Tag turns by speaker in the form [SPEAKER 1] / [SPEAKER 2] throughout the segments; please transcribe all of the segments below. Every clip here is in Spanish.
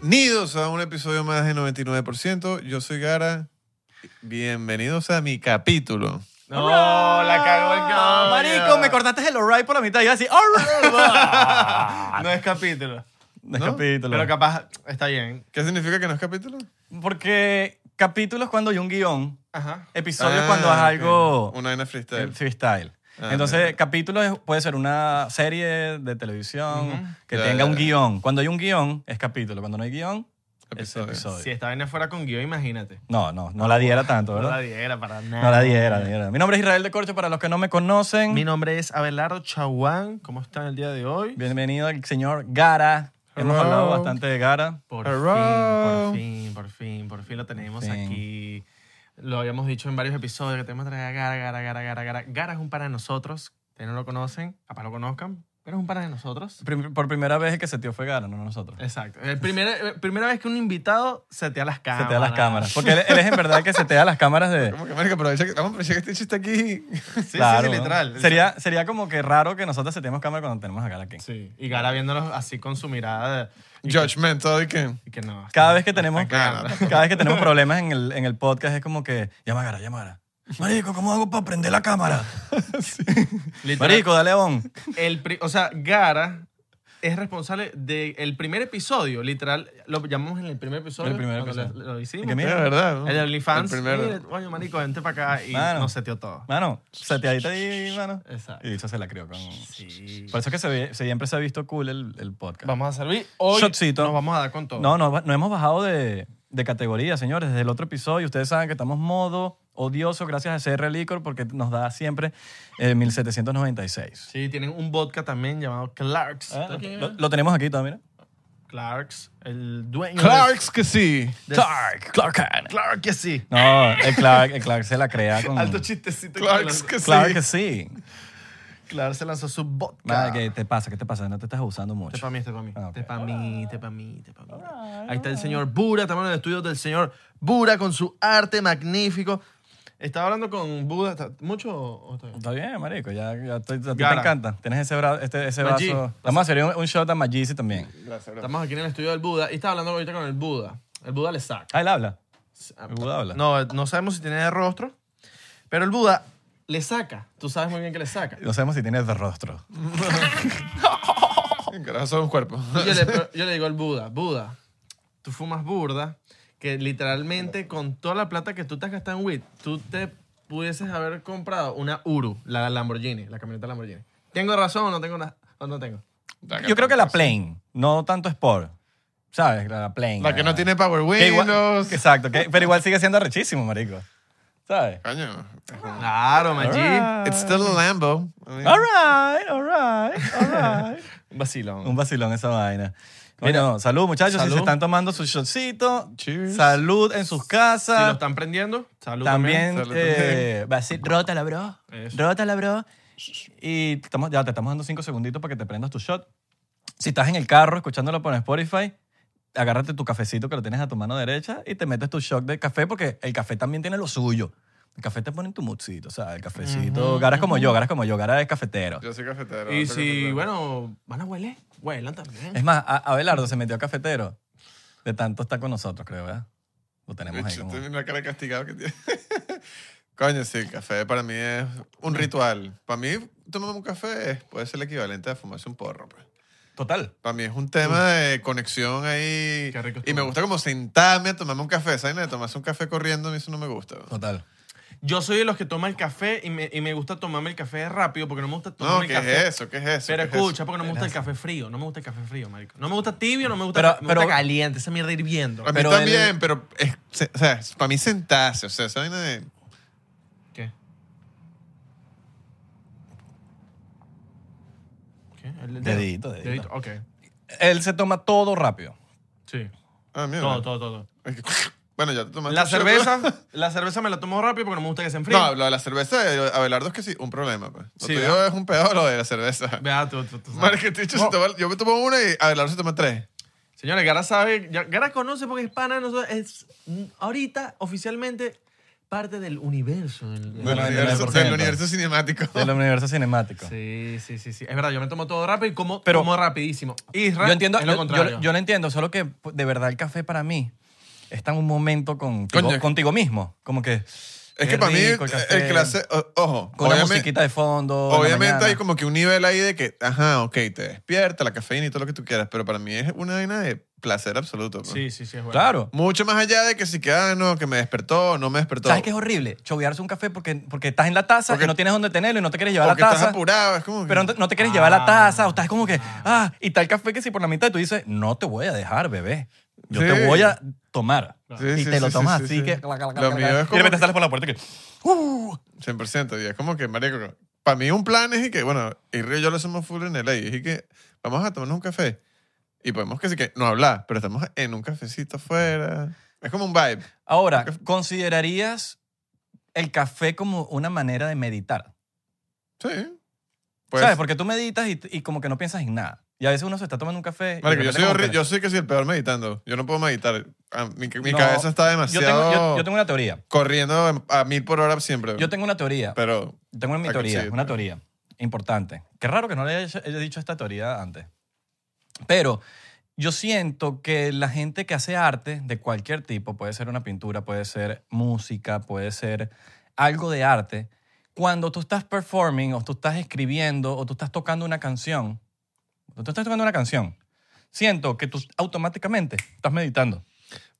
[SPEAKER 1] Bienvenidos a un episodio más de 99%. Yo soy Gara. Bienvenidos a mi capítulo.
[SPEAKER 2] No, la cagó el cabrón.
[SPEAKER 3] Marico, me cortaste el alright por la mitad. Yo así, alright.
[SPEAKER 2] Ah, No es capítulo.
[SPEAKER 3] no es
[SPEAKER 1] ¿No?
[SPEAKER 3] capítulo.
[SPEAKER 2] Pero capaz está bien.
[SPEAKER 1] ¿Qué significa que no es capítulo?
[SPEAKER 3] Porque capítulo es cuando hay un guión,
[SPEAKER 2] Ajá.
[SPEAKER 3] episodio es
[SPEAKER 1] Ah,
[SPEAKER 3] cuando es
[SPEAKER 1] ok.
[SPEAKER 3] algo eh,
[SPEAKER 1] Una vaina freestyle.
[SPEAKER 3] freestyle.
[SPEAKER 1] Ah,
[SPEAKER 3] Entonces,
[SPEAKER 1] ya.
[SPEAKER 3] capítulo es- puede ser una serie de televisión
[SPEAKER 2] Ujú.
[SPEAKER 3] que
[SPEAKER 1] Ya,
[SPEAKER 3] tenga
[SPEAKER 1] ya,
[SPEAKER 3] un
[SPEAKER 1] ya.
[SPEAKER 3] guión. Cuando hay un guión, es capítulo. Cuando no hay guión,
[SPEAKER 1] Episodio.
[SPEAKER 3] es episodio.
[SPEAKER 2] Si esta vaina fuera con guión, imagínate.
[SPEAKER 3] No, no, no la diera tanto,
[SPEAKER 2] No la
[SPEAKER 3] ¿verdad?
[SPEAKER 2] diera para nada.
[SPEAKER 3] No la diera, diera. Mi nombre es Israel de Corcho, para los que no me conocen.
[SPEAKER 2] Mi nombre es Abelardo Chaguán. ¿Cómo están el día de hoy?
[SPEAKER 3] Bienvenido el señor Gara. Hemos
[SPEAKER 1] Hello.
[SPEAKER 3] hablado bastante de Gara.
[SPEAKER 2] Por
[SPEAKER 1] Hello.
[SPEAKER 2] fin, por fin, por fin, por fin lo tenemos
[SPEAKER 3] Por fin.
[SPEAKER 2] aquí. Lo habíamos dicho en varios episodios que tenemos que traer a Gara, Gara, Gara, Gara, Gara. Gara es un para de nosotros. Ustedes no lo conocen, capaz lo conozcan, pero es un para de nosotros.
[SPEAKER 3] Prim- Por primera vez el que se tío fue Gara, no nosotros.
[SPEAKER 2] Exacto. El primer- eh, primera vez que un invitado setea las cámaras.
[SPEAKER 3] Setea las cámaras. Porque él, él es en verdad el que setea las cámaras de.
[SPEAKER 1] ¿Cómo que, marico? Pero ya que, vamos, pero ya que este chiste aquí.
[SPEAKER 2] Sí,
[SPEAKER 3] Claro,
[SPEAKER 2] sí, sí,
[SPEAKER 3] ¿no?
[SPEAKER 2] literal.
[SPEAKER 3] Sería, sería como que raro que nosotros seteemos cámaras cuando tenemos a Gara aquí.
[SPEAKER 2] Sí. Y Gara viéndonos así con su mirada. de- y que-
[SPEAKER 1] Judgmental y que.
[SPEAKER 2] y que no.
[SPEAKER 3] Cada
[SPEAKER 2] está-
[SPEAKER 3] vez que tenemos,
[SPEAKER 2] está cagando.
[SPEAKER 3] cada vez que tenemos problemas en el, en el podcast es como que. Llama a Gara, llama a Gara. Marico, ¿cómo hago para prender la cámara?
[SPEAKER 2] Literal,
[SPEAKER 3] Marico, dale on.
[SPEAKER 2] el pri- o sea, Gara es responsable del primer episodio, literal. Lo llamamos en el primer episodio.
[SPEAKER 3] El primer
[SPEAKER 2] cuando
[SPEAKER 3] episodio.
[SPEAKER 2] Lo, lo hicimos.
[SPEAKER 3] Y que
[SPEAKER 1] Mira,
[SPEAKER 3] Mira,
[SPEAKER 1] es verdad. ¿no?
[SPEAKER 2] El de OnlyFans.
[SPEAKER 1] El primero.
[SPEAKER 2] mira, Oye, marico, vente para acá y
[SPEAKER 3] Mano.
[SPEAKER 2] nos seteó todo.
[SPEAKER 3] Mano, seteadita ahí, mano.
[SPEAKER 2] Exacto.
[SPEAKER 3] Y dicho se la crió con.
[SPEAKER 2] Sí.
[SPEAKER 3] Por eso es que se ve- siempre se ha visto cool el, el podcast.
[SPEAKER 2] Vamos a servir. Hoy
[SPEAKER 3] Shotcito.
[SPEAKER 2] nos vamos a dar con todo.
[SPEAKER 3] No, no, no hemos bajado de, de categoría, señores. Desde el otro episodio, ustedes saben que estamos modo odioso gracias a CR Licor porque nos da siempre eh, 1796.
[SPEAKER 2] Sí, tienen un vodka también llamado Clarks.
[SPEAKER 3] Ah,
[SPEAKER 2] ¿Tú quién
[SPEAKER 3] lo,
[SPEAKER 2] eres?
[SPEAKER 3] lo tenemos aquí también.
[SPEAKER 2] Clarks, el dueño.
[SPEAKER 1] Clarks que sí.
[SPEAKER 2] de- de-
[SPEAKER 3] Clark, Clark Kent.
[SPEAKER 2] Clark que sí.
[SPEAKER 3] No, el Clark, el Clark se la crea con...
[SPEAKER 2] Alto chistecito.
[SPEAKER 1] Clarks que sí.
[SPEAKER 3] Claro que sí.
[SPEAKER 2] Clark se lanzó su vodka.
[SPEAKER 3] Nada, ¿qué te pasa? ¿Qué te pasa? No te estás usando
[SPEAKER 2] Te
[SPEAKER 3] mucho.
[SPEAKER 2] pa' mí, te pa' mí.
[SPEAKER 3] Ah, ok. Ah,
[SPEAKER 2] Te pa' mí, te pa' mí, te pa' mí. Ahí está el señor Bura, estamos en el estudio del señor Bura con su arte magnífico. Estaba hablando con Buda, ¿está- ¿mucho o o está bien?
[SPEAKER 3] Está bien, marico. Ya, ya estoy- a ti te
[SPEAKER 2] Gara.
[SPEAKER 3] encanta. Tienes ese, bra- este- ese
[SPEAKER 2] Maggi,
[SPEAKER 3] vaso. Vamos a hacer un, un shot a Magisi también.
[SPEAKER 1] Gracias, bro.
[SPEAKER 2] Estamos aquí en el estudio del Buda y estaba hablando ahorita con el Buda. El Buda le saca.
[SPEAKER 3] Ah, él habla. El Buda habla.
[SPEAKER 2] No, no sabemos si tiene rostro, pero el Buda le saca. Tú sabes muy bien que le saca.
[SPEAKER 3] No sabemos si tiene de rostro.
[SPEAKER 1] Gracias a un cuerpo.
[SPEAKER 2] Y Yo le, yo le digo al Buda, Buda, tú fumas burda, que literalmente con toda la plata que tú te has gastado en weed, tú te pudieses haber comprado una Uru, la Lamborghini, la camioneta Lamborghini. ¿Tengo razón o no tengo? na- o no tengo?
[SPEAKER 3] Yo creo que la plain, no tanto sport. ¿Sabes? La plain. Ah.
[SPEAKER 1] La que no tiene Power
[SPEAKER 3] Que igual-
[SPEAKER 1] Windows.
[SPEAKER 3] Exacto, que- pero igual sigue siendo arrechísimo, marico. ¿Sabes?
[SPEAKER 1] Coño.
[SPEAKER 2] Claro, Maggi.
[SPEAKER 1] It's still a Lambo. I mean,
[SPEAKER 3] All right, all right, all right.
[SPEAKER 2] Un vacilón.
[SPEAKER 3] Un vacilón esa vaina. Bueno, salud muchachos, si
[SPEAKER 2] salud.
[SPEAKER 3] se están tomando su shotcito,
[SPEAKER 1] Cheers.
[SPEAKER 3] salud en sus
[SPEAKER 2] Si lo
[SPEAKER 3] casas.
[SPEAKER 2] están prendiendo, salud
[SPEAKER 3] también,
[SPEAKER 1] también.
[SPEAKER 2] también.
[SPEAKER 1] Salud
[SPEAKER 3] eh, vaci- rótala, bro.
[SPEAKER 2] Eso.
[SPEAKER 3] Rótala, bro. Y te estamos, ya te estamos dando cinco segunditos para que te prendas tu shot. Si estás en el carro escuchándolo por Spotify, agárrate tu cafecito que lo tienes a tu mano derecha y te metes tu shot de café porque el café también tiene lo suyo. El café te pone en tu moodcito, o sea, el cafecito. Gara es como yo, Gara es como yo, Gara es cafetero.
[SPEAKER 1] Yo soy cafetero.
[SPEAKER 2] Y
[SPEAKER 1] soy
[SPEAKER 2] si,
[SPEAKER 1] cafetero.
[SPEAKER 2] bueno, van a huele, huelan también.
[SPEAKER 3] Es más, a- Abelardo se metió a cafetero. De tanto está con nosotros, creo, ¿verdad? Lo tenemos ahí
[SPEAKER 1] Bicho,
[SPEAKER 3] como...
[SPEAKER 1] estoy viendo la cara de castigado que tiene. Coño, sí, el café para mí es
[SPEAKER 3] Mm.
[SPEAKER 1] un ritual. Para mí, tomarme un café es- puede ser el equivalente a fumarse un porro. pues.
[SPEAKER 3] Total.
[SPEAKER 1] Para mí es un tema de conexión ahí.
[SPEAKER 2] Qué rico
[SPEAKER 1] y me
[SPEAKER 2] estuvo.
[SPEAKER 1] gusta como sentarme a tomarme un café. ¿Saben? De tomarse un café corriendo, a mí eso no me gusta. bro.
[SPEAKER 3] Total.
[SPEAKER 2] Yo soy de los que toma el café y me, y me gusta tomarme el café rápido porque no me gusta
[SPEAKER 1] No,
[SPEAKER 2] tomarme
[SPEAKER 1] ¿qué
[SPEAKER 2] el café.
[SPEAKER 1] es eso? ¿Qué es eso?
[SPEAKER 2] Pero
[SPEAKER 1] ¿Qué es eso?
[SPEAKER 2] escucha, porque no me gusta el café frío. No me gusta el café frío, marico. No me gusta tibio, no me gusta,
[SPEAKER 3] Pero-
[SPEAKER 2] me gusta
[SPEAKER 3] pero-
[SPEAKER 2] caliente. Esa mierda hirviendo.
[SPEAKER 1] A mí
[SPEAKER 3] Pero
[SPEAKER 1] también,
[SPEAKER 3] el-
[SPEAKER 1] pero es- se- o sea, para mí sentarse, o sea, esa vaina de...
[SPEAKER 2] ¿Qué? ¿Qué? ¿El
[SPEAKER 3] Dedito, dedito.
[SPEAKER 2] Ok.
[SPEAKER 3] Él se toma todo rápido.
[SPEAKER 2] Sí.
[SPEAKER 1] Ah, mierda.
[SPEAKER 2] Todo, todo, todo.
[SPEAKER 1] Es que- Bueno, ya te tomaste
[SPEAKER 2] La
[SPEAKER 1] un shot,
[SPEAKER 2] cerveza, la cerveza me la tomo rápido porque no me gusta que se enfríe.
[SPEAKER 1] No, lo de la cerveza, eh, Abelardo es que sí, un problema. Pues. Lo
[SPEAKER 2] Sí,
[SPEAKER 1] tuyo
[SPEAKER 2] ¿verdad?
[SPEAKER 1] es un pedo lo de la cerveza.
[SPEAKER 2] Vea, tú, tú, tú sabes.
[SPEAKER 1] Marico, te he dicho, se toma- yo me tomo una y Abelardo se toma tres.
[SPEAKER 2] Señores, Gara sabe, ya- Gara conoce porque es pana de nosotros. Es, mm, ahorita, oficialmente, parte del universo. del-
[SPEAKER 3] Del
[SPEAKER 1] Del universo,
[SPEAKER 3] 99%.
[SPEAKER 1] del universo cinemático.
[SPEAKER 3] Del universo cinemático.
[SPEAKER 2] Oh. Sí, sí, sí, sí. Es verdad, yo me tomo todo rápido y como,
[SPEAKER 3] Pero-
[SPEAKER 2] como rapidísimo. Israel
[SPEAKER 3] Yo entiendo,
[SPEAKER 2] es lo
[SPEAKER 3] yo-
[SPEAKER 2] contrario.
[SPEAKER 3] yo, yo lo entiendo, solo que pues, de verdad el café para mí está en un momento contigo,
[SPEAKER 1] Coño.
[SPEAKER 3] contigo mismo. Como que.
[SPEAKER 1] Es
[SPEAKER 3] qué
[SPEAKER 1] que para mí,
[SPEAKER 3] rico el café,
[SPEAKER 1] el clase. o- Ojo,
[SPEAKER 3] Con una
[SPEAKER 1] obviamente-
[SPEAKER 3] musiquita de fondo. en la
[SPEAKER 1] Obviamente
[SPEAKER 3] mañana.
[SPEAKER 1] hay como que un nivel ahí de que, ajá, ok, te despierta, la cafeína y todo lo que tú quieras, pero para mí es una vaina de placer absoluto. pues.
[SPEAKER 2] Sí, sí, sí, es bueno.
[SPEAKER 3] Claro.
[SPEAKER 1] Mucho más allá de que si que, ah, no, que me despertó, no me despertó.
[SPEAKER 3] ¿Sabes qué es horrible? Chovearse un café porque, porque estás en la taza
[SPEAKER 1] Porque-
[SPEAKER 3] y no tienes dónde tenerlo y no te quieres llevar
[SPEAKER 1] o
[SPEAKER 3] la
[SPEAKER 1] que estás
[SPEAKER 3] taza.
[SPEAKER 1] apurado, es como que-
[SPEAKER 3] Pero no te- no te quieres llevar la taza, o estás como que,
[SPEAKER 2] Ah.
[SPEAKER 3] ah, y tal café que si por la mitad tú dices, no te voy a dejar, bebé. Yo
[SPEAKER 1] Sí.
[SPEAKER 3] te voy a tomar.
[SPEAKER 1] Sí,
[SPEAKER 3] y
[SPEAKER 1] sí,
[SPEAKER 3] te lo
[SPEAKER 1] sí,
[SPEAKER 3] tomas
[SPEAKER 1] sí,
[SPEAKER 3] así
[SPEAKER 1] sí.
[SPEAKER 3] que.
[SPEAKER 1] Lo mío es
[SPEAKER 3] y de
[SPEAKER 1] como
[SPEAKER 3] repente
[SPEAKER 1] que
[SPEAKER 3] sales por la puerta y que. ¡uh!
[SPEAKER 1] 100%, y es como que, marico, para mí un plan es y que, bueno, y Río y yo lo hacemos full en el aire, y que vamos a tomarnos un café. Y podemos que sí que no hablar, pero estamos en un cafecito afuera. Es como un vibe.
[SPEAKER 3] Ahora, ¿considerarías el café como una manera de meditar?
[SPEAKER 1] Sí. Pues,
[SPEAKER 3] ¿Sabes? Porque tú meditas y, y como que no piensas en nada. Y a veces uno se está tomando un café. y
[SPEAKER 1] Marico, yo
[SPEAKER 3] de repente
[SPEAKER 1] soy,
[SPEAKER 3] como
[SPEAKER 1] horri-
[SPEAKER 3] que-
[SPEAKER 1] yo soy que soy el peor meditando. Yo no puedo meditar. Ah, Mi, mi
[SPEAKER 3] No,
[SPEAKER 1] cabeza está
[SPEAKER 3] yo
[SPEAKER 1] demasiado
[SPEAKER 3] tengo, yo- yo tengo una teoría.
[SPEAKER 1] corriendo a mil por hora siempre.
[SPEAKER 3] Yo tengo una teoría.
[SPEAKER 1] Pero
[SPEAKER 3] Tengo una mi
[SPEAKER 1] Ah,
[SPEAKER 3] teoría,
[SPEAKER 1] sí,
[SPEAKER 3] una
[SPEAKER 1] pero-
[SPEAKER 3] teoría importante. Qué raro que no le haya, hecho- haya dicho esta teoría antes. Pero yo siento que la gente que hace arte de cualquier tipo, puede ser una pintura, puede ser música, puede ser algo de arte, cuando tú estás performing o tú estás escribiendo o tú estás tocando una canción, cuando tú estás tocando una canción, siento que tú automáticamente estás meditando.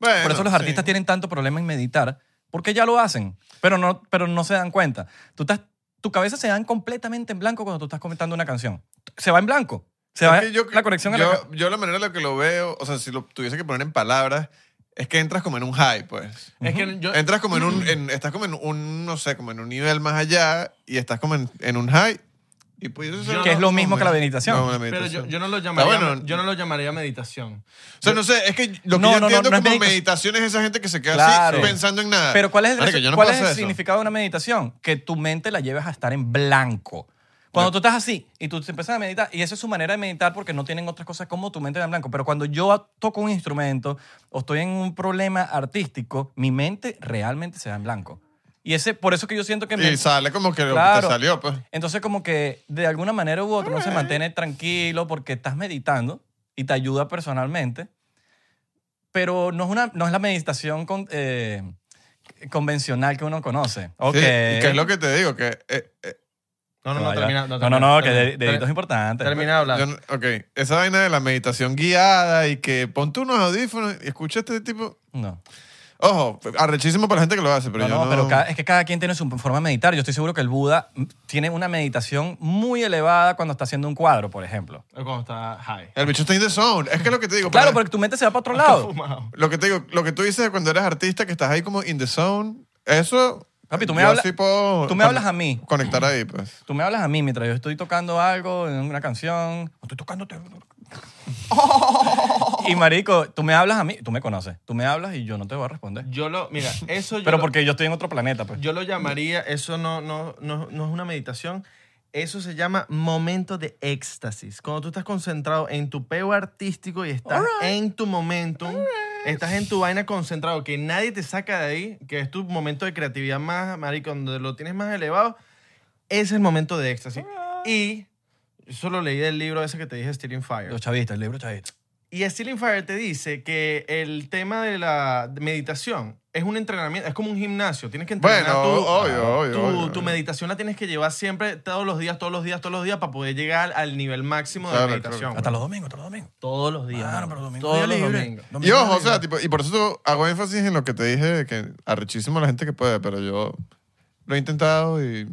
[SPEAKER 1] bueno,
[SPEAKER 3] Por eso los
[SPEAKER 1] sí.
[SPEAKER 3] artistas tienen tanto problema en meditar, porque ya lo hacen, pero no, pero no se dan cuenta. Tú estás, tu cabeza se da completamente en blanco cuando tú estás comentando una canción. Se va en blanco. Se
[SPEAKER 1] Es
[SPEAKER 3] va
[SPEAKER 1] que yo-
[SPEAKER 3] la conexión a
[SPEAKER 1] yo,
[SPEAKER 3] la ca-
[SPEAKER 1] yo la manera en la que lo veo, o sea, si lo tuviese que poner en palabras, es que entras como en un high, pues.
[SPEAKER 2] Es que yo,
[SPEAKER 1] Entras como en un,
[SPEAKER 3] Mm.
[SPEAKER 1] en- estás como en un, no sé, como en un nivel más allá y estás como en, en un high. Y pues, eso
[SPEAKER 2] Que
[SPEAKER 1] no-
[SPEAKER 2] es
[SPEAKER 3] lo
[SPEAKER 1] no,
[SPEAKER 3] mismo que la
[SPEAKER 1] no,
[SPEAKER 3] meditación.
[SPEAKER 1] no, la
[SPEAKER 2] pero yo,
[SPEAKER 1] meditación.
[SPEAKER 2] yo no lo llamaría,
[SPEAKER 1] bueno.
[SPEAKER 2] yo no lo llamaría meditación.
[SPEAKER 1] O sea, no sé, es que lo que
[SPEAKER 3] No,
[SPEAKER 1] yo
[SPEAKER 3] no, no,
[SPEAKER 1] entiendo
[SPEAKER 3] no es
[SPEAKER 1] como
[SPEAKER 3] meditación.
[SPEAKER 1] meditación es esa gente que se queda
[SPEAKER 3] Claro.
[SPEAKER 1] así pensando en nada.
[SPEAKER 3] Pero ¿cuál es el,
[SPEAKER 1] Marico, yo no
[SPEAKER 3] cuál
[SPEAKER 1] puedo
[SPEAKER 3] es el
[SPEAKER 1] hacer eso.
[SPEAKER 3] significado de una meditación? Que tu mente la lleves a estar en blanco. Cuando tú estás así y tú te empiezas a meditar, y esa es su manera de meditar porque no tienen otras cosas como tu mente en blanco. Pero cuando yo toco un instrumento o estoy en un problema artístico, mi mente realmente se da en blanco. Y ese, por eso que yo siento que mi-
[SPEAKER 1] Y sale como que lo que
[SPEAKER 3] Claro.
[SPEAKER 1] te salió, pues.
[SPEAKER 3] Entonces, como que de alguna manera u otra uno
[SPEAKER 1] Ah.
[SPEAKER 3] se mantiene tranquilo porque estás meditando y te ayuda personalmente. Pero no es, una, no es la meditación con- eh, convencional que uno conoce. Ok.
[SPEAKER 1] Sí, y que es lo que te digo, que... eh, eh,
[SPEAKER 2] No, no, no,
[SPEAKER 3] No, Ah, ya.
[SPEAKER 2] termina.
[SPEAKER 3] No,
[SPEAKER 2] termina,
[SPEAKER 3] no, no, que
[SPEAKER 2] termina,
[SPEAKER 3] de- dedito es importante.
[SPEAKER 2] Termina de hablar.
[SPEAKER 1] yo no- ok, esa vaina de la meditación guiada y que pon tú unos audífonos y escucha este tipo...
[SPEAKER 3] No,
[SPEAKER 1] Ojo, arrechísimo para la gente que lo hace, pero
[SPEAKER 3] no,
[SPEAKER 1] yo
[SPEAKER 3] no,
[SPEAKER 1] no...
[SPEAKER 3] pero ca- es que cada quien tiene su forma de meditar. Yo estoy seguro que el Buda tiene una meditación muy elevada cuando está haciendo un cuadro, por ejemplo.
[SPEAKER 2] Cuando está high.
[SPEAKER 1] El bicho está in the zone. Es que lo que te digo...
[SPEAKER 3] Claro,
[SPEAKER 1] para-
[SPEAKER 3] porque tu mente se va para otro
[SPEAKER 2] Está
[SPEAKER 3] lado.
[SPEAKER 2] fumado.
[SPEAKER 1] Lo que te digo, lo que tú dices de cuando eres artista, que estás ahí como in the zone, eso...
[SPEAKER 3] Papi, tú me
[SPEAKER 1] yo
[SPEAKER 3] hablas-
[SPEAKER 1] sí puedo
[SPEAKER 3] tú me
[SPEAKER 1] con-
[SPEAKER 3] hablas a mí.
[SPEAKER 1] Conectar ahí, pues.
[SPEAKER 3] Tú me hablas a mí mientras yo estoy tocando algo, en una canción. o Estoy tocándote. y marico, tú me hablas a mí, tú me conoces. Tú me hablas y yo no te voy a responder.
[SPEAKER 2] Yo lo, mira, eso yo,
[SPEAKER 3] Pero
[SPEAKER 2] lo,
[SPEAKER 3] porque yo estoy en otro planeta, pues.
[SPEAKER 2] yo lo llamaría, eso no, no, no, no es una meditación, eso se llama momento de éxtasis. Cuando tú estás concentrado en tu peo artístico y estás en tu momentum, estás en tu vaina concentrado, que nadie te saca de ahí, que es tu momento de creatividad más, marico, donde lo tienes más elevado, ese es el momento de éxtasis. Y eso lo leí del libro ese que te dije, Stealing Fire.
[SPEAKER 3] Los chavistas, el libro chavista.
[SPEAKER 2] Y Stealing Fire te dice que el tema de la meditación es un entrenamiento, es como un gimnasio. Tienes que entrenar
[SPEAKER 1] Bueno,
[SPEAKER 2] tu,
[SPEAKER 1] obvio, obvio,
[SPEAKER 2] tu,
[SPEAKER 1] obvio,
[SPEAKER 2] tu
[SPEAKER 1] obvio.
[SPEAKER 2] meditación la tienes que llevar siempre, todos los días, todos los días, todos los días, para poder llegar al nivel máximo de
[SPEAKER 1] Claro,
[SPEAKER 2] meditación.
[SPEAKER 1] claro.
[SPEAKER 3] Hasta los domingos, hasta los domingos.
[SPEAKER 2] Todos los días.
[SPEAKER 3] Claro,
[SPEAKER 2] mano.
[SPEAKER 3] pero domingo
[SPEAKER 2] todos
[SPEAKER 3] día
[SPEAKER 2] los
[SPEAKER 3] libre.
[SPEAKER 2] domingos.
[SPEAKER 1] Y
[SPEAKER 3] Domingo
[SPEAKER 1] ojo,
[SPEAKER 3] día
[SPEAKER 1] o sea,
[SPEAKER 3] libre.
[SPEAKER 1] tipo, y por eso hago énfasis en lo que te dije, de que arrechísimo la gente que puede, pero yo lo he intentado y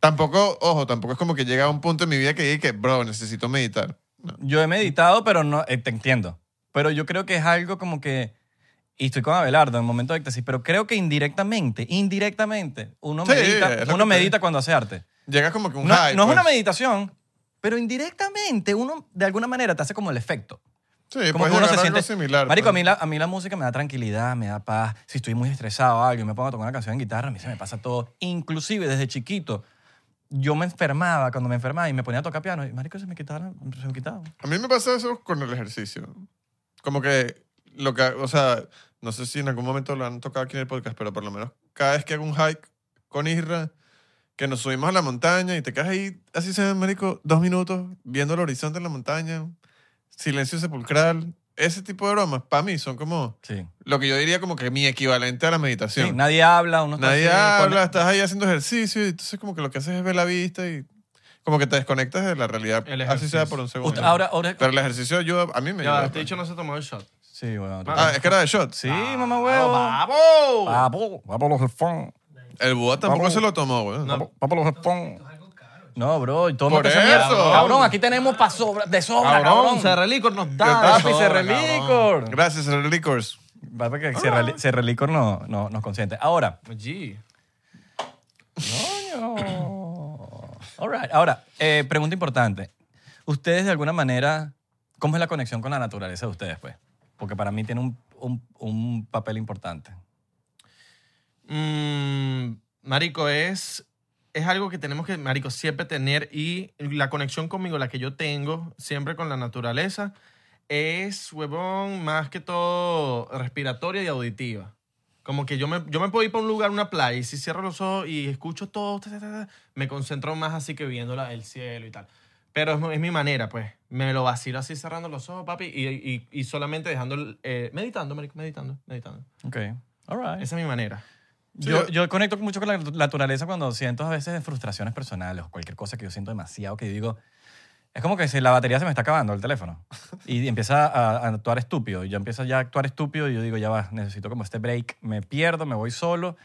[SPEAKER 1] tampoco, ojo, tampoco es como que llega a un punto en mi vida que dije que, bro, necesito meditar. No.
[SPEAKER 3] Yo he meditado, pero no. eh, te entiendo. Pero yo creo que es algo como que. Y estoy con Abelardo en el momento de éxtasis, pero creo que indirectamente, indirectamente, uno
[SPEAKER 1] Sí,
[SPEAKER 3] medita,
[SPEAKER 1] es lo
[SPEAKER 3] uno
[SPEAKER 1] que te-
[SPEAKER 3] medita cuando hace arte.
[SPEAKER 1] Llegas como que un
[SPEAKER 3] No,
[SPEAKER 1] high,
[SPEAKER 3] no es
[SPEAKER 1] pues.
[SPEAKER 3] una meditación, pero indirectamente uno de alguna manera te hace como el efecto.
[SPEAKER 1] Sí, puedes
[SPEAKER 3] Como que uno
[SPEAKER 1] llegar
[SPEAKER 3] se
[SPEAKER 1] a algo
[SPEAKER 3] siente
[SPEAKER 1] similar.
[SPEAKER 3] Marico,
[SPEAKER 1] pues.
[SPEAKER 3] a mí, la, a mí la música me da tranquilidad, me da paz. Si estoy muy estresado o algo y me pongo a tocar una canción en guitarra, a mí se me pasa todo. Inclusive desde chiquito, yo me enfermaba cuando me enfermaba y me ponía a tocar piano. Y, marico, se me quitaba. Se me quitaba.
[SPEAKER 1] A mí me pasa eso con el ejercicio. Como que lo que, o sea, no sé si en algún momento lo han tocado aquí en el podcast, pero por lo menos cada vez que hago un hike con Isra, que nos subimos a la montaña y te quedas ahí, así se marico, dos minutos viendo el horizonte en la montaña, silencio sepulcral. Ese tipo de bromas, para mí, son como
[SPEAKER 3] Sí.
[SPEAKER 1] lo que yo diría como que mi equivalente a la meditación.
[SPEAKER 3] Sí, nadie habla, uno está
[SPEAKER 1] Nadie
[SPEAKER 3] así,
[SPEAKER 1] habla,
[SPEAKER 3] pone-
[SPEAKER 1] estás ahí haciendo ejercicio y entonces como que lo que haces es ver la vista y como que te desconectas de la realidad,
[SPEAKER 2] El
[SPEAKER 1] así sea
[SPEAKER 2] ejercicio.
[SPEAKER 1] por un
[SPEAKER 3] Usted-
[SPEAKER 1] segundo.
[SPEAKER 3] ahora, ahora.
[SPEAKER 1] Pero el ejercicio ayuda, a mí me
[SPEAKER 2] Ya,
[SPEAKER 1] ayuda. pues.
[SPEAKER 2] este dicho no se tomó el shot.
[SPEAKER 3] Sí, bueno.
[SPEAKER 2] Ah,
[SPEAKER 1] Ah, es que era de shot.
[SPEAKER 3] Sí, mamá huevo.
[SPEAKER 2] ¡Vamos!
[SPEAKER 3] Papo, papo los headphones.
[SPEAKER 1] El Buda tampoco
[SPEAKER 3] Vamos.
[SPEAKER 1] se lo tomó, güey.
[SPEAKER 3] Papo, papo los headphones. No, bro, y todo lo
[SPEAKER 1] Por
[SPEAKER 3] que se mierda.
[SPEAKER 1] eso.
[SPEAKER 3] Cabrón, aquí tenemos pa sobra, de sobra, cabrón.
[SPEAKER 2] Relicor nos
[SPEAKER 1] Yo
[SPEAKER 3] Papi,
[SPEAKER 1] Sobra,
[SPEAKER 3] Cerre Licor.
[SPEAKER 1] Gracias, el Liquors.
[SPEAKER 3] Papi, que Cerre Li- Cerre Licor no, no, nos consiente. Ahora,
[SPEAKER 2] G.
[SPEAKER 3] Coño. All right. Ahora, eh, pregunta importante. ¿Ustedes de alguna manera, cómo es la conexión con la naturaleza de ustedes, pues? Porque para mí tiene un, un- un papel importante.
[SPEAKER 2] Mm, marico, es, es algo que tenemos que, marico, siempre tener y la conexión conmigo, la que yo tengo siempre con la naturaleza, es, huevón, más que todo respiratoria y auditiva. Como que yo me, yo me puedo ir para un lugar, una playa, y si cierro los ojos y escucho todo, ta, ta, ta, ta, me concentro más así que viendo la- el cielo y tal. Pero es, es mi manera, pues. Me lo vacilo así cerrando los ojos, papi, y, y- y solamente dejando... el- eh, meditando, marico, meditando, meditando.
[SPEAKER 3] Ok. All right.
[SPEAKER 2] Esa es mi manera.
[SPEAKER 1] Sí, eh.
[SPEAKER 3] Yo,
[SPEAKER 1] yo-
[SPEAKER 3] yo conecto mucho con la natu- naturaleza cuando siento a veces frustraciones personales o cualquier cosa que yo siento demasiado que yo digo, es como que si la batería se me está acabando el teléfono y empieza a, a actuar estúpido. Y yo empiezo ya a actuar estúpido y yo digo, ya va, necesito como este break, me pierdo, me voy solo.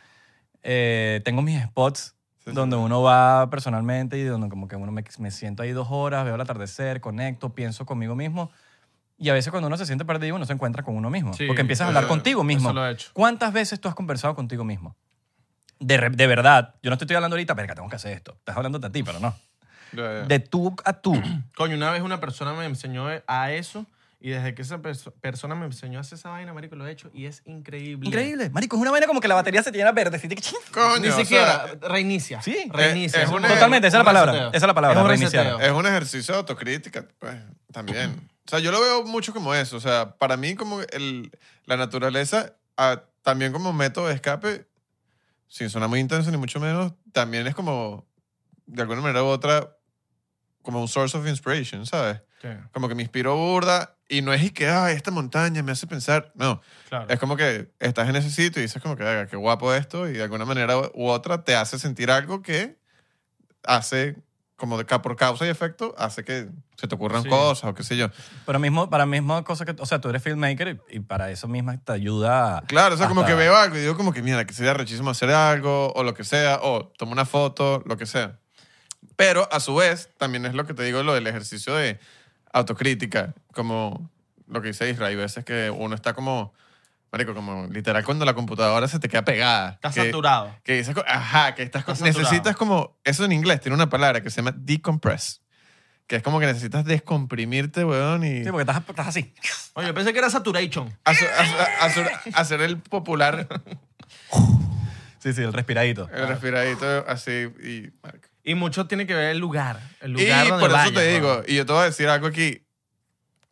[SPEAKER 3] Eh, tengo mis spots
[SPEAKER 1] Sí, sí.
[SPEAKER 3] donde uno va personalmente y donde como que uno me, me siento ahí dos horas, veo el atardecer, conecto, pienso conmigo mismo. Y a veces cuando uno se siente perdido, uno se encuentra con uno mismo.
[SPEAKER 2] Sí,
[SPEAKER 3] porque empiezas a hablar
[SPEAKER 1] eso-
[SPEAKER 3] contigo mismo.
[SPEAKER 2] Eso lo he hecho.
[SPEAKER 3] ¿Cuántas veces tú has conversado contigo mismo? De, re- de verdad. Yo no te estoy hablando ahorita, verga, tengo que hacer esto. Estás hablando de ti, pero no.
[SPEAKER 1] Ya, ya.
[SPEAKER 3] De tú a tú.
[SPEAKER 2] Coño, una vez una persona me enseñó a eso y desde que esa perso- persona me enseñó a hacer esa vaina, marico, lo he hecho y es increíble.
[SPEAKER 3] Increíble. Marico, es una vaina como que la batería se te llena verde. así de que ching.
[SPEAKER 1] Coño,
[SPEAKER 2] Ni
[SPEAKER 1] o sea,
[SPEAKER 2] siquiera, reinicia.
[SPEAKER 3] Sí.
[SPEAKER 2] reinicia.
[SPEAKER 1] Es- es
[SPEAKER 2] un-
[SPEAKER 1] una-
[SPEAKER 3] Totalmente, esa es la
[SPEAKER 2] un
[SPEAKER 3] palabra.
[SPEAKER 2] reseteo.
[SPEAKER 3] Esa es la palabra,
[SPEAKER 2] Es un
[SPEAKER 3] reiniciar.
[SPEAKER 2] reseteo.
[SPEAKER 1] es un ejercicio de autocrítica, pues, también. O sea, yo lo veo mucho como eso. O sea, para mí como el, la naturaleza, ah, también como método de escape, sin sonar muy intenso ni mucho menos, también es como, de alguna manera u otra, como un source of inspiration, ¿sabes?
[SPEAKER 2] Sí,
[SPEAKER 1] Como que me inspiró burda y no es y que, ay, esta montaña me hace pensar. No,
[SPEAKER 2] claro.
[SPEAKER 1] es como que estás en ese sitio y dices como que, "Verga, qué guapo esto y de alguna manera u otra te hace sentir algo que hace, como de ca- por causa y efecto, hace que se te ocurran
[SPEAKER 2] Sí.
[SPEAKER 1] cosas o qué sé yo.
[SPEAKER 3] Pero mismo, para mismo cosa que... O sea, tú eres filmmaker y, y para eso misma te ayuda a-
[SPEAKER 1] Claro, o sea, como
[SPEAKER 3] Hasta-
[SPEAKER 1] que veo algo y digo como que, mira, que sería rechísimo hacer algo o lo que sea, o tomo una foto, lo que sea. Pero a su vez, también es lo que te digo, lo del ejercicio de autocrítica, como lo que dice Israel, hay veces que uno está como, marico, como literal cuando la computadora se te queda pegada.
[SPEAKER 2] Está
[SPEAKER 1] que-
[SPEAKER 2] saturado.
[SPEAKER 1] Que dices, co- ajá, que estás, co-
[SPEAKER 2] Está saturado.
[SPEAKER 1] necesitas como, eso en inglés tiene una palabra que se llama decompress, que es como que necesitas descomprimirte, weón, y
[SPEAKER 3] Sí, porque estás, estás así.
[SPEAKER 2] Oye, yo pensé que era saturation.
[SPEAKER 1] hacer, hacer- hacer- hacer el popular,
[SPEAKER 3] Sí, sí, el respiradito.
[SPEAKER 1] el respiradito así y... marico.
[SPEAKER 2] Y mucho tiene que ver el lugar. El
[SPEAKER 1] Y
[SPEAKER 2] lugar donde
[SPEAKER 1] por eso
[SPEAKER 2] vayas,
[SPEAKER 1] te digo,
[SPEAKER 2] ¿no?
[SPEAKER 1] y yo te voy a decir algo aquí,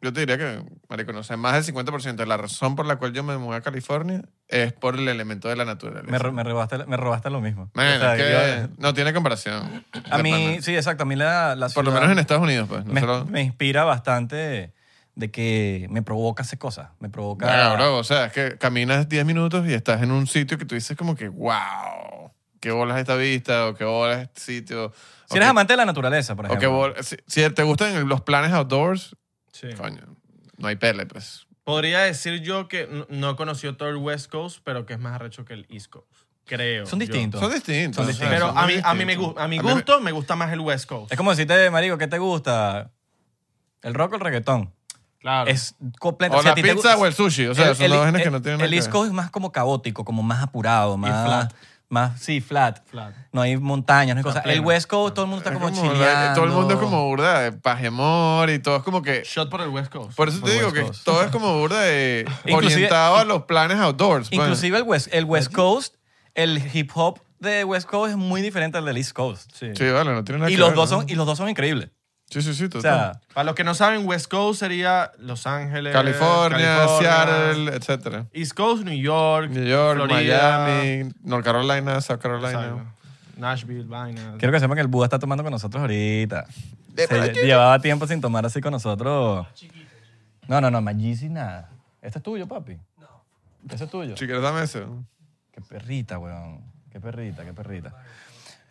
[SPEAKER 1] yo te diría que, marico, no sé, más del 50% de la razón por la cual yo me mudé a California es por el elemento de la naturaleza.
[SPEAKER 3] Me, ro- me, robaste, me robaste lo mismo.
[SPEAKER 1] Man,
[SPEAKER 3] O sea,
[SPEAKER 1] es que
[SPEAKER 3] yo- eh,
[SPEAKER 1] no tiene comparación.
[SPEAKER 3] a
[SPEAKER 1] De
[SPEAKER 3] mí,
[SPEAKER 1] pana.
[SPEAKER 3] sí, exacto. A mí la, la
[SPEAKER 1] Por lo
[SPEAKER 3] ciudad-
[SPEAKER 1] menos en Estados Unidos, pues.
[SPEAKER 3] me,
[SPEAKER 1] Nosotros,
[SPEAKER 3] me inspira bastante de que me provoca hacer cosas. Me provoca.
[SPEAKER 1] Verga, bro, o sea, es que caminas 10 minutos y estás en un sitio que tú dices como que, wow, qué bolas esta vista, o qué bolas este sitio.
[SPEAKER 3] si eres amante de la naturaleza, por
[SPEAKER 1] o qué
[SPEAKER 3] ejemplo.
[SPEAKER 1] bolas- si, si te gustan los planes outdoors,
[SPEAKER 2] Sí.
[SPEAKER 1] coño, no hay pele, pues.
[SPEAKER 2] Podría decir yo que n- no he conocido todo el West Coast, pero que es más arrecho que el East Coast. Creo.
[SPEAKER 3] Son
[SPEAKER 2] yo.
[SPEAKER 3] distintos.
[SPEAKER 1] Son distintos.
[SPEAKER 3] Son
[SPEAKER 1] o sea,
[SPEAKER 3] distintos.
[SPEAKER 2] Pero
[SPEAKER 1] son
[SPEAKER 2] a
[SPEAKER 1] muy
[SPEAKER 2] mí, a mí me
[SPEAKER 1] distintos.
[SPEAKER 2] gu- a mi
[SPEAKER 1] A mí me-
[SPEAKER 2] gusto me gusta más el West Coast.
[SPEAKER 3] Es como decirte, marico, ¿qué te gusta? ¿El rock o el reggaetón?
[SPEAKER 2] Claro.
[SPEAKER 3] Es completo.
[SPEAKER 1] O
[SPEAKER 3] si a
[SPEAKER 1] la
[SPEAKER 3] ti te
[SPEAKER 1] pizza
[SPEAKER 3] gu-
[SPEAKER 1] o el sushi. O sea,
[SPEAKER 3] el-
[SPEAKER 1] son
[SPEAKER 3] el-
[SPEAKER 1] dos vainas
[SPEAKER 3] el-
[SPEAKER 1] que no tienen nada
[SPEAKER 3] El
[SPEAKER 1] que
[SPEAKER 3] East
[SPEAKER 1] ver.
[SPEAKER 3] Coast es más como caótico, como más apurado, más...
[SPEAKER 2] flat.
[SPEAKER 3] Más, sí, flat.
[SPEAKER 2] Flat.
[SPEAKER 3] No hay montañas, no hay
[SPEAKER 2] Está
[SPEAKER 3] cosas. El
[SPEAKER 2] pleno.
[SPEAKER 3] West Coast todo el mundo está
[SPEAKER 1] Es
[SPEAKER 3] como,
[SPEAKER 1] como la- eh,
[SPEAKER 3] chileando.
[SPEAKER 1] Todo el mundo es como burda de paz y amor y todo es como que...
[SPEAKER 2] Shot por el West Coast.
[SPEAKER 1] Por eso
[SPEAKER 3] Por
[SPEAKER 1] te digo
[SPEAKER 3] West
[SPEAKER 1] que
[SPEAKER 3] Coast.
[SPEAKER 1] todo es como burda de...
[SPEAKER 3] Inclusive-
[SPEAKER 1] orientado a los planes outdoors. pues.
[SPEAKER 3] Inclusive el West, el West Coast, el hip hop de West Coast es muy diferente al del East Coast.
[SPEAKER 1] Sí, vale, no tiene nada
[SPEAKER 3] Y
[SPEAKER 1] que
[SPEAKER 3] los,
[SPEAKER 1] ver,
[SPEAKER 3] dos
[SPEAKER 1] ¿no?
[SPEAKER 3] son, y los dos son increíbles.
[SPEAKER 1] Sí, sí, sí,
[SPEAKER 3] O
[SPEAKER 1] total.
[SPEAKER 3] sea,
[SPEAKER 2] Para los que no saben, West Coast sería Los Ángeles,
[SPEAKER 1] California,
[SPEAKER 2] California,
[SPEAKER 1] Seattle, etcétera.
[SPEAKER 2] East Coast, New York,
[SPEAKER 1] New York,
[SPEAKER 2] Florida,
[SPEAKER 1] Miami, North Carolina, South Carolina.
[SPEAKER 2] exacto. Nashville, vaina.
[SPEAKER 3] quiero que sepan que el Buda está tomando con nosotros ahorita. Se lle- llevaba tiempo sin tomar así con nosotros. No, no, no, Maggi nada. ¿Este es tuyo, papi? No. ¿Ese es tuyo?
[SPEAKER 1] Si quieres, dame eso.
[SPEAKER 3] Qué perrita, weón. Qué perrita, qué perrita.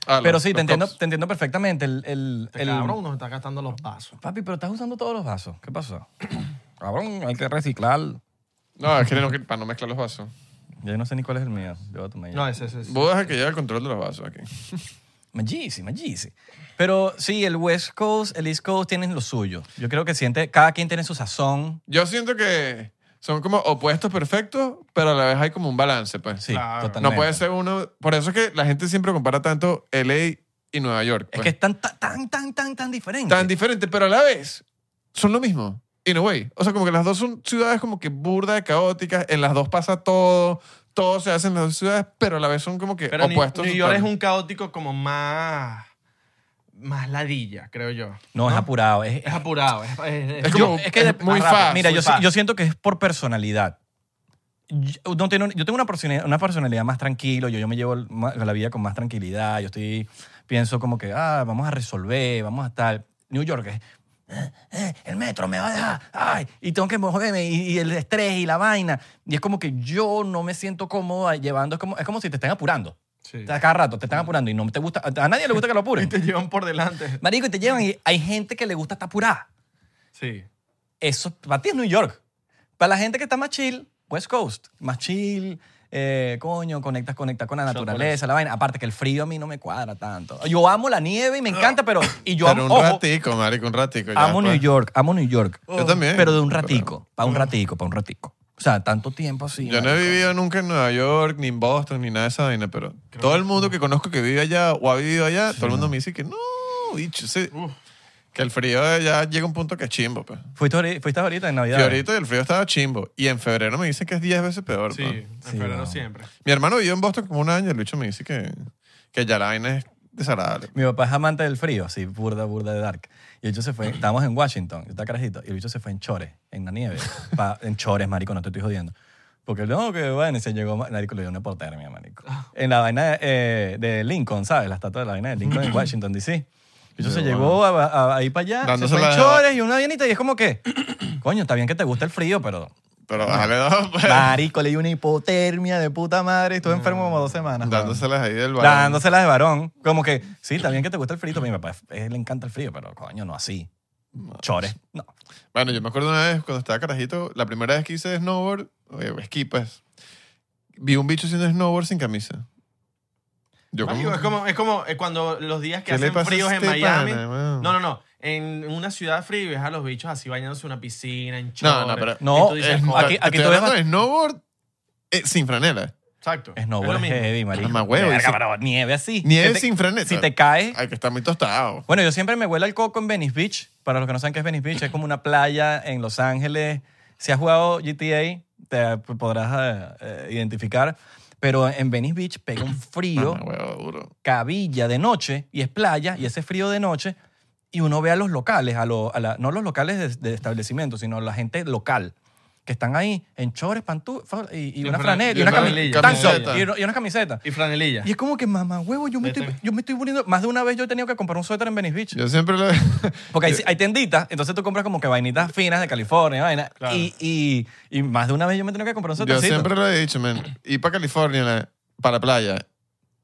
[SPEAKER 1] Ah,
[SPEAKER 3] Pero
[SPEAKER 1] los-
[SPEAKER 3] sí,
[SPEAKER 1] los
[SPEAKER 3] te entiendo,
[SPEAKER 1] cops.
[SPEAKER 3] te entiendo perfectamente. El, el,
[SPEAKER 2] Este
[SPEAKER 3] el-
[SPEAKER 2] cabrón nos está gastando los vasos.
[SPEAKER 3] Papi, pero estás usando todos los vasos. ¿Qué pasó? cabrón, hay que reciclar.
[SPEAKER 1] No, es que no, que- para no mezclar los vasos.
[SPEAKER 3] Yo no sé ni cuál es el mío. Yo voy a tomar ya.
[SPEAKER 2] No, ese, ese, ese.
[SPEAKER 1] Vos dejas que lleve el control de los vasos aquí.
[SPEAKER 3] Magisi, Magisi. Pero sí, el West Coast, el East Coast tienen lo suyo. Yo creo que siente, cada quien tiene su sazón.
[SPEAKER 1] Yo siento que son como opuestos perfectos, pero a la vez hay como un balance, pues.
[SPEAKER 3] Sí,
[SPEAKER 2] Claro.
[SPEAKER 3] totalmente.
[SPEAKER 1] No puede ser uno. Por eso es que la gente siempre compara tanto LA y Nueva York.
[SPEAKER 3] Es
[SPEAKER 1] pues.
[SPEAKER 3] que es tan, tan, tan, tan, tan, tan diferente.
[SPEAKER 1] tan diferentes, pero a la vez son lo mismo. In a way. O sea, como que las dos son ciudades como que burda de caóticas. En las dos pasa todo. Todo se hace en las dos ciudades, pero a la vez son como que
[SPEAKER 2] Pero New,
[SPEAKER 1] opuestos.
[SPEAKER 2] New York es
[SPEAKER 1] total.
[SPEAKER 2] un caótico como más. más ladilla, creo yo.
[SPEAKER 3] no, es apurado. Es,
[SPEAKER 2] Es apurado. Es, es- es-
[SPEAKER 1] Es
[SPEAKER 3] Yo-
[SPEAKER 1] como-
[SPEAKER 3] es que
[SPEAKER 1] es
[SPEAKER 3] dep-
[SPEAKER 1] muy
[SPEAKER 3] más rápido.
[SPEAKER 1] Ah, fast,
[SPEAKER 3] Mira,
[SPEAKER 2] muy
[SPEAKER 3] yo, si-
[SPEAKER 2] fast.
[SPEAKER 3] yo siento que es por personalidad. Yo, no tengo, yo tengo una personalidad, una personalidad más tranquila, yo, yo me llevo el- ma- la vida con más tranquilidad, yo estoy, pienso como que, ah, vamos a resolver, vamos a estar. New York es, "Eh, eh, el metro me va a dejar, ay, y tengo que moverme, y, y el estrés y la vaina. Y es como que yo no me siento cómoda llevando, es como, es como si te estén apurando.
[SPEAKER 2] sí.
[SPEAKER 3] A cada rato te están apurando y no te gusta, a nadie le gusta que lo
[SPEAKER 2] Y
[SPEAKER 3] apuren.
[SPEAKER 2] te llevan por delante.
[SPEAKER 3] Marico, y te llevan y hay gente que le gusta estar apurada.
[SPEAKER 2] Sí.
[SPEAKER 3] Eso para ti es New York. Para la gente que está más chill, West Coast, más chill, eh, coño, conectas, conectas con la
[SPEAKER 2] por
[SPEAKER 3] naturaleza, la vaina. Aparte que el frío a mí no me cuadra tanto. Yo amo la nieve y me encanta, pero y yo
[SPEAKER 1] Pero
[SPEAKER 3] amo,
[SPEAKER 1] un
[SPEAKER 3] ojo,
[SPEAKER 1] ratico, marico, un ratico. ya,
[SPEAKER 3] amo
[SPEAKER 1] pues.
[SPEAKER 3] New York, amo New York.
[SPEAKER 1] Yo también.
[SPEAKER 3] Pero de un ratico, para un ratico, para un ratico. O sea, tanto tiempo así.
[SPEAKER 1] Yo no he
[SPEAKER 3] marico.
[SPEAKER 1] vivido nunca en Nueva York, ni en Boston, ni nada de esa vaina, pero todo el mundo que conozco que vive allá o ha vivido allá, todo el mundo me dice que no, bicho, sí,
[SPEAKER 2] Uf.
[SPEAKER 1] que el frío de allá llega a un punto que es chimbo. Pues.
[SPEAKER 3] Fuiste, ahori- fuiste ahorita en Navidad.
[SPEAKER 1] Y ahorita el frío estaba chimbo. Y en febrero me dicen que es 10 veces peor.
[SPEAKER 2] Sí,
[SPEAKER 1] pues.
[SPEAKER 2] en
[SPEAKER 3] Sí,
[SPEAKER 2] febrero
[SPEAKER 3] no.
[SPEAKER 2] siempre.
[SPEAKER 1] Mi hermano vivió en Boston como un año y el bicho me dice que, que ya la vaina es desagradable.
[SPEAKER 3] Mi papá es amante del frío, así, burda, burda de dark. Y el bicho se fue, estábamos en Washington, yo estaba carajito, y el bicho se fue en chores, en la nieve. pa- en chores, marico, no te estoy jodiendo. Porque no, que bueno, y se llegó, ma- marico, le dio una portermia, marico.
[SPEAKER 1] Ah.
[SPEAKER 3] En la vaina de, eh, de Lincoln, ¿sabes? La estatua de la vaina de Lincoln en Washington, D.C. Y eso se llegó a, a- ahí para allá,
[SPEAKER 1] Dándose
[SPEAKER 3] se fue en
[SPEAKER 1] la-
[SPEAKER 3] chores y una vainita, y es como que, coño, está bien que te gusta el frío, pero...
[SPEAKER 2] Ah.
[SPEAKER 1] Pero bájale dos, pues,
[SPEAKER 3] Marico, le dio una hipotermia de puta madre, y
[SPEAKER 1] Mm.
[SPEAKER 3] estuve enfermo como dos semanas. weón
[SPEAKER 1] dándoselas ahí del balón.
[SPEAKER 3] dándoselas de varón. Como que, sí, también que te gusta el frito. Mi papá eh, le encanta el frío, pero coño, no así. Chores. No.
[SPEAKER 1] Bueno, yo me acuerdo una vez cuando estaba carajito, la primera vez que hice snowboard, eh, esquí pues, vi un bicho haciendo snowboard sin camisa. Yo
[SPEAKER 2] Marico, es como, es como eh, cuando los días que hacen
[SPEAKER 1] pasa a
[SPEAKER 2] fríos en
[SPEAKER 1] este
[SPEAKER 2] Miami.
[SPEAKER 1] pana, weón?
[SPEAKER 2] No, no, no. En una ciudad fría y ves a los bichos así bañándose en una piscina, en chores.
[SPEAKER 1] No, no, pero-
[SPEAKER 3] No,
[SPEAKER 2] Y tú dices,
[SPEAKER 1] Es-
[SPEAKER 2] "Joder".
[SPEAKER 3] aquí-
[SPEAKER 1] te estoy
[SPEAKER 3] tú
[SPEAKER 1] hablando
[SPEAKER 3] ves-
[SPEAKER 1] de snowboard eh, sin franela.
[SPEAKER 2] Exacto.
[SPEAKER 3] Snowboard
[SPEAKER 2] Es lo
[SPEAKER 3] es
[SPEAKER 2] mismo.
[SPEAKER 3] heavy, marico.
[SPEAKER 1] Mamá huevo,
[SPEAKER 3] Verga,
[SPEAKER 1] y si-
[SPEAKER 3] pero nieve así.
[SPEAKER 1] Nieve
[SPEAKER 3] Que te-
[SPEAKER 1] sin franela.
[SPEAKER 3] Si te caes.
[SPEAKER 1] Hay que estar muy tostado.
[SPEAKER 3] Bueno, yo siempre me huelo el coco en Venice Beach. Para los que no saben qué es Venice Beach, es como una playa en Los Ángeles. Si has jugado GTA, te podrás eh, eh, identificar. Pero en Venice Beach pega un frío.
[SPEAKER 1] Mamá Ah, huevo, duro.
[SPEAKER 3] cabilla de noche y es playa y ese frío de noche y uno ve a los locales, a lo- a la- no los locales de, de establecimientos, sino la gente local que están ahí en chores, pantufas y, y
[SPEAKER 2] Y
[SPEAKER 3] una
[SPEAKER 2] fran-
[SPEAKER 3] franela y
[SPEAKER 2] y
[SPEAKER 3] una
[SPEAKER 2] franelilla,
[SPEAKER 3] camiseta. Tank top,
[SPEAKER 1] camiseta.
[SPEAKER 3] Y, una- y una camiseta.
[SPEAKER 2] Y franelilla.
[SPEAKER 3] Y es como que, mamá, huevo, yo me,
[SPEAKER 2] Vete.
[SPEAKER 3] estoy, yo me estoy poniendo... Más de una vez yo he tenido que comprar un suéter en Venice Beach.
[SPEAKER 1] Yo siempre lo...
[SPEAKER 3] Porque hay, hay tenditas, entonces tú compras como que vainitas finas de California, vaina.
[SPEAKER 2] Claro.
[SPEAKER 3] Y, y- y más de una vez yo me he tenido que comprar un
[SPEAKER 1] Yo
[SPEAKER 3] suétercito.
[SPEAKER 1] siempre lo he dicho, man. Ir para California, la- para la playa,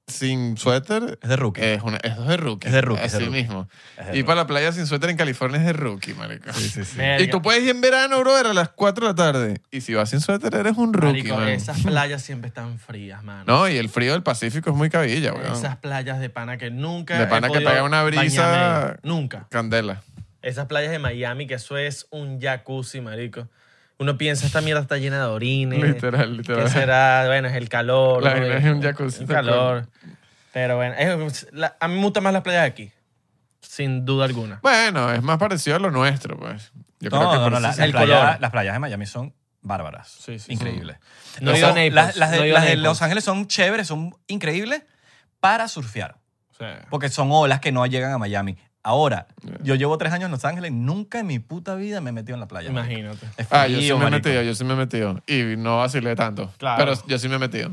[SPEAKER 1] sin suéter,
[SPEAKER 3] Es de rookie.
[SPEAKER 1] es, una, es de rookie.
[SPEAKER 3] Es de rookie, es
[SPEAKER 1] Así
[SPEAKER 3] de rookie.
[SPEAKER 1] mismo.
[SPEAKER 3] Es de
[SPEAKER 1] Ir para la playa sin suéter en California es de rookie, marico.
[SPEAKER 2] Verga.
[SPEAKER 1] Y tú puedes ir en verano, brother, a las 4 de la tarde. Y si vas sin suéter, eres un rookie,
[SPEAKER 2] Marico,
[SPEAKER 1] man.
[SPEAKER 2] esas playas siempre están frías, mano.
[SPEAKER 1] No, y el frío del Pacífico es muy cabilla, weón.
[SPEAKER 2] Esas playas de pana que nunca.
[SPEAKER 1] De
[SPEAKER 2] he
[SPEAKER 1] pana que
[SPEAKER 2] podido
[SPEAKER 1] pega una brisa-
[SPEAKER 2] bañarme ahí. Nunca.
[SPEAKER 1] Candela.
[SPEAKER 2] Esas playas de Miami, que eso es un jacuzzi, marico. Uno piensa, esta mierda está llena de orines.
[SPEAKER 1] Literal, literal.
[SPEAKER 2] ¿Qué será? Bueno, es el calor.
[SPEAKER 1] La
[SPEAKER 2] ¿no?
[SPEAKER 1] vaina es un jacuzzi,
[SPEAKER 2] El
[SPEAKER 1] tal
[SPEAKER 2] calor. Pero bueno, es- la- a mí me gustan más las playas de aquí. Sin duda alguna.
[SPEAKER 1] Bueno, es más parecido a lo nuestro, pues. Yo
[SPEAKER 3] No,
[SPEAKER 1] creo que
[SPEAKER 3] no,
[SPEAKER 1] por
[SPEAKER 3] no,
[SPEAKER 1] eso
[SPEAKER 3] la-
[SPEAKER 1] sí-
[SPEAKER 3] las
[SPEAKER 2] el
[SPEAKER 3] playas-
[SPEAKER 2] color.
[SPEAKER 3] las playas de Miami son bárbaras.
[SPEAKER 2] Sí, sí, sí.
[SPEAKER 3] increíbles.
[SPEAKER 2] No he
[SPEAKER 3] O
[SPEAKER 2] ido
[SPEAKER 3] sea,
[SPEAKER 2] a Naples,
[SPEAKER 3] las, las de,
[SPEAKER 2] no he ido a
[SPEAKER 3] las de
[SPEAKER 2] Naples.
[SPEAKER 3] Los Ángeles son chéveres, son increíbles para surfear.
[SPEAKER 2] O sea,
[SPEAKER 3] Porque son olas que no llegan a Miami. Ahora, yo llevo tres años en Los Ángeles, nunca en mi puta vida me he metido en la playa. marico.
[SPEAKER 2] Imagínate.
[SPEAKER 3] Es
[SPEAKER 1] Ah, yo sí
[SPEAKER 3] frío,
[SPEAKER 1] me he
[SPEAKER 3] marico.
[SPEAKER 1] metido, yo sí me he metido. Y no vacilé tanto.
[SPEAKER 2] Claro.
[SPEAKER 1] Pero yo sí me he metido.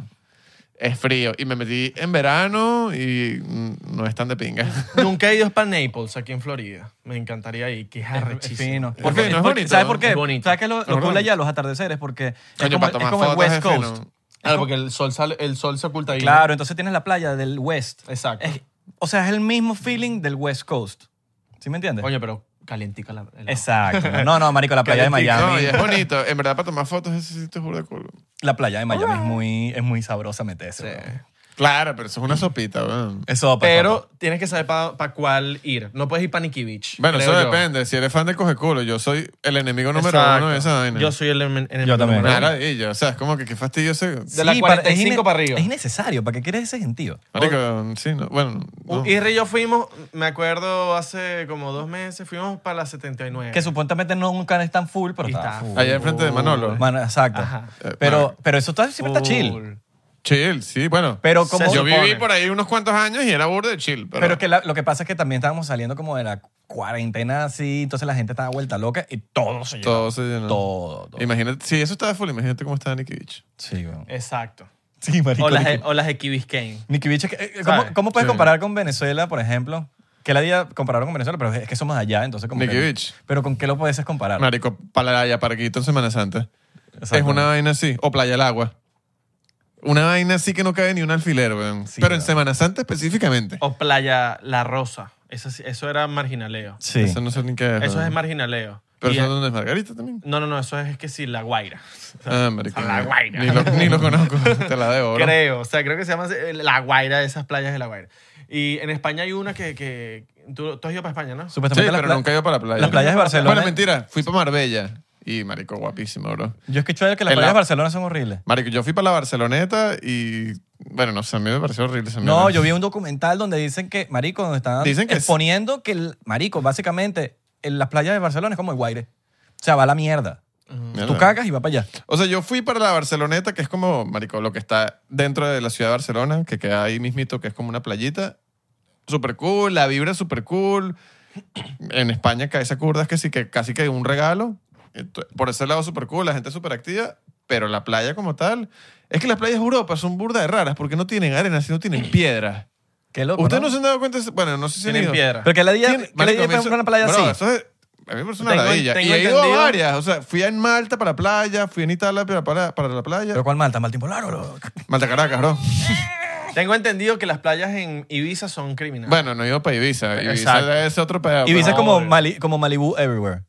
[SPEAKER 1] Es frío. Y me metí en verano y mm, no es tan de pinga.
[SPEAKER 2] Nunca he ido para Naples, aquí en Florida. Me encantaría ir, que es
[SPEAKER 3] Es
[SPEAKER 2] arrechísimo.
[SPEAKER 3] fino.
[SPEAKER 1] Es
[SPEAKER 3] Porque-
[SPEAKER 1] fino, es
[SPEAKER 3] porque-
[SPEAKER 1] bonito.
[SPEAKER 3] ¿Sabes por qué?
[SPEAKER 2] Es bonito.
[SPEAKER 3] ¿Sabes qué es lo, lo
[SPEAKER 1] Es
[SPEAKER 3] cool
[SPEAKER 1] bonito.
[SPEAKER 3] allá? Los atardeceres, porque es
[SPEAKER 1] Coño,
[SPEAKER 3] como,
[SPEAKER 1] para
[SPEAKER 3] es
[SPEAKER 1] tomar
[SPEAKER 3] como el
[SPEAKER 1] fotos
[SPEAKER 3] West
[SPEAKER 1] es
[SPEAKER 3] Coast.
[SPEAKER 1] fino.
[SPEAKER 2] Claro, porque el sol, sale, el sol se oculta ahí.
[SPEAKER 3] Claro, entonces tienes la playa del West.
[SPEAKER 2] Exacto.
[SPEAKER 3] Es- o sea, es el mismo feeling del West Coast. ¿Sí me entiendes?
[SPEAKER 2] Coño, pero calientica la... el-
[SPEAKER 3] Exacto. No, no, marico, la playa de
[SPEAKER 1] Calentico. No,
[SPEAKER 3] Miami.
[SPEAKER 1] y es bonito. En verdad, para tomar fotos, ese sitio es burda de culo.
[SPEAKER 3] La playa de Miami
[SPEAKER 2] Ah.
[SPEAKER 3] es muy, es muy sabrosa meterse. weón.
[SPEAKER 1] Claro, pero eso es una sopita, weón.
[SPEAKER 3] Es sopa,
[SPEAKER 2] Eh, Pero
[SPEAKER 3] sopa.
[SPEAKER 2] tienes que saber para cuál ir. No puedes ir para Nikki Beach.
[SPEAKER 1] Bueno,
[SPEAKER 2] creo
[SPEAKER 1] eso
[SPEAKER 2] yo.
[SPEAKER 1] depende. Si eres fan de coge culo, yo soy el enemigo número
[SPEAKER 2] Exacto.
[SPEAKER 1] uno de esa vaina.
[SPEAKER 2] Yo soy el enemigo.
[SPEAKER 3] Yo también.
[SPEAKER 2] número
[SPEAKER 1] Una
[SPEAKER 2] uno.
[SPEAKER 1] ladilla. O sea, es como que qué fastidio ese.
[SPEAKER 2] de la
[SPEAKER 3] Sí,
[SPEAKER 2] 45
[SPEAKER 3] es ine-
[SPEAKER 2] para arriba.
[SPEAKER 3] Es innecesario. ¿Para qué quieres ese gentío?
[SPEAKER 1] Marico, sí, no. Bueno. no.
[SPEAKER 2] Irre y yo fuimos, me acuerdo hace como dos meses, fuimos para la 79.
[SPEAKER 3] Que supuestamente no, nunca es tan full, pero
[SPEAKER 2] Y
[SPEAKER 3] está
[SPEAKER 2] está
[SPEAKER 3] full.
[SPEAKER 1] Allá enfrente de Manolo.
[SPEAKER 3] Mano, exacto.
[SPEAKER 2] Ajá.
[SPEAKER 1] Eh,
[SPEAKER 3] Pero,
[SPEAKER 1] marico.
[SPEAKER 3] pero eso está, siempre está chill.
[SPEAKER 2] Full.
[SPEAKER 1] Chill, sí, bueno.
[SPEAKER 3] Pero como...
[SPEAKER 2] Se
[SPEAKER 1] yo viví
[SPEAKER 2] supone.
[SPEAKER 1] por ahí unos cuantos años y era burda de chill. Pero,
[SPEAKER 3] Pero es que la- lo que pasa es que también estábamos saliendo como de la cuarentena así, entonces la gente estaba vuelta loca y todo se llenó.
[SPEAKER 1] todo se llenó.
[SPEAKER 3] Todo. todo.
[SPEAKER 1] Imagínate, si eso estaba full, imagínate cómo estaba Nicky Beach.
[SPEAKER 3] Sí, güey.
[SPEAKER 2] Exacto.
[SPEAKER 3] Sí, marico.
[SPEAKER 2] O las, e,
[SPEAKER 3] Nicki-
[SPEAKER 2] o las Equibiscayne.
[SPEAKER 3] Nicki Beach es que- eh, ¿cómo,
[SPEAKER 2] ¿Sabes?
[SPEAKER 3] cómo puedes
[SPEAKER 1] Sí.
[SPEAKER 3] comparar con Venezuela, por ejemplo? Que la día compararon con Venezuela, pero es que somos allá, entonces como
[SPEAKER 1] Nicki
[SPEAKER 3] que-
[SPEAKER 1] Beach.
[SPEAKER 3] Pero ¿con qué lo puedes comparar?
[SPEAKER 1] Marico, playa, parquito en Semana Santa. Es
[SPEAKER 3] Exacto.
[SPEAKER 1] una vaina así. O playa al agua. Una vaina así que no cabe ni un alfiler, weón.
[SPEAKER 3] Sí, Oh,
[SPEAKER 1] pero en
[SPEAKER 3] weón.
[SPEAKER 1] Semana Santa específicamente.
[SPEAKER 2] O Playa La Rosa. Eso, sí- eso era marginaleo.
[SPEAKER 3] Sí.
[SPEAKER 1] Eso no sé ni qué es.
[SPEAKER 2] Eso
[SPEAKER 1] weón.
[SPEAKER 2] es marginaleo.
[SPEAKER 1] Pero
[SPEAKER 2] Y-
[SPEAKER 1] eso es donde es Margarita también.
[SPEAKER 2] No, no, no, eso es, es que sí, La Guaira.
[SPEAKER 1] Ah, marico.
[SPEAKER 2] La Guaira.
[SPEAKER 1] Ni lo, ni lo conozco. Te la debo, bro.
[SPEAKER 2] Creo, o sea, creo que se llama eh, La Guaira, esas playas de La Guaira. Y en España hay una que... que tú, tú has ido para España, ¿no?
[SPEAKER 1] Sí,
[SPEAKER 3] Supuestamente la
[SPEAKER 1] pero
[SPEAKER 3] pla-
[SPEAKER 1] nunca he ido para la playa.
[SPEAKER 3] las playas de Barcelona-
[SPEAKER 1] Bueno, mentira. Fui para Marbella. Y, marico, guapísimo, bro.
[SPEAKER 3] Yo escuché que las
[SPEAKER 1] En la-
[SPEAKER 3] playas de Barcelona son horribles.
[SPEAKER 1] Marico, yo fui para la Barceloneta y... Bueno, no sé, a mí me pareció horrible. esa
[SPEAKER 3] No,
[SPEAKER 1] mierda.
[SPEAKER 3] yo vi un documental donde dicen que, marico, donde están
[SPEAKER 1] Dicen que es-
[SPEAKER 3] exponiendo que, el, marico, básicamente, en las playas de Barcelona es como el Guaire. O sea, va a la mierda.
[SPEAKER 1] Mierda.
[SPEAKER 3] Tú cagas y va para allá.
[SPEAKER 1] O sea, yo fui para la Barceloneta, que es como, marico, lo que está dentro de la ciudad de Barcelona, que queda ahí mismito, que es como una playita. Súper cool, la vibra es súper cool. En España cae esa curda, es que sí, que casi que un regalo. Ento- Por ese lado súper cool, la gente súper activa, pero la playa como tal... Es que las playas de Europa son burda de raras porque no tienen arena, sino tienen piedras.
[SPEAKER 3] Qué loco,
[SPEAKER 1] ¿Ustedes no
[SPEAKER 3] ¿no?
[SPEAKER 1] se han dado cuenta? de eso? Bueno, no sé si han
[SPEAKER 2] Tienen
[SPEAKER 1] ido.
[SPEAKER 2] piedra.
[SPEAKER 3] Pero que la día,
[SPEAKER 1] Tiene-
[SPEAKER 3] que la
[SPEAKER 1] marico,
[SPEAKER 3] día
[SPEAKER 1] a mí eso-
[SPEAKER 3] una playa
[SPEAKER 1] bro,
[SPEAKER 3] así.
[SPEAKER 1] eso es- a mí me parece una
[SPEAKER 2] Tengo-
[SPEAKER 1] ladilla.
[SPEAKER 2] tengo
[SPEAKER 1] y he ido a
[SPEAKER 2] entendido-
[SPEAKER 1] varias. O sea, fui en Malta para la playa, fui en Italia para, para, para la playa.
[SPEAKER 3] Pero ¿cuál Malta? Malta Impolar, bro.
[SPEAKER 1] Malta Caracas, bro.
[SPEAKER 2] Tengo entendido que las playas en Ibiza son criminales.
[SPEAKER 1] Bueno, no he ido para Ibiza. Ibiza
[SPEAKER 2] Exacto.
[SPEAKER 1] es otro pedo.
[SPEAKER 3] Y dice
[SPEAKER 1] pero-
[SPEAKER 3] como,
[SPEAKER 2] obvio.
[SPEAKER 3] Mali- como Malibu Everywhere.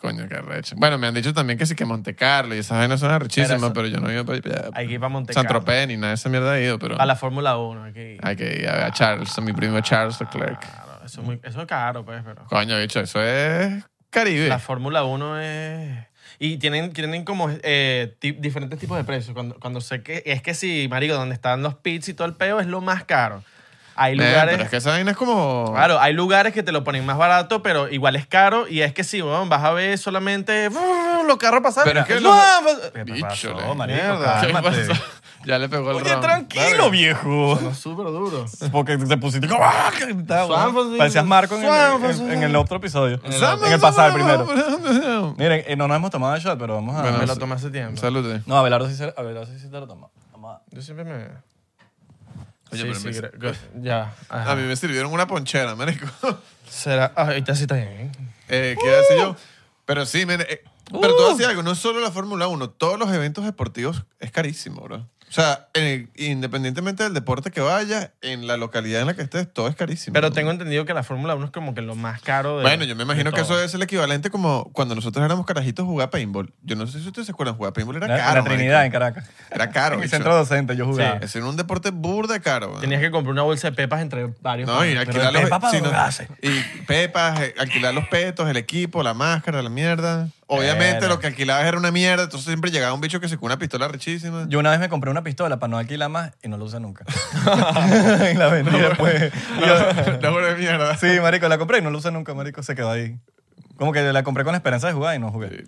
[SPEAKER 1] Coño, qué recho. Bueno, me han dicho también que sí que Monte Carlo y esas vainas son arrechísimas,
[SPEAKER 2] Pero
[SPEAKER 1] pero,
[SPEAKER 2] eso-
[SPEAKER 1] yo no he ido para allá.
[SPEAKER 2] hay que ir para Monte
[SPEAKER 1] San
[SPEAKER 2] Carlo.
[SPEAKER 1] Tropez ni nada de esa mierda he ido, pero
[SPEAKER 2] A la Fórmula 1. Hay que ir.
[SPEAKER 1] hay que ir a, a Charles, a mi primo Charles Leclerc.
[SPEAKER 2] Claro, eso, es muy- eso es caro, pues, pero.
[SPEAKER 1] Coño, bicho, eso es Caribe.
[SPEAKER 2] La Fórmula 1 es. Y tienen, tienen como eh, ti- diferentes tipos de precios. Cuando, cuando sé que. Es que sí, marico, donde están los pits y todo el peo es lo más caro. Hay
[SPEAKER 1] Men,
[SPEAKER 2] lugares.
[SPEAKER 1] Pero es que esa vaina es como...
[SPEAKER 2] Claro, hay lugares que te lo ponen más barato, pero igual es caro. Y es que sí, weón, vas a ver solamente uh, los carros pasar.
[SPEAKER 1] Pero es que
[SPEAKER 2] ¡No!
[SPEAKER 3] ¿Qué te
[SPEAKER 1] Bicho,
[SPEAKER 3] pasó,
[SPEAKER 1] le-
[SPEAKER 3] pues, marico?
[SPEAKER 2] Mierda.
[SPEAKER 1] ¿Qué
[SPEAKER 3] Cálmate.
[SPEAKER 1] pasó? Ya le pegó el
[SPEAKER 3] Oye,
[SPEAKER 1] ron.
[SPEAKER 3] tranquilo,
[SPEAKER 1] Verga.
[SPEAKER 3] viejo.
[SPEAKER 2] Sonó Súper duro.
[SPEAKER 3] Porque te pusiste como... ¡ah! que gritaba,
[SPEAKER 2] Suan,
[SPEAKER 3] güey.
[SPEAKER 2] pues,
[SPEAKER 3] Parecías Marco en el,
[SPEAKER 2] Suan,
[SPEAKER 3] en- en el otro episodio. En el,
[SPEAKER 1] Vamos,
[SPEAKER 3] pasado, el
[SPEAKER 1] vamos,
[SPEAKER 3] primero.
[SPEAKER 1] vamos.
[SPEAKER 3] Miren, eh, no nos hemos tomado el shot, pero vamos a...
[SPEAKER 1] Bueno,
[SPEAKER 2] me lo tomé hace tiempo.
[SPEAKER 1] Salud.
[SPEAKER 3] No, Abelardo sí se, Abelardo sí se lo tomó. Vamos a-
[SPEAKER 2] Yo siempre me. Oye,
[SPEAKER 1] pero me- Ah,
[SPEAKER 2] Ya. ajá.
[SPEAKER 1] A mí me sirvieron una ponchera, marico.
[SPEAKER 2] Será. Ah, Ahorita sí está bien.
[SPEAKER 1] Eh, ¿Qué iba a decir yo? Pero sí, mire. eh, pero tú decías algo, no solo la Fórmula 1, todos los eventos deportivos es carísimo, bro. O sea, en el- independientemente del deporte que vayas, en la localidad en la que estés, todo es carísimo.
[SPEAKER 2] Pero
[SPEAKER 1] bro.
[SPEAKER 2] tengo entendido que la Fórmula 1 es como que lo más caro de.
[SPEAKER 1] Bueno, yo me imagino
[SPEAKER 2] de
[SPEAKER 1] que
[SPEAKER 2] todo.
[SPEAKER 1] eso es el equivalente como cuando nosotros éramos carajitos jugar paintball. Yo no sé si ustedes se acuerdan, jugar paintball era
[SPEAKER 3] la-
[SPEAKER 1] caro.
[SPEAKER 3] la Trinidad, en
[SPEAKER 1] marico.
[SPEAKER 3] Caracas.
[SPEAKER 1] Era caro.
[SPEAKER 3] En el
[SPEAKER 1] bicho.
[SPEAKER 3] centro docente yo jugaba.
[SPEAKER 2] Sí.
[SPEAKER 1] Es un deporte burda caro. bro.
[SPEAKER 2] Tenías que comprar una bolsa de pepas entre varios.
[SPEAKER 1] No, y alquilar
[SPEAKER 3] de
[SPEAKER 1] los
[SPEAKER 3] pepa para
[SPEAKER 1] sí, no,
[SPEAKER 3] drogarse.
[SPEAKER 1] Y pepas, eh, alquilar los petos, el equipo, la máscara, la mierda. Obviamente
[SPEAKER 3] Verga.
[SPEAKER 1] lo que alquilabas era una mierda, entonces siempre llegaba un bicho que se con una pistola richísima.
[SPEAKER 3] Yo una vez me compré una pistola para no alquilar más y no la usé nunca. y la vendí después. Y yo-
[SPEAKER 1] No, no, de mierda.
[SPEAKER 3] sí, marico, la compré y no la usé nunca, marico. Se quedó ahí. Como que la compré con la esperanza de jugar y no jugué.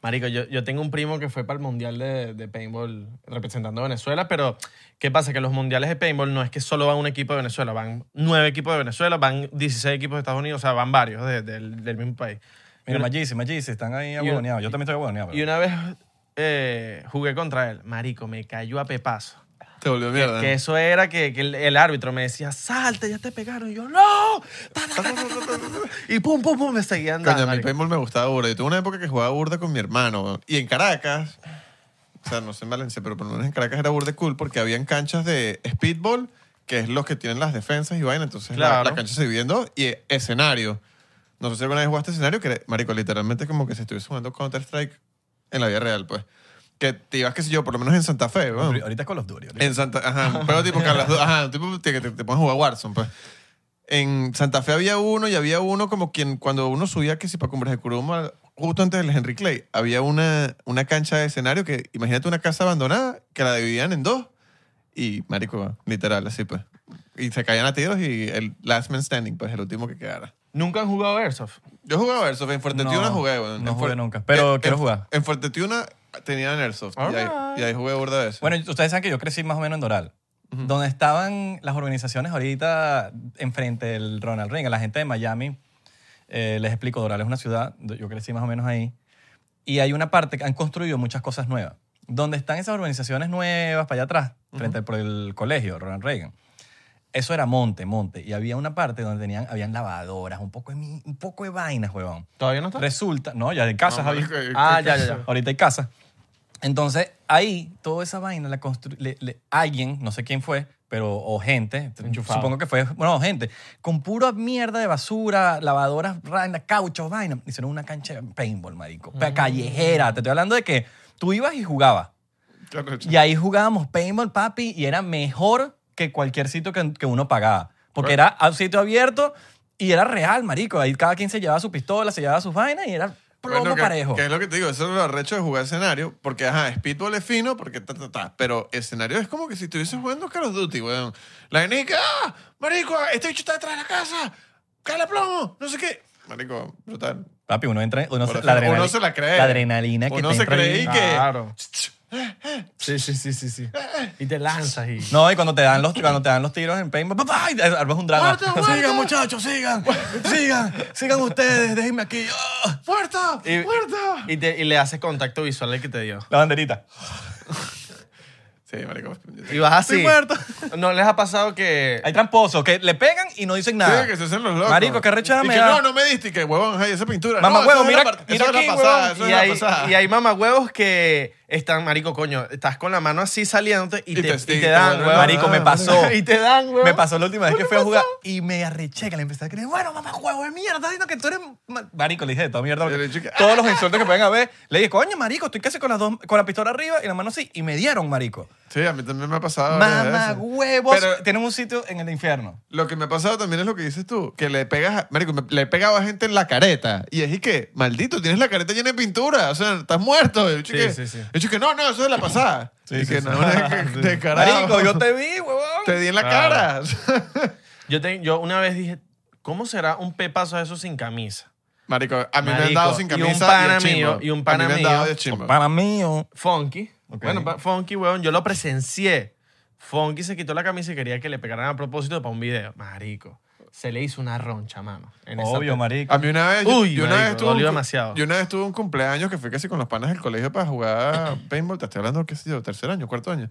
[SPEAKER 2] Marico, yo, yo tengo un primo que fue para el mundial de, de paintball representando a Venezuela, pero ¿qué pasa? Que los mundiales de paintball no es que solo va un equipo de Venezuela, van nueve equipos de Venezuela, van 16 equipos de Estados Unidos, o sea, van varios de- del- del mismo país.
[SPEAKER 3] Mira,
[SPEAKER 2] Yo-
[SPEAKER 3] Magisi, Magisi, están ahí
[SPEAKER 2] una-
[SPEAKER 3] aguaboneados. Yo también estoy aguaboneado.
[SPEAKER 2] Y una vez eh, jugué contra él. Marico, me cayó a pepazo.
[SPEAKER 1] Te volvió mierda.
[SPEAKER 2] Que eso era que, que el, el árbitro me decía, salte, ya te pegaron. Y yo, no. Ta, ta, ta, ta, ta, ta, ta. Y pum, pum, pum, me seguían
[SPEAKER 1] Coño,
[SPEAKER 2] dando.
[SPEAKER 1] a mí el
[SPEAKER 2] marico.
[SPEAKER 1] paintball me gustaba burda. Yo tuve una época que jugaba burda con mi hermano. weón. Y en Caracas, o sea, no sé en Valencia, pero por lo menos en Caracas era burda cool porque habían canchas de speedball, que es los que tienen las defensas y vaina. Entonces la-
[SPEAKER 2] Claro.
[SPEAKER 1] la, cancha se viviendo y eh, escenario. No sé si alguna vez jugaste escenario que, era, marico, literalmente como que si estuviese jugando Counter-Strike en la vida real, pues. Que te ibas, qué sé yo, por lo menos en Santa Fe, weón.
[SPEAKER 3] Ahorita es Call of Duty. ahorita.
[SPEAKER 1] En Santa,
[SPEAKER 3] Ah.
[SPEAKER 1] ajá, pero tipo que a las dos, ajá, tipo que te, te pones a jugar Warzone, pues. En Santa Fe había uno y había uno como quien cuando uno subía que si para Cumbres de Curuma, justo antes del Henry Clay, había una, una cancha de escenario que imagínate una casa abandonada que la dividían en dos y marico, literal, así pues. Y se caían a tiros y el last man standing, pues el último que quedara.
[SPEAKER 2] Nunca han jugado Airsoft.
[SPEAKER 1] Yo jugaba Airsoft, en Fuerte
[SPEAKER 3] No,
[SPEAKER 1] Tiuna jugué, bueno,
[SPEAKER 3] no
[SPEAKER 1] en
[SPEAKER 3] jugué
[SPEAKER 1] Fuer-
[SPEAKER 3] nunca, pero
[SPEAKER 1] en-
[SPEAKER 3] quiero
[SPEAKER 1] en-
[SPEAKER 3] jugar.
[SPEAKER 1] En Fuerte Tiuna tenían Airsoft y, ahí,
[SPEAKER 2] Alright.
[SPEAKER 1] y ahí jugué burda de eso.
[SPEAKER 3] Bueno, ustedes saben que yo crecí más o menos en Doral. Donde estaban las organizaciones ahorita enfrente del Ronald Reagan, la gente de Miami. eh, les explico, Doral es una ciudad, do- yo crecí más o menos ahí. Y hay una parte que han construido muchas cosas nuevas. Donde están esas organizaciones nuevas para allá atrás, frente por el colegio, Ronald Reagan. Eso era monte, monte. Y había una parte donde tenían, habían lavadoras, un poco de, mi- un poco de vainas, huevón.
[SPEAKER 2] ¿Todavía no está?
[SPEAKER 3] Resulta, no, ya en casas
[SPEAKER 1] No,
[SPEAKER 3] había.
[SPEAKER 1] marico, ¿qué-
[SPEAKER 2] Ah,
[SPEAKER 1] qué-
[SPEAKER 2] ya, ya, ya.
[SPEAKER 3] Ahorita hay casa. Entonces, ahí, toda esa vaina la constru- le- le- alguien, no sé quién fue, pero, o gente,
[SPEAKER 2] Enchufado.
[SPEAKER 3] supongo que fue, bueno, gente, con pura mierda de basura, lavadoras, vainas, cauchos, vaina, hicieron una cancha de paintball, marico,
[SPEAKER 2] Mm.
[SPEAKER 3] Pe- callejera. Te estoy hablando de que tú ibas y jugabas.
[SPEAKER 1] Qué arrecho.
[SPEAKER 3] Y ahí jugábamos paintball, papi, y era mejor que cualquier sitio que, que uno pagaba. Porque
[SPEAKER 1] Bueno.
[SPEAKER 3] era a un sitio abierto y era real, marico. Ahí cada quien se llevaba su pistola, se llevaba sus vainas y era plomo
[SPEAKER 1] Bueno, Pues que-
[SPEAKER 3] parejo.
[SPEAKER 1] Que es lo que te digo, eso es lo arrecho de jugar escenario, porque ajá, speedball es fino, porque ta, ta, ta, pero escenario es como que si estuvieses jugando Call of Duty, weón. La vaina es que, ¡ah! Marico, este bicho está detrás de la casa, cala plomo, no sé qué. Marico, brutal.
[SPEAKER 3] Papi, uno entra, uno,
[SPEAKER 1] Por
[SPEAKER 3] se,
[SPEAKER 1] eso
[SPEAKER 3] la adrenalina,
[SPEAKER 1] uno se la cree.
[SPEAKER 3] La adrenalina que
[SPEAKER 1] Uno
[SPEAKER 3] te
[SPEAKER 1] se
[SPEAKER 3] entra ahí.
[SPEAKER 1] cree y que-
[SPEAKER 2] Claro. Sí, sí, sí, sí, sí. Y te lanzas y...
[SPEAKER 3] No, y cuando te dan los, cuando te dan los tiros en paintball, papá, y armas un drama.
[SPEAKER 1] Muerto, muerto.
[SPEAKER 3] Sigan, muchachos, sigan, sigan, sigan ustedes, déjenme aquí. ¡ah!
[SPEAKER 1] ¡Muerto!
[SPEAKER 2] Y-
[SPEAKER 1] ¡Muerto!
[SPEAKER 2] Y, te- y le haces contacto visual al que te dio.
[SPEAKER 3] La banderita.
[SPEAKER 1] Sí, marico. pues, yo te-
[SPEAKER 2] Y vas así.
[SPEAKER 3] Estoy muerto.
[SPEAKER 2] ¿No les ha pasado que
[SPEAKER 3] Hay tramposos que le pegan y no dicen nada.
[SPEAKER 1] Sí, que se hacen los locos.
[SPEAKER 3] Marico, qué arrechada
[SPEAKER 1] Y
[SPEAKER 3] me
[SPEAKER 1] que
[SPEAKER 3] da.
[SPEAKER 1] no, no me diste, y que huevón, ay, esa pintura.
[SPEAKER 3] Mamá,
[SPEAKER 1] no,
[SPEAKER 3] huevo,
[SPEAKER 1] eso es la
[SPEAKER 3] mira-
[SPEAKER 1] par- eso
[SPEAKER 3] mira
[SPEAKER 1] es
[SPEAKER 3] aquí,
[SPEAKER 1] la pasada,
[SPEAKER 3] huevón,
[SPEAKER 1] eso
[SPEAKER 2] y
[SPEAKER 1] es la
[SPEAKER 2] hay,
[SPEAKER 1] pasada.
[SPEAKER 2] y hay mamahuevos que están, marico, coño, estás con la mano así saliéndote y,
[SPEAKER 1] Y
[SPEAKER 2] te,
[SPEAKER 1] te-
[SPEAKER 2] y te
[SPEAKER 1] sí, te
[SPEAKER 2] dan,
[SPEAKER 1] vuelven
[SPEAKER 2] huevón.
[SPEAKER 3] Marico, me pasó.
[SPEAKER 2] y te dan, huevón.
[SPEAKER 3] Me pasó la última vez que fui a jugar y me arreché que le empecé a creer, bueno, mamá, juego de mierda, estás diciendo que tú eres... ma- Marico, le dije de toda mierda. porque
[SPEAKER 1] Yo le dije que-
[SPEAKER 3] Todos los insultos que pueden haber. Le dije, coño, marico, estoy casi con, las dos, con la pistola arriba y la mano así. Y me dieron, marico.
[SPEAKER 1] Sí, a mí también me ha pasado. varias
[SPEAKER 3] Mamá,
[SPEAKER 1] veces.
[SPEAKER 3] huevos.
[SPEAKER 1] Pero-
[SPEAKER 3] Tienen un sitio en el infierno.
[SPEAKER 1] Lo que me ha pasado también es lo que dices tú, que le pegas, a, marico, me- le he pegado a gente en la careta. Y es y que, maldito, tienes la careta llena de pintura, o sea, estás muerto. Y yo
[SPEAKER 2] Sí,
[SPEAKER 1] que,
[SPEAKER 2] sí, sí.
[SPEAKER 1] yo que no, no, eso es la pasada.
[SPEAKER 3] Sí,
[SPEAKER 1] y
[SPEAKER 3] sí,
[SPEAKER 1] que
[SPEAKER 3] sí.
[SPEAKER 1] no, de, de carajo.
[SPEAKER 3] Marico, yo te vi, huevón.
[SPEAKER 1] Te di en la
[SPEAKER 2] Claro.
[SPEAKER 1] cara.
[SPEAKER 2] Yo, te- yo una vez dije, ¿cómo será un pepazo de eso sin camisa?
[SPEAKER 1] Marico, a mí me han
[SPEAKER 2] Marico,
[SPEAKER 1] dado sin
[SPEAKER 2] y un
[SPEAKER 1] camisa. de
[SPEAKER 2] pana
[SPEAKER 1] chimbo.
[SPEAKER 2] mío, y un
[SPEAKER 1] a
[SPEAKER 2] pana
[SPEAKER 1] mí me
[SPEAKER 2] mío.
[SPEAKER 1] han dado de chimbo.
[SPEAKER 3] Para mío.
[SPEAKER 2] Funky.
[SPEAKER 3] Ok.
[SPEAKER 2] Bueno, pa- Funky, huevón, yo lo presencié. Funky se quitó la camisa y quería que le pegaran a propósito para un video. Marico, se le hizo una roncha, mano. en esa
[SPEAKER 3] Obvio,
[SPEAKER 2] pe-
[SPEAKER 3] marico.
[SPEAKER 1] A mí una vez.
[SPEAKER 2] Uy,
[SPEAKER 1] yo una
[SPEAKER 2] marico,
[SPEAKER 1] vez tuve un
[SPEAKER 2] dolió
[SPEAKER 1] cu-
[SPEAKER 2] demasiado.
[SPEAKER 1] Yo una vez tuve un cumpleaños que fui casi con los panas del colegio para jugar paintball. Te estoy hablando, qué sé yo, tercer año, cuarto año.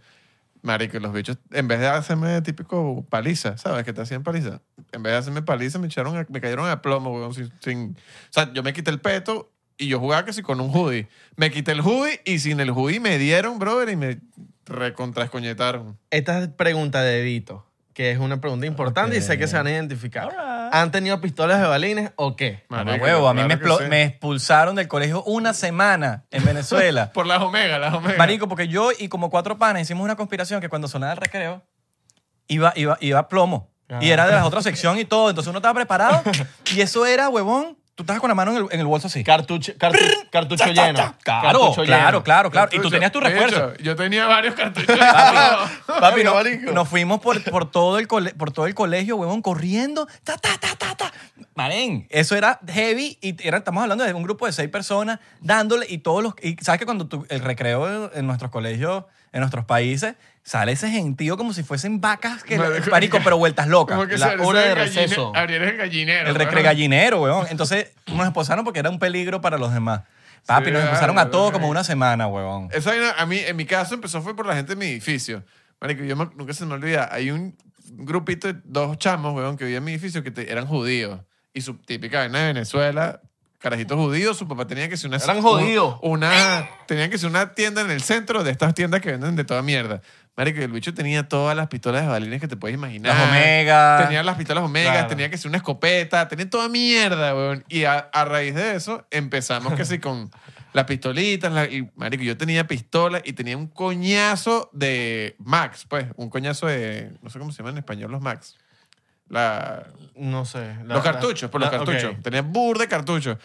[SPEAKER 1] Marico, y los bichos, en vez de hacerme típico paliza, ¿sabes? Que te hacían paliza. En vez de hacerme paliza, me, echaron a- me cayeron a plomo, weón. Sin, sin- o sea, yo me quité el peto y yo jugaba casi con un hoodie. Me quité el hoodie y sin el hoodie me dieron, brother, y me recontrascoñetaron.
[SPEAKER 2] Esta es pregunta de Vito, que es una pregunta importante y sé que se van a identificar.
[SPEAKER 3] Alright.
[SPEAKER 2] ¿Han tenido pistolas de balines o qué?
[SPEAKER 3] Mamá,
[SPEAKER 1] Marico,
[SPEAKER 3] Ah, huevo, a mí
[SPEAKER 1] claro
[SPEAKER 3] me,
[SPEAKER 1] que
[SPEAKER 3] explo-
[SPEAKER 1] sí.
[SPEAKER 3] me expulsaron del colegio una semana en Venezuela.
[SPEAKER 1] Por las omegas, las omegas.
[SPEAKER 3] Marico, porque yo y como cuatro panas hicimos una conspiración que cuando sonaba el recreo iba, iba, iba a plomo. Y
[SPEAKER 2] Ah.
[SPEAKER 3] era de la otra sección y todo. Entonces uno estaba preparado. Y eso era, huevón, tú estabas con la mano en el, en el bolso así.
[SPEAKER 2] Cartucho, cartu- cartucho lleno.
[SPEAKER 3] Claro,
[SPEAKER 2] Cartucho
[SPEAKER 3] claro,
[SPEAKER 2] lleno.
[SPEAKER 3] claro, claro. Y tú
[SPEAKER 1] Cartucho.
[SPEAKER 3] tenías tu
[SPEAKER 1] De hecho,
[SPEAKER 3] refuerzo.
[SPEAKER 1] Yo tenía varios cartuchos.
[SPEAKER 3] Papi, no-
[SPEAKER 1] Marico.
[SPEAKER 3] nos fuimos por, por, todo el cole- por todo el colegio, huevón, corriendo. Ta, ta, ta, ta, ta. Marén, eso era heavy y era, estamos hablando de un grupo de seis personas dándole y todos los... Y sabes que cuando tú- el recreo en, en nuestros colegios, en nuestros países, sale ese gentío como si fuesen vacas que...
[SPEAKER 1] Marico,
[SPEAKER 3] Marico, pero vueltas locas.
[SPEAKER 1] Como que
[SPEAKER 2] la
[SPEAKER 1] se-
[SPEAKER 2] hora
[SPEAKER 1] se
[SPEAKER 2] de
[SPEAKER 1] gallina-
[SPEAKER 2] receso.
[SPEAKER 1] Abrieron el gallinero.
[SPEAKER 3] El
[SPEAKER 1] weón.
[SPEAKER 3] recre gallinero, weón. Entonces nos expulsaron porque era un peligro para los demás. Papi,
[SPEAKER 1] Sí,
[SPEAKER 3] nos expulsaron a
[SPEAKER 1] claro,
[SPEAKER 3] todos
[SPEAKER 1] weón.
[SPEAKER 3] como una semana, weón.
[SPEAKER 1] Esa vaina, a mí, en mi caso, empezó fue por la gente de mi edificio. Marico, yo me- nunca se me olvida. Hay un grupito de dos chamos, weón, que vivían en mi edificio que te- eran judíos. Y su típica vaina de Venezuela, carajitos judíos, su papá tenía que ser una...
[SPEAKER 2] Eran
[SPEAKER 1] un-
[SPEAKER 2] judíos.
[SPEAKER 1] Una... Tenía que ser una tienda en el centro de estas tiendas que venden de toda mierda. Marico, y el bicho tenía todas las pistolas de balines que te puedes imaginar.
[SPEAKER 3] Las Omega.
[SPEAKER 1] Tenía las pistolas Omega,
[SPEAKER 3] Claro.
[SPEAKER 1] tenía que ser una escopeta, tenía toda mierda, weón. Y a, a raíz de eso empezamos que sí con las pistolitas. la- y, marico, yo tenía pistola y tenía un coñazo de Max, pues. Un coñazo de... No sé cómo se llaman en español los Max. La,
[SPEAKER 2] No sé. la-
[SPEAKER 1] los
[SPEAKER 2] la-
[SPEAKER 1] cartuchos, por
[SPEAKER 2] la-
[SPEAKER 1] los
[SPEAKER 2] ok. Mm.
[SPEAKER 1] cartuchos. Tenía bur de cartuchos.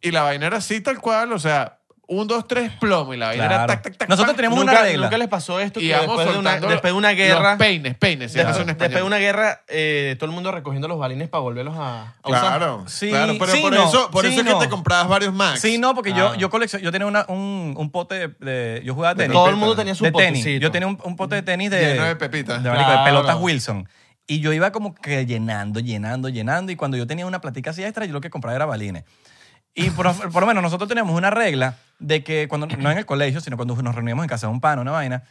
[SPEAKER 1] Y la vaina era así, tal cual. O sea, un, dos, tres, plomo. Y la vaina era
[SPEAKER 3] Claro.
[SPEAKER 1] tac, tac, tac.
[SPEAKER 3] Nosotros
[SPEAKER 1] tac.
[SPEAKER 3] teníamos
[SPEAKER 2] nunca,
[SPEAKER 3] una regla.
[SPEAKER 2] nunca les pasó esto
[SPEAKER 1] Y
[SPEAKER 2] que
[SPEAKER 1] íbamos
[SPEAKER 2] después de, una,
[SPEAKER 1] soltando
[SPEAKER 2] después de una guerra.
[SPEAKER 1] Los peines, peines. sí,
[SPEAKER 2] después,
[SPEAKER 1] eso en
[SPEAKER 2] después de
[SPEAKER 1] español.
[SPEAKER 2] una guerra, eh, todo el mundo recogiendo los balines para volverlos a, a usar.
[SPEAKER 1] Claro,
[SPEAKER 3] Sí,
[SPEAKER 1] claro, pero
[SPEAKER 3] sí,
[SPEAKER 1] por
[SPEAKER 3] no,
[SPEAKER 1] eso, por
[SPEAKER 3] sí,
[SPEAKER 1] eso es
[SPEAKER 3] no.
[SPEAKER 1] que te comprabas varios Max.
[SPEAKER 3] Sí, no, porque
[SPEAKER 2] Ah.
[SPEAKER 3] yo, yo coleccioné, yo tenía una- un, un pote de, de- Yo jugaba tenis.
[SPEAKER 2] Todo el mundo tenía su
[SPEAKER 3] de tenis.
[SPEAKER 2] potecito.
[SPEAKER 3] Yo tenía un, un pote de tenis de.
[SPEAKER 1] Lleno de pepitas.
[SPEAKER 3] de abanico, de
[SPEAKER 2] Claro.
[SPEAKER 3] pelotas Wilson. Y yo iba como que llenando, llenando, llenando. Y cuando yo tenía una platica así extra, yo lo que compraba era balines. Y por, por lo menos nosotros teníamos una regla de que cuando, no en el colegio, sino cuando nos reuníamos en casa de un pano, una vaina,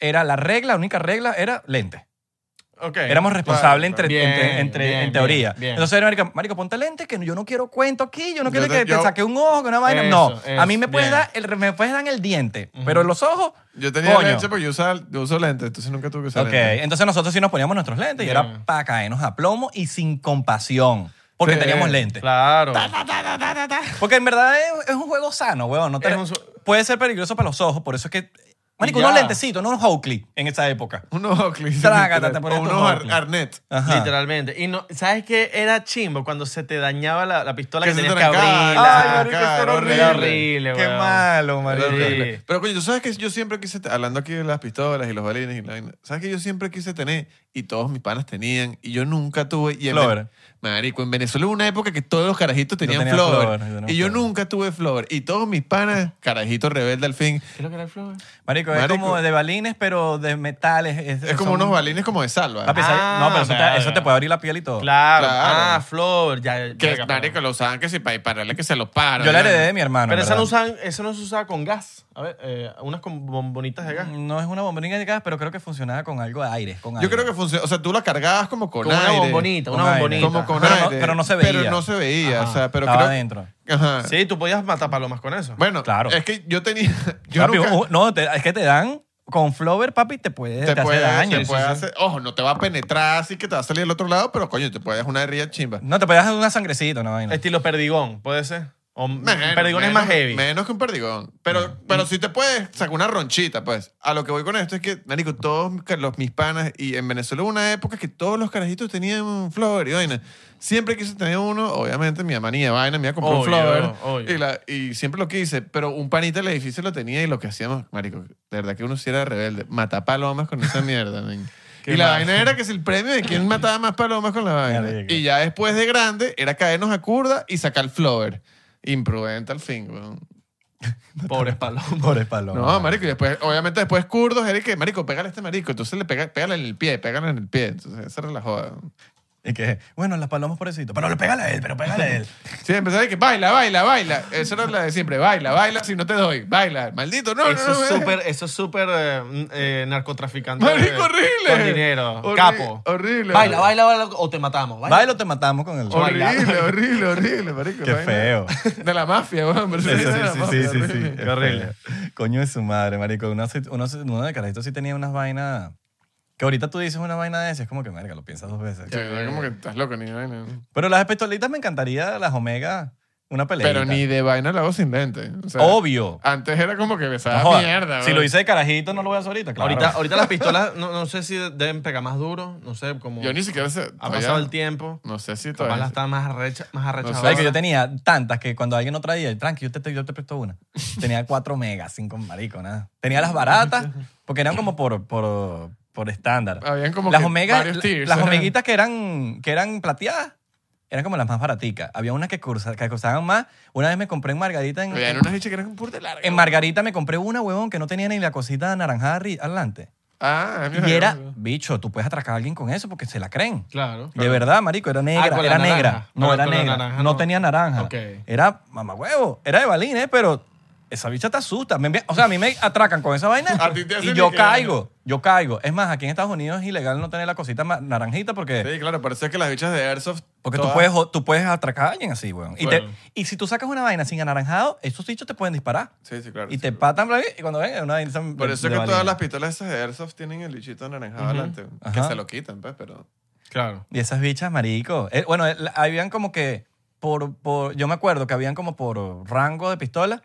[SPEAKER 3] era la regla, la única regla era lente.
[SPEAKER 2] Ok.
[SPEAKER 3] Éramos responsables
[SPEAKER 1] claro.
[SPEAKER 3] entre,
[SPEAKER 2] Bien,
[SPEAKER 3] entre- entre-
[SPEAKER 2] bien,
[SPEAKER 3] en teoría.
[SPEAKER 2] bien, bien.
[SPEAKER 3] Entonces era, marico, marico, ponte lente que yo no quiero cuento aquí, yo no
[SPEAKER 1] Yo
[SPEAKER 3] quiero
[SPEAKER 1] te-
[SPEAKER 3] que
[SPEAKER 1] yo-
[SPEAKER 3] te saque un ojo, que una vaina. no,
[SPEAKER 2] Eso, eso,
[SPEAKER 3] a mí me puedes,
[SPEAKER 2] bien.
[SPEAKER 3] dar el, me puedes dar el diente, pero los ojos,
[SPEAKER 1] Yo tenía
[SPEAKER 3] coño.
[SPEAKER 1] leche porque yo, usaba, yo uso lentes, entonces nunca tuve que usar
[SPEAKER 3] Ok,
[SPEAKER 1] lentes.
[SPEAKER 3] entonces nosotros sí nos poníamos nuestros lentes y
[SPEAKER 2] Bien.
[SPEAKER 3] era para caernos a plomo y sin compasión. Porque
[SPEAKER 1] Sí.
[SPEAKER 3] teníamos lentes.
[SPEAKER 2] Claro.
[SPEAKER 3] Porque en verdad es, es un juego sano, weón. no te-
[SPEAKER 2] Es un su-
[SPEAKER 3] Puede ser peligroso para los ojos, por eso es que. Marico,
[SPEAKER 2] Y ya.
[SPEAKER 3] unos lentecitos, no unos Oakley en esa época.
[SPEAKER 1] Unos Oakley.
[SPEAKER 3] Trágata, te pones
[SPEAKER 1] o
[SPEAKER 3] tus
[SPEAKER 1] unos ar-
[SPEAKER 3] Oakley.
[SPEAKER 1] Arnett.
[SPEAKER 3] Ajá.
[SPEAKER 2] Literalmente. Y no, ¿sabes qué era chimbo? Cuando se te dañaba la, la pistola
[SPEAKER 1] Que
[SPEAKER 2] que,
[SPEAKER 1] se
[SPEAKER 2] tenías
[SPEAKER 1] te
[SPEAKER 2] que abrir.
[SPEAKER 1] arrancaba. Ay, marico, eso era
[SPEAKER 2] Era
[SPEAKER 1] horrible.
[SPEAKER 2] horrible,
[SPEAKER 3] Qué
[SPEAKER 2] weón.
[SPEAKER 3] malo,
[SPEAKER 1] Era
[SPEAKER 3] marico.
[SPEAKER 1] horrible. Pero coño, tú sabes que yo siempre quise, te- hablando aquí de las pistolas y los balines y la vaina, sabes que yo siempre quise tener y todos mis panas tenían y yo nunca tuve. Y en
[SPEAKER 3] Flower.
[SPEAKER 1] Marico, en Venezuela hubo una época que todos los carajitos tenían
[SPEAKER 3] tenía
[SPEAKER 1] flower,
[SPEAKER 3] flower, yo tenía
[SPEAKER 1] y yo
[SPEAKER 3] flower.
[SPEAKER 1] nunca tuve flower y todos mis panas, carajitos rebelde al fin,
[SPEAKER 2] ¿Qué es lo que era el flow?
[SPEAKER 1] Marico.
[SPEAKER 3] Marico, es como de balines, pero de metales. Es,
[SPEAKER 1] es como
[SPEAKER 3] son-
[SPEAKER 1] unos balines como de salva.
[SPEAKER 3] Papi, ¿sabes?
[SPEAKER 2] Ah,
[SPEAKER 3] no, pero eso
[SPEAKER 2] verga.
[SPEAKER 3] te, eso te puede abrir la piel y todo.
[SPEAKER 2] Claro.
[SPEAKER 1] Claro.
[SPEAKER 2] Ah, Flor. Ya,
[SPEAKER 1] Que
[SPEAKER 2] verga,
[SPEAKER 1] marico,
[SPEAKER 2] pero-
[SPEAKER 1] lo usaban que si para dispararle que se los paran.
[SPEAKER 3] Yo la heredé de
[SPEAKER 1] ¿verdad?
[SPEAKER 3] mi hermano.
[SPEAKER 2] Pero
[SPEAKER 3] en
[SPEAKER 2] esa no,
[SPEAKER 3] Ah, verdad.
[SPEAKER 2] usan, esa no se usaba con gas. A ver, eh, unas con bombonitas de
[SPEAKER 1] Mm.
[SPEAKER 2] gas.
[SPEAKER 3] No es una bombonina de gas, pero creo que funcionaba con algo de aire. Con
[SPEAKER 1] Yo
[SPEAKER 3] aire.
[SPEAKER 1] creo que funciona. O sea, tú la cargabas como con,
[SPEAKER 2] Con una
[SPEAKER 1] aire.
[SPEAKER 2] bombonita, una
[SPEAKER 3] Con aire.
[SPEAKER 2] bombonita.
[SPEAKER 1] Como con
[SPEAKER 3] Pero no-
[SPEAKER 1] aire.
[SPEAKER 3] pero no se
[SPEAKER 1] Pero
[SPEAKER 3] veía.
[SPEAKER 1] no se veía.
[SPEAKER 2] Ajá.
[SPEAKER 1] O sea, pero
[SPEAKER 3] Estaba
[SPEAKER 1] creo.
[SPEAKER 3] adentro.
[SPEAKER 1] Ajá.
[SPEAKER 2] Sí, tú podías matar palomas con eso.
[SPEAKER 1] Bueno,
[SPEAKER 3] Claro.
[SPEAKER 1] es que yo tenía. Yo
[SPEAKER 3] Papi,
[SPEAKER 1] nunca-
[SPEAKER 3] uh, no, te- es que te dan con Flover, papi, te puede, te
[SPEAKER 1] te puede,
[SPEAKER 3] hace daño.
[SPEAKER 1] te
[SPEAKER 3] Sí,
[SPEAKER 1] puede
[SPEAKER 3] sí, sí.
[SPEAKER 1] hacer- Ojo, no te va a penetrar así que te va a salir del otro lado, pero coño, te puede dar una herida chimba.
[SPEAKER 3] No, te puede hacer una sangrecita, una
[SPEAKER 1] Este
[SPEAKER 3] vaina.
[SPEAKER 2] Estilo perdigón, puede ser. O un
[SPEAKER 1] Menos,
[SPEAKER 2] perdigón es
[SPEAKER 1] menos-
[SPEAKER 2] más heavy.
[SPEAKER 1] Menos que un perdigón. Pero, pero si te puedes sacar una ronchita, pues. A lo que voy con esto es que, marico, todos mis- los, mis panas, y en Venezuela hubo una época que todos los carajitos tenían flower y vaina. Siempre quise tener uno, obviamente mi mamá ni de vaina me iba a comprar un
[SPEAKER 2] Obvio,
[SPEAKER 1] flower.
[SPEAKER 2] obvio.
[SPEAKER 1] Y, la- y siempre lo quise, pero un panita del edificio lo tenía y lo que hacíamos, marico, de verdad que uno sí era rebelde, matar palomas con esa mierda, men.
[SPEAKER 2] Qué
[SPEAKER 1] Y la
[SPEAKER 2] mal.
[SPEAKER 1] vaina era que es el premio de quién mataba más palomas con la vaina.
[SPEAKER 3] Marico.
[SPEAKER 1] Y ya después de grande era caernos a curda y sacar flower. Imprudente al fin, weón.
[SPEAKER 2] Pobres palomas.
[SPEAKER 3] Pobre paloma.
[SPEAKER 1] No, marico, y después, obviamente después kurdos, era el que, marico, pégale a este marico. Entonces le pega, pégale en el pie, pégale en el pie. Entonces esa era la joda.
[SPEAKER 3] Y que, bueno, las palomas pobrecito. Pero le pégale a él, pero pégale a él.
[SPEAKER 1] Sí, empezaba de que baila, baila, baila. Esa era la de siempre, baila, baila, si no te doy, baila. Maldito, no,
[SPEAKER 2] Eso
[SPEAKER 1] no, no.
[SPEAKER 2] es
[SPEAKER 1] me-
[SPEAKER 2] súper, eso es súper eh, eh, narcotraficante.
[SPEAKER 1] Marico,
[SPEAKER 2] eh,
[SPEAKER 1] horrible.
[SPEAKER 2] Con dinero.
[SPEAKER 1] Horri-
[SPEAKER 2] Capo.
[SPEAKER 1] horrible.
[SPEAKER 2] Baila, baila, baila o te matamos. Baila.
[SPEAKER 3] Bailo, te matamos con el.
[SPEAKER 2] Oye, baila.
[SPEAKER 1] Horrible, horrible, horrible, marico.
[SPEAKER 3] Qué
[SPEAKER 1] vaina
[SPEAKER 3] feo.
[SPEAKER 1] De la mafia, weón. pero
[SPEAKER 3] Sí,
[SPEAKER 1] de la
[SPEAKER 3] sí, sí,
[SPEAKER 1] mafia,
[SPEAKER 3] sí, sí, sí.
[SPEAKER 1] horrible.
[SPEAKER 3] Qué horrible. Coño de su madre, marico. Uno, sí- uno, sí- uno de carajito sí tenía unas vainas. Que ahorita tú dices una vaina de esas, es como que, merga, lo piensas dos veces.
[SPEAKER 1] Sí, es como que estás loco, ni de vaina.
[SPEAKER 3] Pero las pistolitas me encantaría, las Omega, una pelea.
[SPEAKER 1] Pero ni de vaina la hago sin lente. O sea,
[SPEAKER 3] Obvio.
[SPEAKER 1] Antes era como que besaba
[SPEAKER 3] No jodas.
[SPEAKER 1] mierda.
[SPEAKER 3] si
[SPEAKER 1] weón.
[SPEAKER 3] lo hice de carajito, no lo voy a hacer ahorita, claro.
[SPEAKER 2] Ahorita, ahorita las pistolas, no, no sé si deben pegar más duro. No sé, como
[SPEAKER 1] Yo ni siquiera sé.
[SPEAKER 2] ha
[SPEAKER 1] todavía-
[SPEAKER 2] pasado el tiempo.
[SPEAKER 1] No sé si
[SPEAKER 2] Capaz
[SPEAKER 1] todavía.
[SPEAKER 2] las están más arrechas. Más arrecha
[SPEAKER 1] sé.
[SPEAKER 2] ahora.
[SPEAKER 3] Sabes que yo tenía tantas que cuando alguien no traía, tranqui, yo te, yo te presto una. Tenía cuatro megas, cinco marico, nada. Tenía las baratas, porque eran como por, por, por estándar.
[SPEAKER 1] Habían como
[SPEAKER 3] las
[SPEAKER 1] que
[SPEAKER 3] omegas,
[SPEAKER 1] varios tiers.
[SPEAKER 3] las omeguitas que eran, que eran plateadas, eran como las más baraticas. Había unas que, cursa- que costaban más. Una vez me compré en Margarita. En,
[SPEAKER 1] Había unas bichas que eran pur de largo.
[SPEAKER 3] en Margarita me compré una, huevón, que no tenía ni la cosita naranjada arri- adelante.
[SPEAKER 1] Ah, mira.
[SPEAKER 3] Y era,
[SPEAKER 1] mira.
[SPEAKER 3] bicho, tú puedes atracar a alguien con eso porque se la creen.
[SPEAKER 2] Claro.
[SPEAKER 3] De verdad, marico,
[SPEAKER 1] Ah,
[SPEAKER 3] era negra,
[SPEAKER 2] con la
[SPEAKER 3] era
[SPEAKER 2] naranja.
[SPEAKER 3] negra. No,
[SPEAKER 2] Pero
[SPEAKER 3] era
[SPEAKER 2] con la
[SPEAKER 3] negra.
[SPEAKER 2] naranja
[SPEAKER 3] no.
[SPEAKER 2] no.
[SPEAKER 3] tenía naranja.
[SPEAKER 2] Ok.
[SPEAKER 3] Era mamagüevo, era de balín, ¿eh? Pero esa bicha te asusta. Me envía- o sea, a mí me atracan con esa vaina
[SPEAKER 1] A ti te hacen
[SPEAKER 3] y yo
[SPEAKER 1] ni que
[SPEAKER 3] caigo, yo caigo. Es más, aquí en Estados Unidos es ilegal no tener la cosita ma- naranjita porque...
[SPEAKER 1] Sí, claro, por eso es que las bichas de Airsoft.
[SPEAKER 3] Porque tú
[SPEAKER 1] todas-
[SPEAKER 3] puedes, jo- tú puedes atracar a alguien así, weón. Y, te-
[SPEAKER 2] Bueno.
[SPEAKER 3] y si tú sacas una vaina sin anaranjado, esos bichos te pueden disparar.
[SPEAKER 1] Sí, sí, claro.
[SPEAKER 3] Y
[SPEAKER 1] sí,
[SPEAKER 3] te
[SPEAKER 1] claro.
[SPEAKER 3] patan, bla, bla, y cuando ven, es una vaina de-
[SPEAKER 1] Por eso
[SPEAKER 3] de
[SPEAKER 1] es que todas
[SPEAKER 3] balines.
[SPEAKER 1] las pistolas esas de Airsoft tienen el bichito anaranjado adelante. Que
[SPEAKER 3] Ajá.
[SPEAKER 1] se lo quitan, pues, pero.
[SPEAKER 2] Claro.
[SPEAKER 3] Y esas bichas, marico. Eh, bueno, eh, la- habían como que por, por- yo me acuerdo que habían como por rango de pistola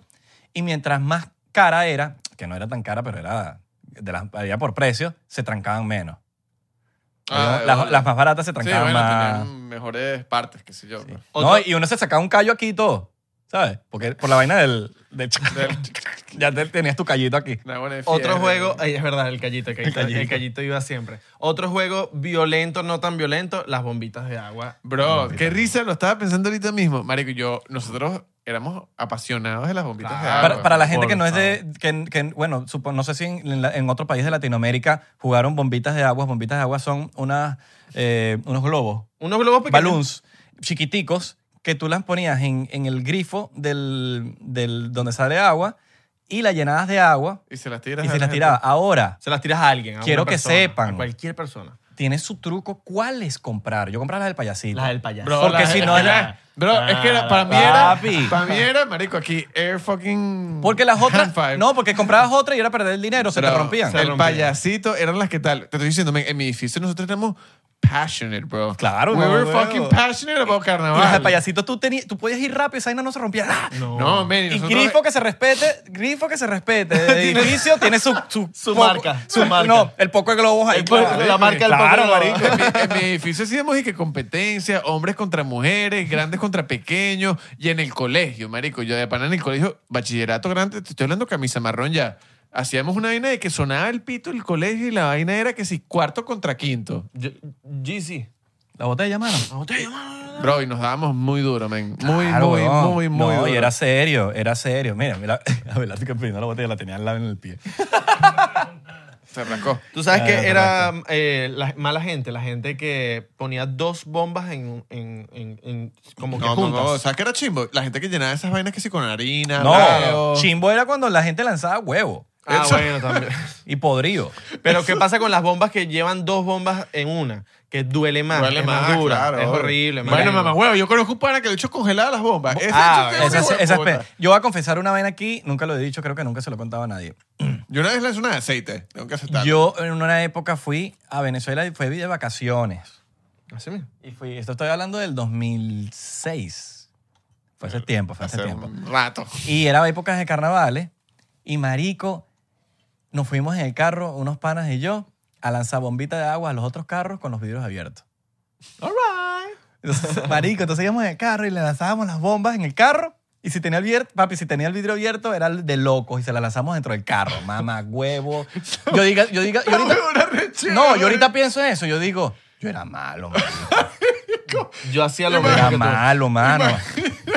[SPEAKER 3] y mientras más cara era, que no era tan cara, pero era de las había por precio, se trancaban menos.
[SPEAKER 1] Ah,
[SPEAKER 3] Había- las,
[SPEAKER 1] bueno.
[SPEAKER 3] las más baratas se
[SPEAKER 1] Sí,
[SPEAKER 3] trancaban
[SPEAKER 1] bueno,
[SPEAKER 3] más.
[SPEAKER 1] tenían mejores partes, qué sé yo. pues.
[SPEAKER 3] No,
[SPEAKER 2] Otra-
[SPEAKER 3] y uno se sacaba un callo aquí y todo, ¿sabes? Porque por la vaina del, del-
[SPEAKER 1] Del-
[SPEAKER 3] ya te- tenías tu callito aquí.
[SPEAKER 1] Una buena de
[SPEAKER 2] Otro
[SPEAKER 1] fiebre.
[SPEAKER 2] juego, ay, es verdad, el callito, el callito, el
[SPEAKER 3] callito.
[SPEAKER 2] callito. iba siempre. Otro juego violento, no tan violento, las bombitas de agua.
[SPEAKER 1] Bro, qué risa, lo estaba pensando ahorita mismo. Marico, yo, nosotros éramos apasionados de las bombitas de
[SPEAKER 2] Claro.
[SPEAKER 1] agua.
[SPEAKER 3] Para, para la gente
[SPEAKER 2] por
[SPEAKER 3] que no es de. Que, que, bueno, supo- no sé si en, en la- en otro país de Latinoamérica jugaron bombitas de agua. Bombitas de agua son unas, eh, unos globos,
[SPEAKER 2] Unos globos pequeños.
[SPEAKER 3] balloons, chiquiticos, que tú las ponías en, en el grifo del, del- donde sale agua y la llenabas de agua
[SPEAKER 1] Y se las tiras.
[SPEAKER 3] y
[SPEAKER 1] a
[SPEAKER 3] se
[SPEAKER 1] la
[SPEAKER 3] las
[SPEAKER 1] gente.
[SPEAKER 3] tirabas. Ahora,
[SPEAKER 2] Se las tiras a alguien. A
[SPEAKER 3] Quiero
[SPEAKER 2] una
[SPEAKER 3] que
[SPEAKER 2] persona,
[SPEAKER 3] sepan.
[SPEAKER 2] A cualquier persona.
[SPEAKER 3] tiene su truco. ¿Cuál es comprar? Yo compraba las del payasito.
[SPEAKER 2] Las del payaso.
[SPEAKER 1] Bro,
[SPEAKER 3] Porque
[SPEAKER 1] la-
[SPEAKER 3] si no
[SPEAKER 1] es que
[SPEAKER 3] era-
[SPEAKER 1] la- Bro, es que era- para mí
[SPEAKER 3] Papi.
[SPEAKER 1] era. Para mí era, marico, aquí, air fucking.
[SPEAKER 3] Porque las otras.
[SPEAKER 1] hand five.
[SPEAKER 3] No, porque comprabas otra y era perder el dinero, se te
[SPEAKER 1] Bro,
[SPEAKER 3] rompían.
[SPEAKER 2] se-
[SPEAKER 1] El
[SPEAKER 2] rompían.
[SPEAKER 1] payasito eran las que tal. Te estoy diciendo, men, en mi edificio nosotros éramos passionate, bro.
[SPEAKER 3] Claro,
[SPEAKER 1] We
[SPEAKER 3] no,
[SPEAKER 1] were
[SPEAKER 3] huevo.
[SPEAKER 1] fucking passionate about
[SPEAKER 3] Y las del
[SPEAKER 1] carnaval.
[SPEAKER 3] payasito tú, tenías, tú podías ir rápido, esa vaina no se rompía. ¡Ah!
[SPEAKER 2] No.
[SPEAKER 1] No, men, y
[SPEAKER 3] Y
[SPEAKER 1] nosotros-
[SPEAKER 3] grifo que se respete, grifo que se respete. El edificio tiene su, su,
[SPEAKER 2] Su marca, su marca.
[SPEAKER 3] No, el poco de globos ahí.
[SPEAKER 2] El po- la marca del
[SPEAKER 3] Claro,
[SPEAKER 2] poco de globos.
[SPEAKER 3] marico.
[SPEAKER 1] en, mi, en mi edificio hacíamos y que competencia, hombres contra mujeres, grandes contra pequeños, y en el colegio, marico, yo de pana en el colegio, bachillerato grande, te estoy hablando camisa marrón ya. Hacíamos una vaina de que sonaba el pito del colegio y la vaina era que si cuarto contra quinto.
[SPEAKER 2] Yo- GC.
[SPEAKER 3] La botella, mano.
[SPEAKER 2] La botella, mano.
[SPEAKER 1] Bro, y nos dábamos muy duro, men. Muy,
[SPEAKER 3] Claro,
[SPEAKER 1] muy,
[SPEAKER 3] weón.
[SPEAKER 1] muy, muy
[SPEAKER 3] No,
[SPEAKER 1] duro.
[SPEAKER 3] y era serio, era serio. Mira, mira, Abelardo que primero la botella la tenía al lado en el pie.
[SPEAKER 1] Se arrancó.
[SPEAKER 2] Tú sabes
[SPEAKER 3] Ah,
[SPEAKER 2] que era eh, la mala gente, la gente que ponía dos bombas en, en, en, en- como que
[SPEAKER 1] No, no,
[SPEAKER 2] juntas.
[SPEAKER 1] no. ¿Sabes qué era chimbo? La gente que llenaba esas vainas que sí con harina,
[SPEAKER 3] No,
[SPEAKER 1] huevo.
[SPEAKER 3] chimbo era cuando la gente lanzaba huevo
[SPEAKER 2] Ah,
[SPEAKER 1] Eso-
[SPEAKER 2] bueno, también.
[SPEAKER 3] y podrido.
[SPEAKER 2] Pero ¿qué pasa con las bombas que llevan dos bombas en una? Que duele más,
[SPEAKER 1] Duele
[SPEAKER 2] es
[SPEAKER 1] más,
[SPEAKER 2] más, dura,
[SPEAKER 1] claro.
[SPEAKER 2] es horrible.
[SPEAKER 1] Bueno,
[SPEAKER 2] marico.
[SPEAKER 1] mamá, huevo, yo conozco un pana que le echó congeladas las bombas. Ese
[SPEAKER 2] Ah,
[SPEAKER 1] bicho tiene
[SPEAKER 3] Esa,
[SPEAKER 1] un hijo de
[SPEAKER 3] esa-
[SPEAKER 1] puta.
[SPEAKER 3] yo voy a confesar una vaina aquí, nunca lo he dicho, creo que nunca se lo he contado a nadie.
[SPEAKER 1] Yo una vez lancé una de aceite, tengo que aceptar.
[SPEAKER 3] Yo en una época fui a Venezuela y fui de vacaciones.
[SPEAKER 2] Así mismo.
[SPEAKER 3] Y fui, esto estoy hablando del 2006. Fue hace tiempo, fue hace
[SPEAKER 1] hace
[SPEAKER 3] tiempo.
[SPEAKER 1] un rato.
[SPEAKER 3] Y era épocas de carnavales. Y marico, nos fuimos en el carro, unos panas y yo, a lanzar bombita de agua a los otros carros con los vidrios abiertos.
[SPEAKER 2] All right.
[SPEAKER 3] Entonces, marico, entonces íbamos en el carro y le lanzábamos las bombas en el carro. Y si tenía el vidrio, papi, si tenía el vidrio abierto, era de locos y se la lanzamos dentro del carro. Mamá, huevo. Yo diga, yo diga, yo ahorita, no, yo ahorita pienso en eso. Yo digo, yo era malo, mano.
[SPEAKER 2] Yo hacía
[SPEAKER 3] Yo
[SPEAKER 2] lo mismo
[SPEAKER 3] era
[SPEAKER 2] que tú.
[SPEAKER 3] malo, mano.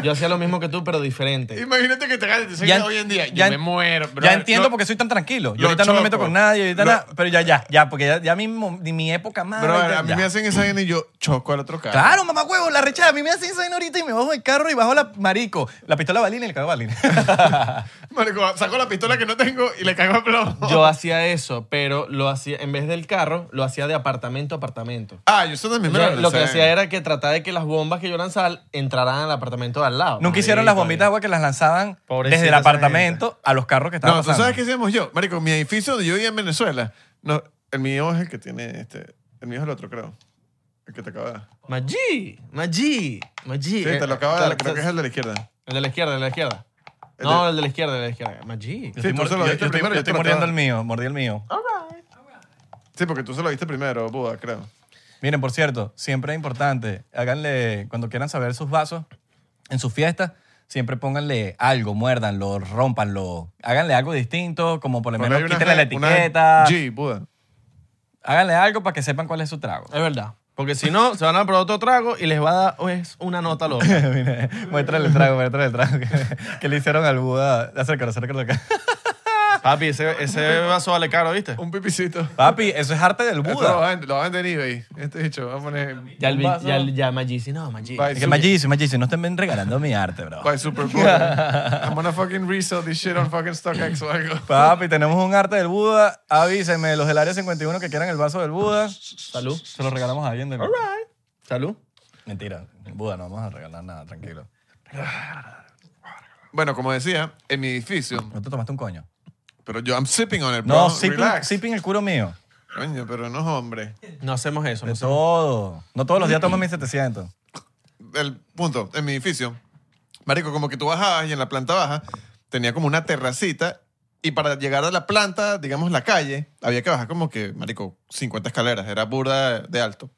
[SPEAKER 2] Yo hacía lo mismo que tú, pero diferente.
[SPEAKER 1] Imagínate que te ganes te
[SPEAKER 3] Ya-
[SPEAKER 1] soy hoy en día. Yo
[SPEAKER 3] ya-
[SPEAKER 1] me muero, bro.
[SPEAKER 3] ya entiendo
[SPEAKER 1] No,
[SPEAKER 3] por qué soy tan tranquilo. Yo
[SPEAKER 1] lo
[SPEAKER 3] ahorita no me meto
[SPEAKER 1] choco.
[SPEAKER 3] con nadie, ahorita
[SPEAKER 1] Lo-
[SPEAKER 3] nada. Pero ya, ya, ya, porque ya, ya mi, mo- ni mi época más.
[SPEAKER 1] Bro,
[SPEAKER 3] ahorita
[SPEAKER 1] a mí
[SPEAKER 3] ya.
[SPEAKER 1] me hacen esa vaina y yo choco al otro carro.
[SPEAKER 3] Claro, mamá huevo, la rechada. A mí me hacen esa vaina ahorita y me bajo del carro y bajo la marico, la pistola balina y el cago balina.
[SPEAKER 1] Marico, saco la pistola que no tengo y le cago a plomo.
[SPEAKER 2] Yo hacía eso, pero lo hacía en vez del carro, lo hacía de apartamento a apartamento.
[SPEAKER 1] Ah, yo eso también me
[SPEAKER 2] Yo lo que
[SPEAKER 1] lancé.
[SPEAKER 2] hacía era que trataba de que las bombas que yo lanzaba entraran al apartamento de al lado.
[SPEAKER 3] Nunca hicieron las
[SPEAKER 2] Marico,
[SPEAKER 3] bombitas de agua que las lanzaban
[SPEAKER 2] Pobrecita
[SPEAKER 3] desde el
[SPEAKER 2] esa
[SPEAKER 3] apartamento a los carros que estaban
[SPEAKER 1] No, ¿tú
[SPEAKER 3] pasando.
[SPEAKER 1] sabes qué hacíamos yo? Marico, mi edificio donde yo vivía en Venezuela. No, el mío es el que tiene este. El mío es el otro, creo. El que te acaba de dar.
[SPEAKER 2] Maggi, Maggi, Maggi. eh,
[SPEAKER 1] Sí,
[SPEAKER 3] Eh,
[SPEAKER 1] te lo acaba de dar. Creo que es el de la izquierda.
[SPEAKER 2] El de la izquierda, el de la izquierda.
[SPEAKER 1] El
[SPEAKER 2] no,
[SPEAKER 1] de-
[SPEAKER 2] el de la izquierda, el de la izquierda. Maggi.
[SPEAKER 3] Yo
[SPEAKER 1] Sí,
[SPEAKER 3] estoy
[SPEAKER 1] tú
[SPEAKER 3] mor-
[SPEAKER 1] se lo
[SPEAKER 3] yo-
[SPEAKER 1] diste
[SPEAKER 3] yo estoy-
[SPEAKER 1] primero y
[SPEAKER 3] yo
[SPEAKER 1] tú
[SPEAKER 3] estoy
[SPEAKER 1] lo
[SPEAKER 3] mordiendo el
[SPEAKER 1] acabas.
[SPEAKER 3] mío, mordí el mío.
[SPEAKER 1] Sí, porque tú se lo viste primero, Buda, creo.
[SPEAKER 3] Miren, por cierto, siempre es importante, háganle, cuando quieran saber sus vasos en sus fiestas, siempre pónganle algo, muérdanlo, rompanlo, háganle algo distinto, como por lo
[SPEAKER 1] Ponle
[SPEAKER 3] menos
[SPEAKER 1] ahí una
[SPEAKER 3] quítenle la
[SPEAKER 1] G- una
[SPEAKER 3] etiqueta,
[SPEAKER 1] G, Buda.
[SPEAKER 3] háganle algo para que sepan cuál es su trago.
[SPEAKER 2] Es verdad. Porque si no, se van a probar otro trago y les va a dar pues, una nota loca.
[SPEAKER 3] Mira, muéstrale el trago, muéstrale el trago que, que le hicieron al Buda. Acércalo, acércalo acá.
[SPEAKER 2] Papi, ese, ese vaso vale caro, ¿viste?
[SPEAKER 1] Un pipicito.
[SPEAKER 3] Papi, eso es arte del
[SPEAKER 1] Esto lo
[SPEAKER 3] Buda.
[SPEAKER 1] van, lo van a vender en eBay. Este dicho, vamos a poner.
[SPEAKER 2] Ya, el,
[SPEAKER 3] Un
[SPEAKER 2] vi-
[SPEAKER 3] vaso.
[SPEAKER 2] ya, el- ya Maggi, no, Maggi.
[SPEAKER 1] Bye.
[SPEAKER 3] Es que Maggi, Maggi, no estén regalando mi arte, bro.
[SPEAKER 1] By Superboy. I'm gonna fucking resell this shit on fucking StockX o algo.
[SPEAKER 3] Papi, tenemos un arte del Buda. Avísenme los del área 51 que quieran el vaso del Buda.
[SPEAKER 2] Salud.
[SPEAKER 3] Se lo regalamos a alguien. de-
[SPEAKER 2] All right. Salud.
[SPEAKER 3] Mentira, el Buda no vamos a regalar nada, tranquilo.
[SPEAKER 1] Bueno, como decía, en mi edificio,
[SPEAKER 3] No te tomaste un coño.
[SPEAKER 1] pero yo, I'm sipping on it, bro.
[SPEAKER 3] No, sipping,
[SPEAKER 1] Relax.
[SPEAKER 3] sipping el culo mío.
[SPEAKER 1] Coño, pero no, hombre.
[SPEAKER 2] No hacemos eso. no
[SPEAKER 3] De
[SPEAKER 2] hacemos-
[SPEAKER 3] todo. No todos los días tomo 1700.
[SPEAKER 1] El punto, en mi edificio, marico, como que tú bajabas y en la planta baja tenía como una terracita y para llegar a la planta, digamos la calle, había que bajar como que, marico, 50 escaleras. Era burda de alto.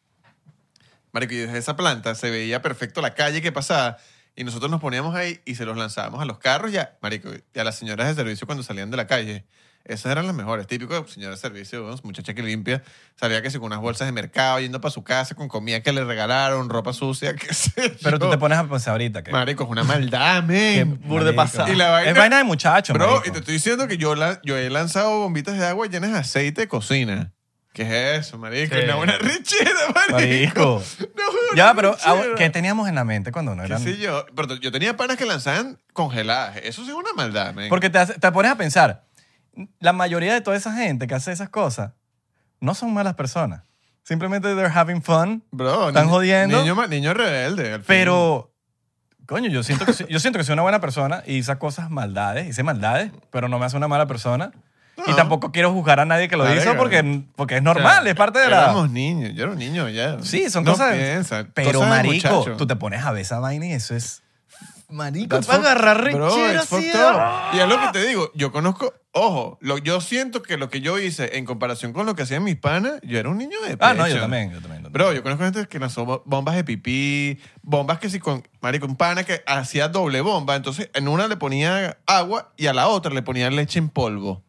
[SPEAKER 1] Marico, y desde esa planta se veía perfecto la calle que pasaba. Y nosotros nos poníamos ahí y se los lanzábamos a los carros ya, marico, y a las señoras de servicio cuando salían de la calle. Esas eran las mejores, típico de señora de servicio, ¿no? muchacha que limpia, sabía que si con unas bolsas de mercado, yendo para su casa, con comida que le regalaron, ropa sucia, qué sé
[SPEAKER 3] Pero tú
[SPEAKER 1] yo.
[SPEAKER 3] te pones a pensar ahorita que...
[SPEAKER 1] Marico, es una maldad, men.
[SPEAKER 2] burde pasada.
[SPEAKER 1] Y la vaina-
[SPEAKER 3] Es vaina de muchachos,
[SPEAKER 1] Bro,
[SPEAKER 3] marico.
[SPEAKER 1] y te estoy diciendo que yo, la- yo he lanzado bombitas de agua llenas de aceite de cocina. ¿Qué es eso, marico?
[SPEAKER 2] Sí.
[SPEAKER 1] Una buena richera, marico.
[SPEAKER 3] Marico.
[SPEAKER 1] Una buena
[SPEAKER 3] Ya, pero
[SPEAKER 1] richera.
[SPEAKER 3] ah, ¿qué teníamos en la mente cuando no
[SPEAKER 1] ¿Qué
[SPEAKER 3] eran?
[SPEAKER 1] sé yo? Pero yo tenía panas que lanzaban congeladas. Eso sí es una maldad, men.
[SPEAKER 3] Porque te, hace- te pones a pensar, la mayoría de toda esa gente que hace esas cosas no son malas personas. Simplemente they're having fun,
[SPEAKER 1] Bro,
[SPEAKER 3] Están
[SPEAKER 1] ni-
[SPEAKER 3] jodiendo.
[SPEAKER 1] Niño, ma- niño rebelde. al fin.
[SPEAKER 3] pero coño, yo siento que soy- yo siento que soy una buena persona y hice cosas maldades, hice maldades, pero no me hace una mala persona. Y
[SPEAKER 1] No.
[SPEAKER 3] tampoco quiero juzgar a nadie que lo
[SPEAKER 1] Claro,
[SPEAKER 3] hizo
[SPEAKER 1] claro.
[SPEAKER 3] porque, porque es normal, es parte de la...
[SPEAKER 1] Éramos niños. Yo era un niño ya.
[SPEAKER 3] Sí, son
[SPEAKER 1] No
[SPEAKER 3] cosas...
[SPEAKER 1] piensa,
[SPEAKER 3] pero
[SPEAKER 1] cosas de
[SPEAKER 3] marico,
[SPEAKER 1] muchacho.
[SPEAKER 3] tú te pones a ver esa vaina y eso es... Marico,
[SPEAKER 1] That's
[SPEAKER 3] para
[SPEAKER 1] fuck-
[SPEAKER 3] agarrar
[SPEAKER 1] Bro,
[SPEAKER 3] rechera
[SPEAKER 1] it's
[SPEAKER 3] así.
[SPEAKER 1] fucked up. Y es lo que te digo, yo conozco, ojo, lo, yo siento que lo que yo hice en comparación con lo que hacían mis panas, yo era un niño de
[SPEAKER 3] Ah, no, yo
[SPEAKER 1] pecho.
[SPEAKER 3] también, yo también. yo
[SPEAKER 1] Bro, yo conozco gente que lanzó bo- bombas de pipí, bombas que si con, marico, un pana que hacía doble bomba, entonces en una le ponía agua y a la otra le ponía leche en polvo.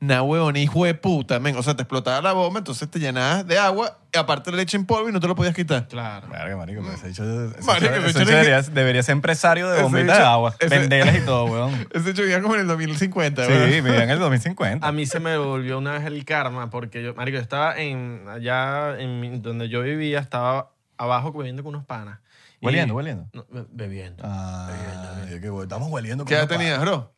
[SPEAKER 1] Nah, huevón, hijo de puta, men. O sea, te explotaba la bomba, entonces te llenabas de agua, y aparte leche en polvo y no te lo podías quitar.
[SPEAKER 2] Claro.
[SPEAKER 3] Verga, marico, pero ese bicho, ese
[SPEAKER 1] Marico, ese
[SPEAKER 3] bicho- ese
[SPEAKER 1] bicho
[SPEAKER 3] bicho
[SPEAKER 1] le-
[SPEAKER 3] debería, debería ser empresario de
[SPEAKER 1] Ese
[SPEAKER 3] bombitas de
[SPEAKER 1] bicho-
[SPEAKER 3] agua.
[SPEAKER 1] ese-
[SPEAKER 3] Vendelas y todo, weón.
[SPEAKER 1] Ese hecho ya como en el 2050,
[SPEAKER 3] Sí,
[SPEAKER 1] ¿verdad?
[SPEAKER 3] vivía en el
[SPEAKER 2] A
[SPEAKER 3] 2050.
[SPEAKER 2] mí se me volvió una vez el karma porque yo, marico, yo estaba en, allá en mi- donde yo vivía, estaba abajo bebiendo con unos panas. Y-
[SPEAKER 3] Hueliendo, hueliendo.
[SPEAKER 2] No, be- bebiendo.
[SPEAKER 3] Ah, qué bueno. Estamos hueliendo.
[SPEAKER 1] ¿Qué edad tenías, bro?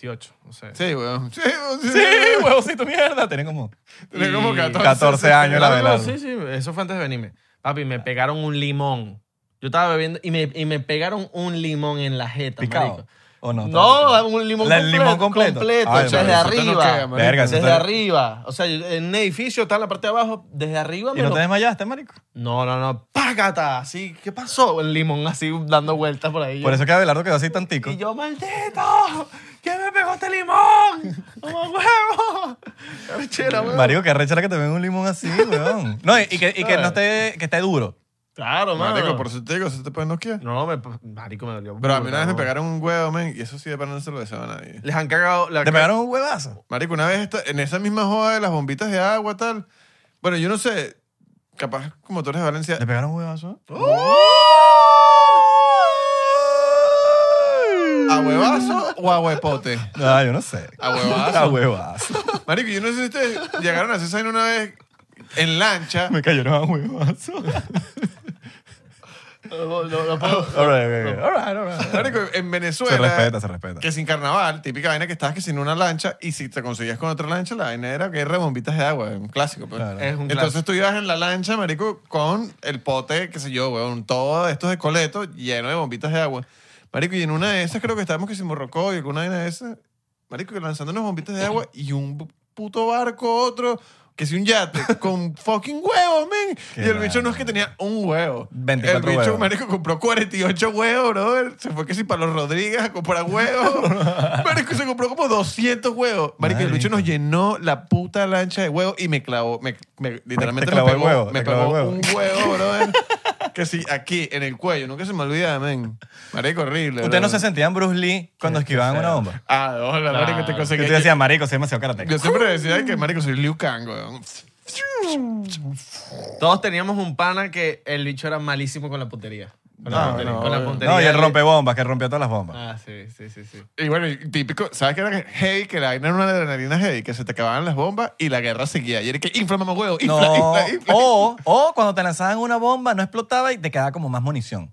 [SPEAKER 2] 18, no sé.
[SPEAKER 1] Sí, weón. Sí, weón. Sí,
[SPEAKER 3] Sí, huevocito mierda. Tenía como...
[SPEAKER 1] Tenía como
[SPEAKER 2] Y-
[SPEAKER 1] 14.
[SPEAKER 3] 14 años la
[SPEAKER 2] Ah, no,
[SPEAKER 3] velada.
[SPEAKER 2] sí, sí, eso fue antes de venirme. Papi, me pegaron un limón. Yo estaba bebiendo y me, y me pegaron un limón en la jeta, marico.
[SPEAKER 3] Picado. ¿O no?
[SPEAKER 2] No, un limón
[SPEAKER 3] La-
[SPEAKER 2] completo.
[SPEAKER 3] el limón completo. Ay,
[SPEAKER 2] desde
[SPEAKER 1] marico, eso no
[SPEAKER 2] arriba.
[SPEAKER 1] queda, marico.
[SPEAKER 3] Verga, eso
[SPEAKER 2] desde
[SPEAKER 3] está-
[SPEAKER 2] arriba. O sea, yo- en un edificio está en la parte de abajo, desde arriba
[SPEAKER 3] ¿Y
[SPEAKER 2] me
[SPEAKER 3] no
[SPEAKER 2] lo-
[SPEAKER 3] te desmayaste, marico?
[SPEAKER 2] No, no, no. ¡Págata! Así, ¿qué pasó? El limón así dando vueltas por ahí.
[SPEAKER 3] Por eso que Abelardo quedó así tantico.
[SPEAKER 2] Y yo, ¡maldito! ¿Quién me pegó este limón? ¡Toma huevo! Arrechera, huevo.
[SPEAKER 3] Marico, qué arrecha era que te ven un limón así, weón. No, y, y que, y que no esté, que esté duro.
[SPEAKER 2] Claro, mano.
[SPEAKER 1] Marico, por eso te digo, eso te puede noquear.
[SPEAKER 2] No, me, marico, me dolió.
[SPEAKER 1] Pero a mí una vez me
[SPEAKER 2] Huevo.
[SPEAKER 1] pegaron un huevo, men, y eso sí de pana no se lo deseaba a nadie.
[SPEAKER 2] Les han cagado... la-
[SPEAKER 3] Te pegaron un huevazo.
[SPEAKER 1] Marico, una vez esta- en esa misma joda de las bombitas de agua, tal. Bueno, yo no sé, capaz como tú eres de Valencia.
[SPEAKER 3] ¿Te pegaron un huevazo?
[SPEAKER 1] ¿A huevazo o a huepote?
[SPEAKER 3] Ah, yo no sé.
[SPEAKER 1] A huevazo.
[SPEAKER 3] A huevazo.
[SPEAKER 1] Marico, yo no sé si ustedes llegaron a hacer esa vaina una vez en lancha.
[SPEAKER 3] Me cayeron a huevazo.
[SPEAKER 2] Lo- lo- lo puedo-
[SPEAKER 3] All right, okay, okay. all right, all right.
[SPEAKER 1] Marico, en
[SPEAKER 3] Se
[SPEAKER 1] Venezuela.
[SPEAKER 3] respeta, se respeta.
[SPEAKER 1] Que sin carnaval, típica vaina que estabas que sin una lancha y si te conseguías con otra lancha, la vaina era guerra de bombitas de agua, un clásico. Pues.
[SPEAKER 3] Claro.
[SPEAKER 2] Es un
[SPEAKER 1] Entonces tú ibas en la lancha, marico, con el pote, qué sé yo, weón, todo esto de coleto lleno de bombitas de agua. Marico, y en una de esas creo que estábamos que se morrocó y alguna vaina de esas, marico, que lanzando unas bombitas de agua y un bu- puto barco, otro, que si un yate, con fucking huevos, men.
[SPEAKER 3] Qué
[SPEAKER 1] Y el bicho no
[SPEAKER 3] raro.
[SPEAKER 1] es que tenía un huevo.
[SPEAKER 3] 24
[SPEAKER 1] El bicho,
[SPEAKER 3] huevos.
[SPEAKER 1] marico, compró 48 huevos, brother. Se fue que si para los Rodríguez a comprar huevos. marico, se compró como 200 huevos. Marico, el bicho
[SPEAKER 3] Marico.
[SPEAKER 1] nos llenó la puta lancha de huevos y me clavó, me, me- Literalmente
[SPEAKER 3] Te clavó
[SPEAKER 1] me
[SPEAKER 3] el
[SPEAKER 1] pegó,
[SPEAKER 3] huevo,
[SPEAKER 1] me
[SPEAKER 3] te clavó
[SPEAKER 1] pegó
[SPEAKER 3] el huevo.
[SPEAKER 1] un huevo, brother. que sí, aquí, en el cuello. Nunca se me olvida, men. Marico, horrible.
[SPEAKER 3] Ustedes no se
[SPEAKER 1] brother.
[SPEAKER 3] sentían Bruce Lee cuando esquivaban una bomba.
[SPEAKER 1] Ah, hola, marico, te
[SPEAKER 2] Claro.
[SPEAKER 3] Que
[SPEAKER 1] conseguí.
[SPEAKER 3] tú decías, marico, soy demasiado
[SPEAKER 1] Yo
[SPEAKER 3] karate.
[SPEAKER 1] siempre decía que, marico, soy Liu Kang, weón.
[SPEAKER 2] Todos teníamos un pana que el bicho era malísimo con la puntería. Con la
[SPEAKER 1] No,
[SPEAKER 2] puntería.
[SPEAKER 1] Ah, no,
[SPEAKER 2] con la
[SPEAKER 1] obvio.
[SPEAKER 2] puntería
[SPEAKER 3] No, y el
[SPEAKER 2] le-
[SPEAKER 3] rompebombas, que rompió todas las bombas.
[SPEAKER 2] Ah, sí, sí, sí, sí.
[SPEAKER 1] Y bueno, y típico, ¿sabes qué era heavy? Que la vaina era una adrenalina heavy, que se te acababan las bombas y la guerra seguía. Y era que infla, mamá huevo, infla,
[SPEAKER 3] No,
[SPEAKER 1] infla, infla.
[SPEAKER 3] o, o cuando te lanzaban una bomba, no explotaba y te quedaba como más munición.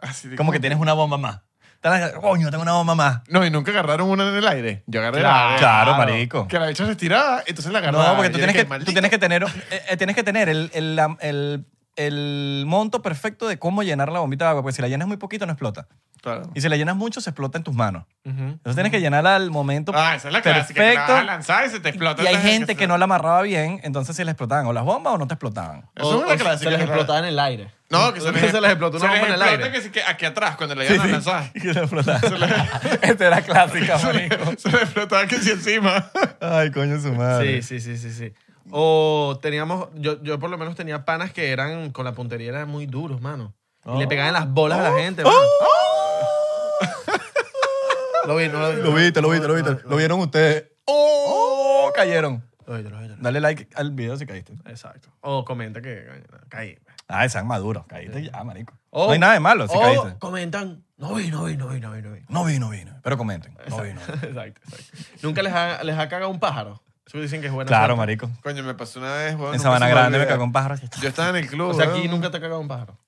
[SPEAKER 1] Así de-
[SPEAKER 3] Como que tienes una bomba más. Te lanzas, Coño, tengo una bomba más.
[SPEAKER 1] No, y nunca agarraron una en el aire. Yo agarré
[SPEAKER 2] Claro.
[SPEAKER 1] la
[SPEAKER 3] Claro, marico.
[SPEAKER 1] que la bicha se estiraba, entonces la agarraba.
[SPEAKER 3] No, porque tú
[SPEAKER 1] Y era
[SPEAKER 3] tienes que, tú
[SPEAKER 1] "Maldito".
[SPEAKER 3] tienes que tener, eh, eh, tienes que tener el, el, la- el- el monto perfecto de cómo llenar la bombita de agua, porque si la llenas muy poquito no explota.
[SPEAKER 1] Claro.
[SPEAKER 3] Y si la llenas mucho, se explota en tus manos.
[SPEAKER 2] Ujú.
[SPEAKER 3] Entonces tienes que llenarla al momento
[SPEAKER 1] Ah, esa es la clásica. que la
[SPEAKER 3] perfecto.
[SPEAKER 1] vas a lanzar y se te explota.
[SPEAKER 3] y hay
[SPEAKER 1] Esa es la
[SPEAKER 3] gente que
[SPEAKER 1] se-
[SPEAKER 3] no la amarraba bien, entonces se le explotaban o las bombas o no te explotaban.
[SPEAKER 1] Eso
[SPEAKER 2] O-
[SPEAKER 1] es una
[SPEAKER 2] o
[SPEAKER 1] clásica.
[SPEAKER 2] Se les
[SPEAKER 1] claro.
[SPEAKER 2] explotaba en el aire.
[SPEAKER 1] No, que se les,
[SPEAKER 2] se les explotó una
[SPEAKER 1] se les
[SPEAKER 2] bomba en el
[SPEAKER 1] explota
[SPEAKER 2] aire.
[SPEAKER 1] Que, sí que aquí atrás, cuando le llegan a lanzar.
[SPEAKER 3] Y se explotaba. Esta era clásica, marico.
[SPEAKER 1] Se les explotaba que sí encima.
[SPEAKER 3] Ay, coño, su madre.
[SPEAKER 2] Sí, sí, sí, sí, sí. O teníamos, yo, yo por lo menos tenía panas que eran, con la puntería eran muy duros, mano. Y le
[SPEAKER 3] Oh.
[SPEAKER 2] pegaban las bolas a la gente, mano. Lo vi, no lo vi.
[SPEAKER 3] Lo vieron ustedes. ¡Oh! Cayeron.
[SPEAKER 2] Lo vi, lo vi, lo vi.
[SPEAKER 3] Dale like al video si caíste.
[SPEAKER 2] Exacto. O comenta que coño, no, caí.
[SPEAKER 3] Ah, sean maduros. Caíste ya, marico.
[SPEAKER 2] O-
[SPEAKER 3] no hay nada de malo si
[SPEAKER 2] o
[SPEAKER 3] caíste.
[SPEAKER 2] comentan, no vi, no vi, no vi, no vi, no vi.
[SPEAKER 3] No vi, no vi. no. Pero comenten. No vi, no vi.
[SPEAKER 2] Exacto, exacto. ¿Nunca les ha, les ha cagado un pájaro? Eso dicen que es buena
[SPEAKER 3] Claro,
[SPEAKER 2] suerte.
[SPEAKER 3] marico.
[SPEAKER 1] Coño, me pasó una vez, weón.
[SPEAKER 3] En
[SPEAKER 1] nunca
[SPEAKER 3] Sabana
[SPEAKER 1] se
[SPEAKER 3] Grande me
[SPEAKER 1] olvida.
[SPEAKER 3] cagó un pájaro.
[SPEAKER 1] Yo estaba en el club.
[SPEAKER 2] O sea, aquí
[SPEAKER 1] weón.
[SPEAKER 2] nunca te ha cagado un pájaro.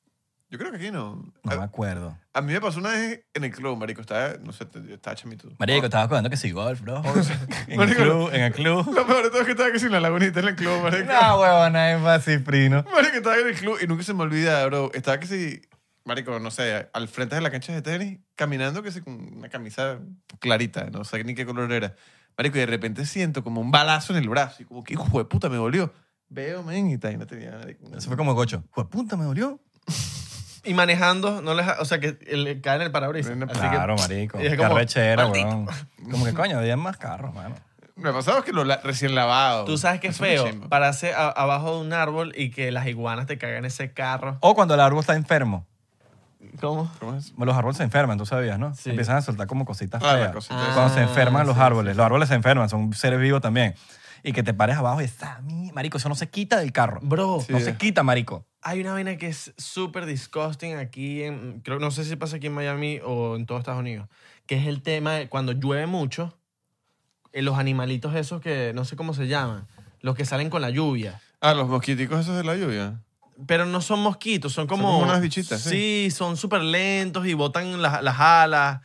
[SPEAKER 1] Yo creo que aquí no.
[SPEAKER 3] No
[SPEAKER 1] A,
[SPEAKER 3] me acuerdo.
[SPEAKER 1] a mí me pasó una vez en el club, marico. Estaba, no sé, yo estaba chamito.
[SPEAKER 3] Marico, estaba jugando que sí, golf, bro. En el
[SPEAKER 1] Marico.
[SPEAKER 3] club, en el club.
[SPEAKER 1] Lo peor de todo es que estaba casi en la lagunita en el club, marico.
[SPEAKER 3] No, huevona, es más cifrino.
[SPEAKER 1] Marico, estaba en el club y nunca se me olvida, bro. Estaba que si, marico, no sé, al frente de la cancha de tenis, caminando que si con una camisa clarita, no sé ni qué color era. Marico, y de repente siento como un balazo en el brazo y como que hijo de puta me dolió. Veo, men, y tal, y no tenía marico,
[SPEAKER 3] Eso fue como gocho. Jueputa, me dolió.
[SPEAKER 2] Y manejando, no les ha- o sea, que le cae en el parabrisas.
[SPEAKER 1] Bueno,
[SPEAKER 2] Así que-
[SPEAKER 3] Claro, marico.
[SPEAKER 2] y es
[SPEAKER 3] Qué
[SPEAKER 2] como,
[SPEAKER 3] rechera,
[SPEAKER 2] "Maldito".
[SPEAKER 3] weón. Como que coño, había más carros, mano.
[SPEAKER 1] Me ha pasado que lo la- recién lavado.
[SPEAKER 2] Tú sabes que es
[SPEAKER 1] Eso me
[SPEAKER 2] feo
[SPEAKER 1] chimba.
[SPEAKER 2] pararse a- abajo de un árbol y que las iguanas te caigan ese carro.
[SPEAKER 3] O cuando el árbol está enfermo.
[SPEAKER 2] ¿Cómo?
[SPEAKER 1] ¿Cómo es?
[SPEAKER 3] Los árboles se enferman, tú sabías, ¿no?
[SPEAKER 2] Sí.
[SPEAKER 3] Empiezan a soltar como cositas
[SPEAKER 1] Ah, la
[SPEAKER 3] feas.
[SPEAKER 1] cosita
[SPEAKER 2] esa.
[SPEAKER 3] Cuando se
[SPEAKER 2] Ah,
[SPEAKER 3] enferman los
[SPEAKER 2] sí,
[SPEAKER 3] árboles. Los árboles se enferman, son seres vivos también. Y que te pares abajo y está, mi- marico, eso no se quita del carro.
[SPEAKER 2] Bro,
[SPEAKER 1] Sí.
[SPEAKER 3] No se quita, marico.
[SPEAKER 2] hay una vaina que es súper disgusting aquí en, creo, no sé si pasa aquí en Miami o en todo Estados Unidos, que es el tema de cuando llueve mucho, eh, los animalitos esos que no sé cómo se llaman, los que salen con la lluvia.
[SPEAKER 1] Ah, los mosquiticos esos de la lluvia.
[SPEAKER 2] Pero no son mosquitos, son como...
[SPEAKER 1] Son como unas bichitas,
[SPEAKER 2] Sí, son súper lentos y botan las, las alas.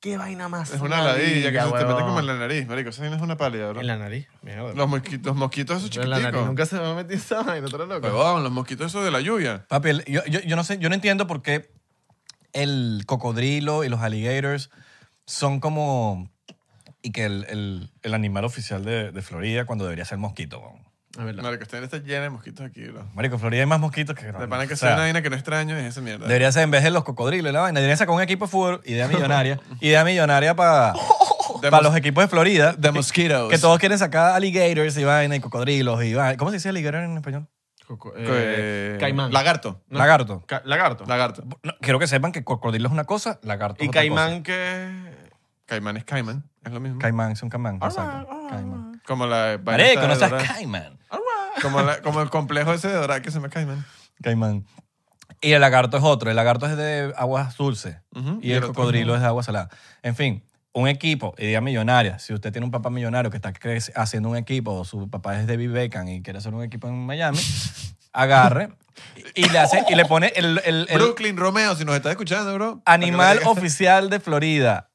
[SPEAKER 2] Qué vaina más.
[SPEAKER 1] Es una ladilla que se te mete
[SPEAKER 2] huevón.
[SPEAKER 1] como en la nariz, marico. Esa vaina es una pálida, bro.
[SPEAKER 2] En la nariz. Mierda.
[SPEAKER 1] Los, mosqui- los mosquitos esos
[SPEAKER 2] Pero en la nariz
[SPEAKER 1] chiquiticos.
[SPEAKER 2] nunca se me ha metido esa vaina, tú eres loco.
[SPEAKER 1] Huevón, los mosquitos esos de la lluvia.
[SPEAKER 3] Papi, el- yo, yo- yo no sé, yo no entiendo por qué el cocodrilo y los alligators son como. Y que el, el- el animal oficial de, de Florida cuando debería ser mosquito. weón.
[SPEAKER 2] A ver,
[SPEAKER 1] Marico, esta vaina está llena de mosquitos aquí, bro.
[SPEAKER 3] Marico, en Florida hay más mosquitos que.
[SPEAKER 1] De pana que
[SPEAKER 3] Ah,
[SPEAKER 1] sea
[SPEAKER 3] o sea,
[SPEAKER 1] una vaina que no extraño es esa mierda.
[SPEAKER 3] Debería ser en vez de los cocodrilos y la vaina. Debería sacar un equipo de fútbol, idea millonaria. idea millonaria para
[SPEAKER 1] De mos-
[SPEAKER 3] los equipos de Florida.
[SPEAKER 1] The mosquitoes.
[SPEAKER 3] Que todos quieren sacar alligators y vaina y cocodrilos y vaina. ¿Cómo se dice alligator en español?
[SPEAKER 2] coco- eh,
[SPEAKER 1] Eh,
[SPEAKER 2] caimán.
[SPEAKER 1] Lagarto.
[SPEAKER 2] No.
[SPEAKER 3] Lagarto.
[SPEAKER 2] Ca- lagarto.
[SPEAKER 1] Lagarto.
[SPEAKER 3] No, quiero que sepan que cocodrilo es una cosa, lagarto es
[SPEAKER 2] y
[SPEAKER 3] otra
[SPEAKER 2] caimán que...
[SPEAKER 1] Caimán es caimán. Es lo mismo.
[SPEAKER 3] cosa. Caimán, es un caimán.
[SPEAKER 2] All
[SPEAKER 3] exacto.
[SPEAKER 2] right, all right,
[SPEAKER 3] Caimán.
[SPEAKER 2] all right.
[SPEAKER 1] Como la vaina
[SPEAKER 3] Marico,
[SPEAKER 1] esta
[SPEAKER 3] no
[SPEAKER 1] de
[SPEAKER 3] seas
[SPEAKER 1] Dora-
[SPEAKER 3] caimán.
[SPEAKER 2] All right.
[SPEAKER 1] como, la- como el complejo ese de Dora que se me caimán.
[SPEAKER 3] Caimán. Y el lagarto es otro. El lagarto es de aguas dulces.
[SPEAKER 1] Ujú.
[SPEAKER 3] Y,
[SPEAKER 1] Y
[SPEAKER 3] el,
[SPEAKER 1] el otro
[SPEAKER 3] cocodrilo es de agua salada. En fin, un equipo, idea millonaria. Si usted tiene un papá millonario que está crece- haciendo un equipo, o su papá es de Beckham y quiere hacer un equipo en Miami, agarre y le, hace, y le pone el, el- el
[SPEAKER 1] Brooklyn Romeo, si nos estás escuchando, bro.
[SPEAKER 3] animal
[SPEAKER 1] Para que
[SPEAKER 3] oficial de Florida.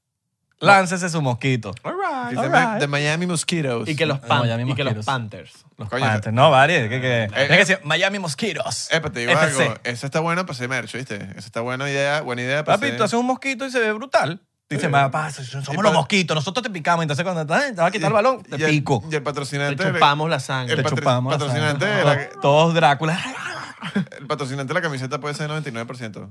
[SPEAKER 3] Láncese su mosquito.
[SPEAKER 2] All
[SPEAKER 1] lo digas.
[SPEAKER 2] right.
[SPEAKER 1] Dice,
[SPEAKER 3] alright.
[SPEAKER 1] The Miami Mosquitoes.
[SPEAKER 2] Y que los,
[SPEAKER 3] Ah, No,
[SPEAKER 2] pan-
[SPEAKER 3] Miami
[SPEAKER 2] y que los
[SPEAKER 3] Mosquitoes.
[SPEAKER 2] Panthers.
[SPEAKER 3] Los
[SPEAKER 1] Coño,
[SPEAKER 3] Panthers. No, vale. Que, que,
[SPEAKER 1] eh.
[SPEAKER 3] es que se- Miami Mosquitos.
[SPEAKER 1] Epa, te digo
[SPEAKER 3] FC.
[SPEAKER 1] algo. Esa está buena para hacer merch, ¿viste? Esa está buena idea, buena idea para
[SPEAKER 3] Papi,
[SPEAKER 1] hacer-
[SPEAKER 3] tú haces un mosquito y se ve brutal. Dice, papá, somos
[SPEAKER 1] pa-
[SPEAKER 3] los mosquitos, nosotros te picamos. Entonces, cuando te, te vas a quitar el balón, te
[SPEAKER 1] y el-
[SPEAKER 3] pico.
[SPEAKER 1] Y el
[SPEAKER 2] Te
[SPEAKER 1] patrocinante...
[SPEAKER 2] chupamos la
[SPEAKER 1] el
[SPEAKER 2] sangre.
[SPEAKER 3] Te
[SPEAKER 1] patri-
[SPEAKER 3] chupamos. la
[SPEAKER 1] patrocinante
[SPEAKER 3] sangre.
[SPEAKER 1] era-
[SPEAKER 3] Todos Drácula.
[SPEAKER 1] el patrocinante de la camiseta puede ser 99%.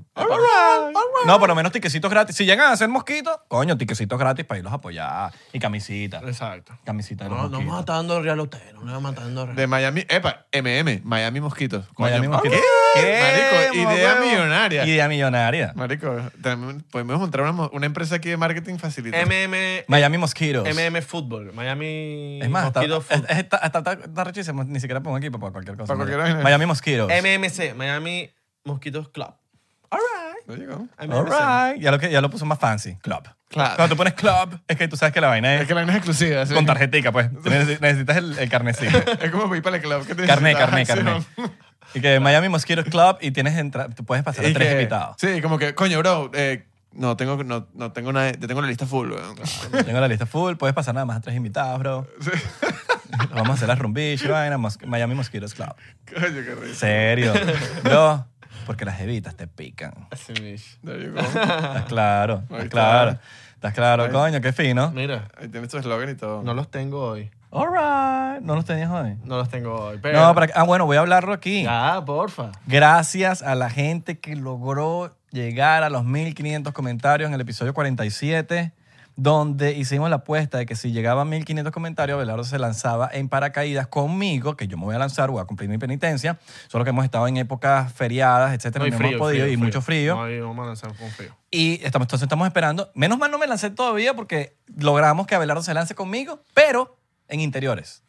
[SPEAKER 3] No, por lo menos tiquecitos gratis. Si llegan a hacer mosquitos, coño, tiquecitos gratis para irlos a apoyar. Y camisita.
[SPEAKER 2] Exacto.
[SPEAKER 3] Camisita de los
[SPEAKER 2] No, no
[SPEAKER 3] mosquitos.
[SPEAKER 2] matando real hotel, no matando real.
[SPEAKER 1] De Miami, epa, MM, Miami Mosquitos. Coño,
[SPEAKER 3] Miami Mosquitos.
[SPEAKER 1] ¿Qué?
[SPEAKER 3] ¿Qué,
[SPEAKER 1] Marico,
[SPEAKER 3] mamá
[SPEAKER 1] idea
[SPEAKER 3] huevo?
[SPEAKER 1] millonaria.
[SPEAKER 3] Idea millonaria.
[SPEAKER 1] Marico, también podemos montar una, mo- una empresa aquí de marketing facilita.
[SPEAKER 2] MM,
[SPEAKER 3] Miami Mosquitos.
[SPEAKER 2] MM Fútbol, Miami
[SPEAKER 3] es más, hasta,
[SPEAKER 2] Mosquito Fútbol.
[SPEAKER 3] es- está, está, está- está rechísimo. Ni siquiera pongo equipo para cualquier cosa.
[SPEAKER 1] Para cualquier
[SPEAKER 3] Miami-
[SPEAKER 1] vaina.
[SPEAKER 3] Miami Mosquitos.
[SPEAKER 2] MMC, Miami Mosquitos Club. All right.
[SPEAKER 1] No llegó.
[SPEAKER 3] All right. Ya lo, que, ya lo puso más fancy. Club.
[SPEAKER 1] Claro.
[SPEAKER 3] Cuando tú pones club, es que tú sabes que la vaina
[SPEAKER 1] Es
[SPEAKER 3] es
[SPEAKER 1] que la vaina es exclusiva. ¿sí?
[SPEAKER 3] con tarjetica, pues. Tú neces- Necesitas el, el carnecito.
[SPEAKER 1] Es como ir para el club. que te
[SPEAKER 3] Carné,
[SPEAKER 1] necesitas
[SPEAKER 3] carné,
[SPEAKER 1] acción.
[SPEAKER 3] carné. Y que Miami Mosquito Club y tienes entra tú puedes pasar a
[SPEAKER 1] Y
[SPEAKER 3] tres
[SPEAKER 1] que-
[SPEAKER 3] invitados.
[SPEAKER 1] Sí, como que, coño, bro, eh, no tengo, no, no tengo nada, te tengo la lista full. weón.
[SPEAKER 3] Tengo la lista full, puedes pasar nada más a tres invitados, bro. Vamos a hacer las rumbichas, vaina, Mos- Miami Mosquitos Club.
[SPEAKER 1] Coño, qué risa.
[SPEAKER 3] Serio. Bro, porque las evitas te pican.
[SPEAKER 2] Así mismo.
[SPEAKER 1] No llegó. Ah.
[SPEAKER 3] Estás claro,
[SPEAKER 1] Ahí
[SPEAKER 3] estás
[SPEAKER 1] está.
[SPEAKER 3] claro. Estás claro,
[SPEAKER 1] Ahí.
[SPEAKER 3] coño, qué fino.
[SPEAKER 2] Mira,
[SPEAKER 1] Ahí tienes tu eslogan y todo.
[SPEAKER 2] no los tengo hoy.
[SPEAKER 3] All right. No los tenías hoy.
[SPEAKER 2] No los tengo hoy. Pero,
[SPEAKER 3] No, para, ah, bueno, voy a hablarlo aquí.
[SPEAKER 2] Ya, porfa.
[SPEAKER 3] Gracias a la gente que logró llegar a los 1500 comentarios en el episodio 47, donde hicimos la apuesta de que si llegaba a 1500 comentarios, Belardo se lanzaba en paracaídas conmigo, que yo me voy a lanzar, voy a cumplir mi penitencia. Solo que hemos estado en épocas feriadas, etcétera,
[SPEAKER 2] No, y
[SPEAKER 3] no
[SPEAKER 2] frío,
[SPEAKER 3] hemos podido,
[SPEAKER 2] frío,
[SPEAKER 3] y mucho frío.
[SPEAKER 2] No, y vamos a lanzar con frío.
[SPEAKER 3] Y estamos, entonces estamos esperando. Menos mal no me lancé todavía porque logramos que Abelardo se lance conmigo, pero en interiores.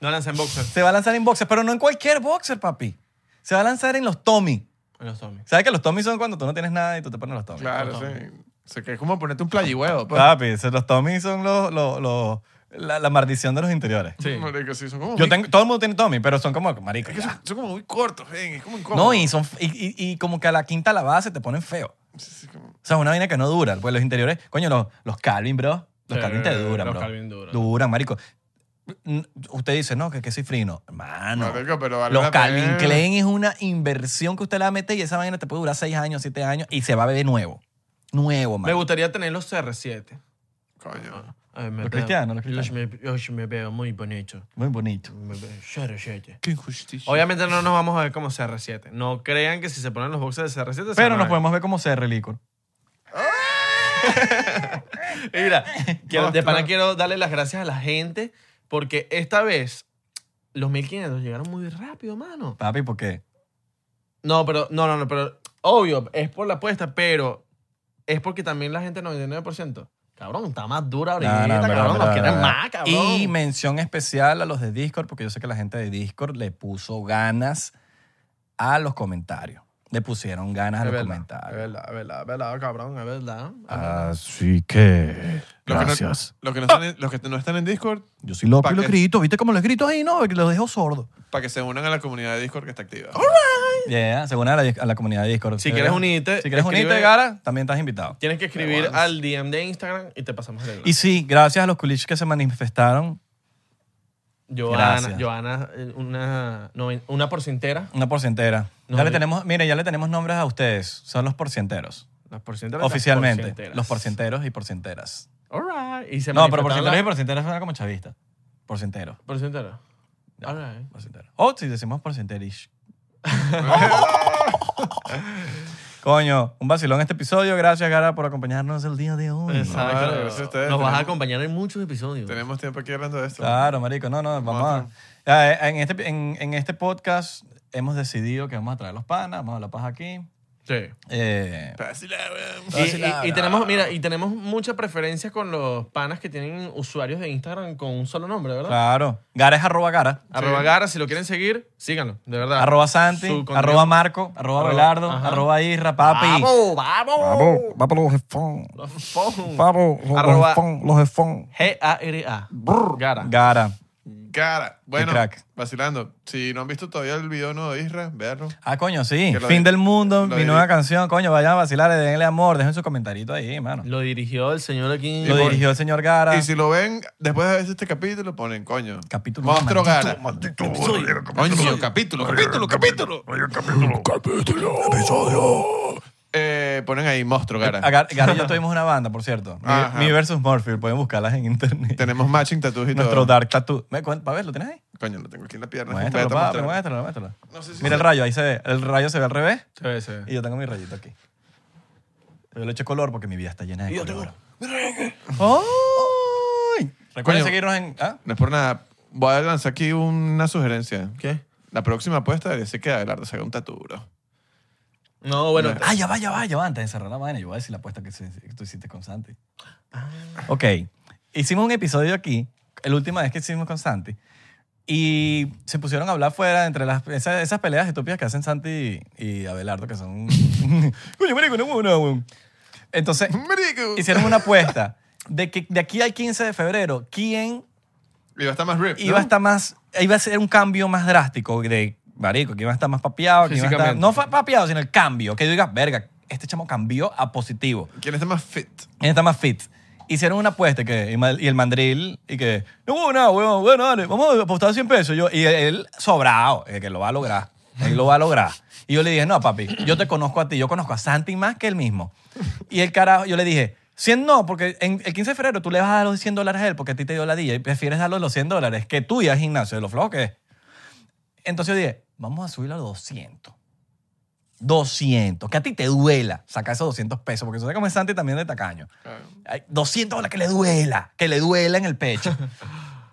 [SPEAKER 2] No lancé en boxer.
[SPEAKER 3] Se va a lanzar en boxers, pero no en cualquier boxer, papi. Se va a lanzar en los Tommy.
[SPEAKER 2] En los zombies.
[SPEAKER 3] ¿Sabes que los Tommy son cuando tú no tienes nada y tú te pones los Tommy?
[SPEAKER 1] Claro, sí. O sea, que es como ponerte un playihuevo. pues.
[SPEAKER 3] Papi, esos- los Tommy son los, los- los- la, la maldición de los interiores.
[SPEAKER 2] Sí.
[SPEAKER 1] Marico, sí, son como
[SPEAKER 3] Yo
[SPEAKER 1] muy-
[SPEAKER 3] tengo, todo el mundo tiene Tommy, pero son como marico.
[SPEAKER 1] es que
[SPEAKER 3] ya.
[SPEAKER 1] son, son como muy cortos, ven, es como incómodo.
[SPEAKER 3] No, y, son, y, y- y como que a la quinta lavada se te ponen feo.
[SPEAKER 1] Sí, sí, como-
[SPEAKER 3] O sea, es una vaina que no dura. Pues los interiores, coño, los, los Calvin, bro. Los
[SPEAKER 2] Sí,
[SPEAKER 3] Calvin te duran,
[SPEAKER 2] los
[SPEAKER 3] bro.
[SPEAKER 2] Calvin duran.
[SPEAKER 3] Duran, marico. Mm, Usted dice, no, que, que soy frino. Hermano.
[SPEAKER 1] Marico, pero vale
[SPEAKER 3] Los
[SPEAKER 1] la
[SPEAKER 3] Calvin
[SPEAKER 1] pena.
[SPEAKER 3] Klein es una inversión que usted la mete y esa vaina te puede durar 6 años, 7 años y se va a beber nuevo. Nuevo,
[SPEAKER 2] Me
[SPEAKER 3] man.
[SPEAKER 2] gustaría tener los CR7.
[SPEAKER 1] Coño.
[SPEAKER 2] A ver, me veo-
[SPEAKER 3] Los cristianos, los cristianos.
[SPEAKER 2] Yo me- Yo, me veo muy bonito.
[SPEAKER 3] Muy bonito.
[SPEAKER 2] Me veo CR7.
[SPEAKER 1] Qué injusticia.
[SPEAKER 2] Obviamente no nos vamos a ver como CR7. No crean que si se ponen los boxes de CR7 se van
[SPEAKER 3] Pero
[SPEAKER 2] a
[SPEAKER 3] nos
[SPEAKER 2] ver.
[SPEAKER 3] podemos ver como CR Licor.
[SPEAKER 2] Y Mira, quiero- de pana
[SPEAKER 1] Ostras.
[SPEAKER 2] quiero darle las gracias a la gente porque esta vez los 1500 llegaron muy rápido, mano.
[SPEAKER 3] Papi, ¿por qué?
[SPEAKER 2] No, pero, no, no, no, pero obvio, es por la apuesta, pero es porque también la gente 99%. Cabrón, está más dura ahorita,
[SPEAKER 3] No, no, en verdad,
[SPEAKER 2] cabrón, nos
[SPEAKER 3] en verdad,
[SPEAKER 2] quieren
[SPEAKER 3] en verdad.
[SPEAKER 2] más, cabrón.
[SPEAKER 3] Y mención especial a los de Discord, porque yo sé que la gente de Discord le puso ganas a los comentarios. Le pusieron ganas a
[SPEAKER 2] Es
[SPEAKER 3] los
[SPEAKER 2] verdad, es
[SPEAKER 3] comentarios. Ah,
[SPEAKER 2] verdad, es verdad, es verdad, cabrón, es verdad. es verdad.
[SPEAKER 3] Así que,
[SPEAKER 1] Los que no-
[SPEAKER 3] gracias.
[SPEAKER 1] Los que no
[SPEAKER 3] Ah.
[SPEAKER 1] están en- los que no están en Discord,
[SPEAKER 3] Yo soy loco
[SPEAKER 1] ¿Pa'
[SPEAKER 3] y lo
[SPEAKER 1] qué?
[SPEAKER 3] grito. ¿Viste cómo lo grito ahí? No, lo dejo sordo.
[SPEAKER 1] para que se unan a la comunidad de Discord que está activa.
[SPEAKER 3] Yeah, según a la, a la comunidad de Discord.
[SPEAKER 2] Si
[SPEAKER 3] De
[SPEAKER 2] quieres
[SPEAKER 3] verdad.
[SPEAKER 2] unirte,
[SPEAKER 3] Si quieres
[SPEAKER 2] escribe-
[SPEAKER 3] unirte, Gara, también estás invitado.
[SPEAKER 2] Tienes que escribir
[SPEAKER 1] Aguanta.
[SPEAKER 2] al DM de Instagram y te pasamos el
[SPEAKER 3] Y sí, gracias a los culiches que se manifestaron,
[SPEAKER 2] Joana,
[SPEAKER 3] Gracias.
[SPEAKER 2] Joana, eh, una, noven- una porcentera.
[SPEAKER 3] una porcentera.
[SPEAKER 2] No,
[SPEAKER 3] ya le
[SPEAKER 2] yo-
[SPEAKER 3] tenemos, mire, ya le tenemos nombres a ustedes. Son los porcienteros.
[SPEAKER 2] Las porcenteras. las
[SPEAKER 3] Oficialmente.
[SPEAKER 2] porcienteras.
[SPEAKER 3] Los porcienteros y porcienteras.
[SPEAKER 2] All right. Y se
[SPEAKER 3] No, pero porcienteros y
[SPEAKER 2] manifestaron
[SPEAKER 3] porcienteras suena como chavista. Porcientero.
[SPEAKER 2] la- porcentera.
[SPEAKER 3] Ya.
[SPEAKER 2] All right.
[SPEAKER 3] porcientero. O si decimos porcienterish. Coño, un vacilón este episodio. Gracias, Gara, por acompañarnos el día de hoy.
[SPEAKER 2] Exacto.
[SPEAKER 1] Vale, gracias a ustedes.
[SPEAKER 2] Nos vas a
[SPEAKER 1] Tenemos-
[SPEAKER 2] acompañar en muchos episodios.
[SPEAKER 1] Tenemos tiempo aquí hablando de esto.
[SPEAKER 3] Claro, marico. No, no, vamos a...
[SPEAKER 1] Otro.
[SPEAKER 3] Ya, eh, En este, en, en este podcast hemos decidido que vamos a traer los panas, vamos a la paz aquí.
[SPEAKER 2] Sí.
[SPEAKER 3] Eh,
[SPEAKER 1] Pásala, weón.
[SPEAKER 2] Y, y- y tenemos, mira, y tenemos mucha preferencia con los panas que tienen usuarios de Instagram con un solo nombre, ¿verdad?
[SPEAKER 3] claro. Gara es arroba Gara.
[SPEAKER 2] Arroba Gara, si lo quieren seguir, síganlo, de verdad.
[SPEAKER 3] Arroba Santi,
[SPEAKER 2] Su contenido-
[SPEAKER 3] arroba Marco, arroba
[SPEAKER 2] Arroba-
[SPEAKER 3] Belardo,
[SPEAKER 2] ajá.
[SPEAKER 3] arroba Isra, papi.
[SPEAKER 2] ¡Vamos, vamos!
[SPEAKER 4] Va para los jefón.
[SPEAKER 2] Los pon.
[SPEAKER 4] Vamos, los
[SPEAKER 2] Arroba-
[SPEAKER 4] jefón, los jefón.
[SPEAKER 2] G-A-R-A. Gara.
[SPEAKER 3] Gara.
[SPEAKER 1] Cara. Bueno,
[SPEAKER 3] Ah. crack.
[SPEAKER 1] vacilando. Si no han visto todavía el video nuevo de Isra, véanlo.
[SPEAKER 3] Ah, coño, sí.
[SPEAKER 1] Que lo
[SPEAKER 3] Fin
[SPEAKER 1] de-
[SPEAKER 3] del mundo,
[SPEAKER 1] lo
[SPEAKER 3] mi
[SPEAKER 1] de-
[SPEAKER 3] nueva canción. Coño, vayan a vacilar, denle amor, dejen su comentarito ahí, mano.
[SPEAKER 2] Lo dirigió el señor aquí.
[SPEAKER 3] Lo
[SPEAKER 1] Y por-
[SPEAKER 3] dirigió el señor Gara.
[SPEAKER 1] Y si lo ven, después de ver este capítulo, ponen, coño.
[SPEAKER 3] Capítulo
[SPEAKER 1] Monstruo
[SPEAKER 3] uno, maldito,
[SPEAKER 1] Gara. Coño, capítulo, capítulo, capítulo.
[SPEAKER 4] Capítulo, capítulo. Episodio.
[SPEAKER 1] eh, ponen ahí monstruo, cara.
[SPEAKER 3] Agar- Gary y yo tuvimos una banda, por cierto.
[SPEAKER 1] Ajá.
[SPEAKER 3] Mi, Mi versus Morphe. Pueden buscarlas en internet.
[SPEAKER 1] Tenemos matching tattoos y
[SPEAKER 3] Nuestro
[SPEAKER 1] todo.
[SPEAKER 3] Dark Tattoo. ¿Me cuen- pa' ver, ¿Lo tienes ahí?
[SPEAKER 1] Coño, lo tengo aquí en la pierna.
[SPEAKER 3] Muéstralo,
[SPEAKER 1] completa,
[SPEAKER 3] papi,
[SPEAKER 1] muéstralo.
[SPEAKER 3] muéstralo, muéstralo.
[SPEAKER 1] No sé si
[SPEAKER 3] Mira el
[SPEAKER 1] se-
[SPEAKER 3] rayo, ahí se ve. El rayo se ve al revés
[SPEAKER 2] Se ve, se ve.
[SPEAKER 3] y yo tengo mi rayito aquí. Yo le echo color porque mi vida está llena de
[SPEAKER 1] yo
[SPEAKER 3] color. ¡Ay! Recuerden
[SPEAKER 1] Coño.
[SPEAKER 3] seguirnos en... ¿ah?
[SPEAKER 1] No es por nada. Voy a lanzar aquí una sugerencia.
[SPEAKER 2] ¿Qué?
[SPEAKER 1] La próxima apuesta debería ser que Abelardo se haga un tatu, bro.
[SPEAKER 2] No, bueno.
[SPEAKER 1] No.
[SPEAKER 3] Ah, ya va, ya va, ya va. Antes de cerrar la vaina, yo voy a decir la apuesta que, se- que tú hiciste con Santi. Ok. Hicimos un episodio aquí, el última vez que hicimos con Santi, y se pusieron a hablar fuera entre las, esas, esas peleas estúpidas que hacen Santi y, y Abelardo, que son... Coño, marico, no, huevo, no, huevo. Entonces,
[SPEAKER 1] ¡Marico!
[SPEAKER 3] hicieron una apuesta de que de aquí al 15 de febrero, ¿quién
[SPEAKER 1] Iba a estar más rip, ¿no?
[SPEAKER 3] iba a estar más, iba a ser un cambio más drástico de marico, que iba a estar más papeado, que iba a estar,
[SPEAKER 2] Físicamente.
[SPEAKER 3] no fa- papeado, sino el cambio, que yo diga, verga, este chamo cambió a positivo,
[SPEAKER 1] ¿Quién está más fit?
[SPEAKER 3] él está más fit. Hicieron una apuesta que, y ma- y el mandril, y que, no, huevo, nada, huevón, bueno, dale, vamos a apostar 100 pesos. Yo, y él sobrado, eh, que lo va a lograr, él lo va a lograr. Y yo le dije, no, papi, yo te conozco a ti, yo conozco a Santi más que él mismo. Y el carajo, yo le dije, 100 no, porque en el 15 de febrero tú le vas a dar los 100 dólares a él porque a ti te dio la dilla y prefieres darle los 100 dólares que tú y al gimnasio, de los flojos que es. Entonces yo dije, vamos a subirlo a los 200. 200, que a ti te duela sacar esos 200 pesos, porque eso es como es Santi también de tacaño. Ay, 200 dólares que le duela, que le duela en el pecho.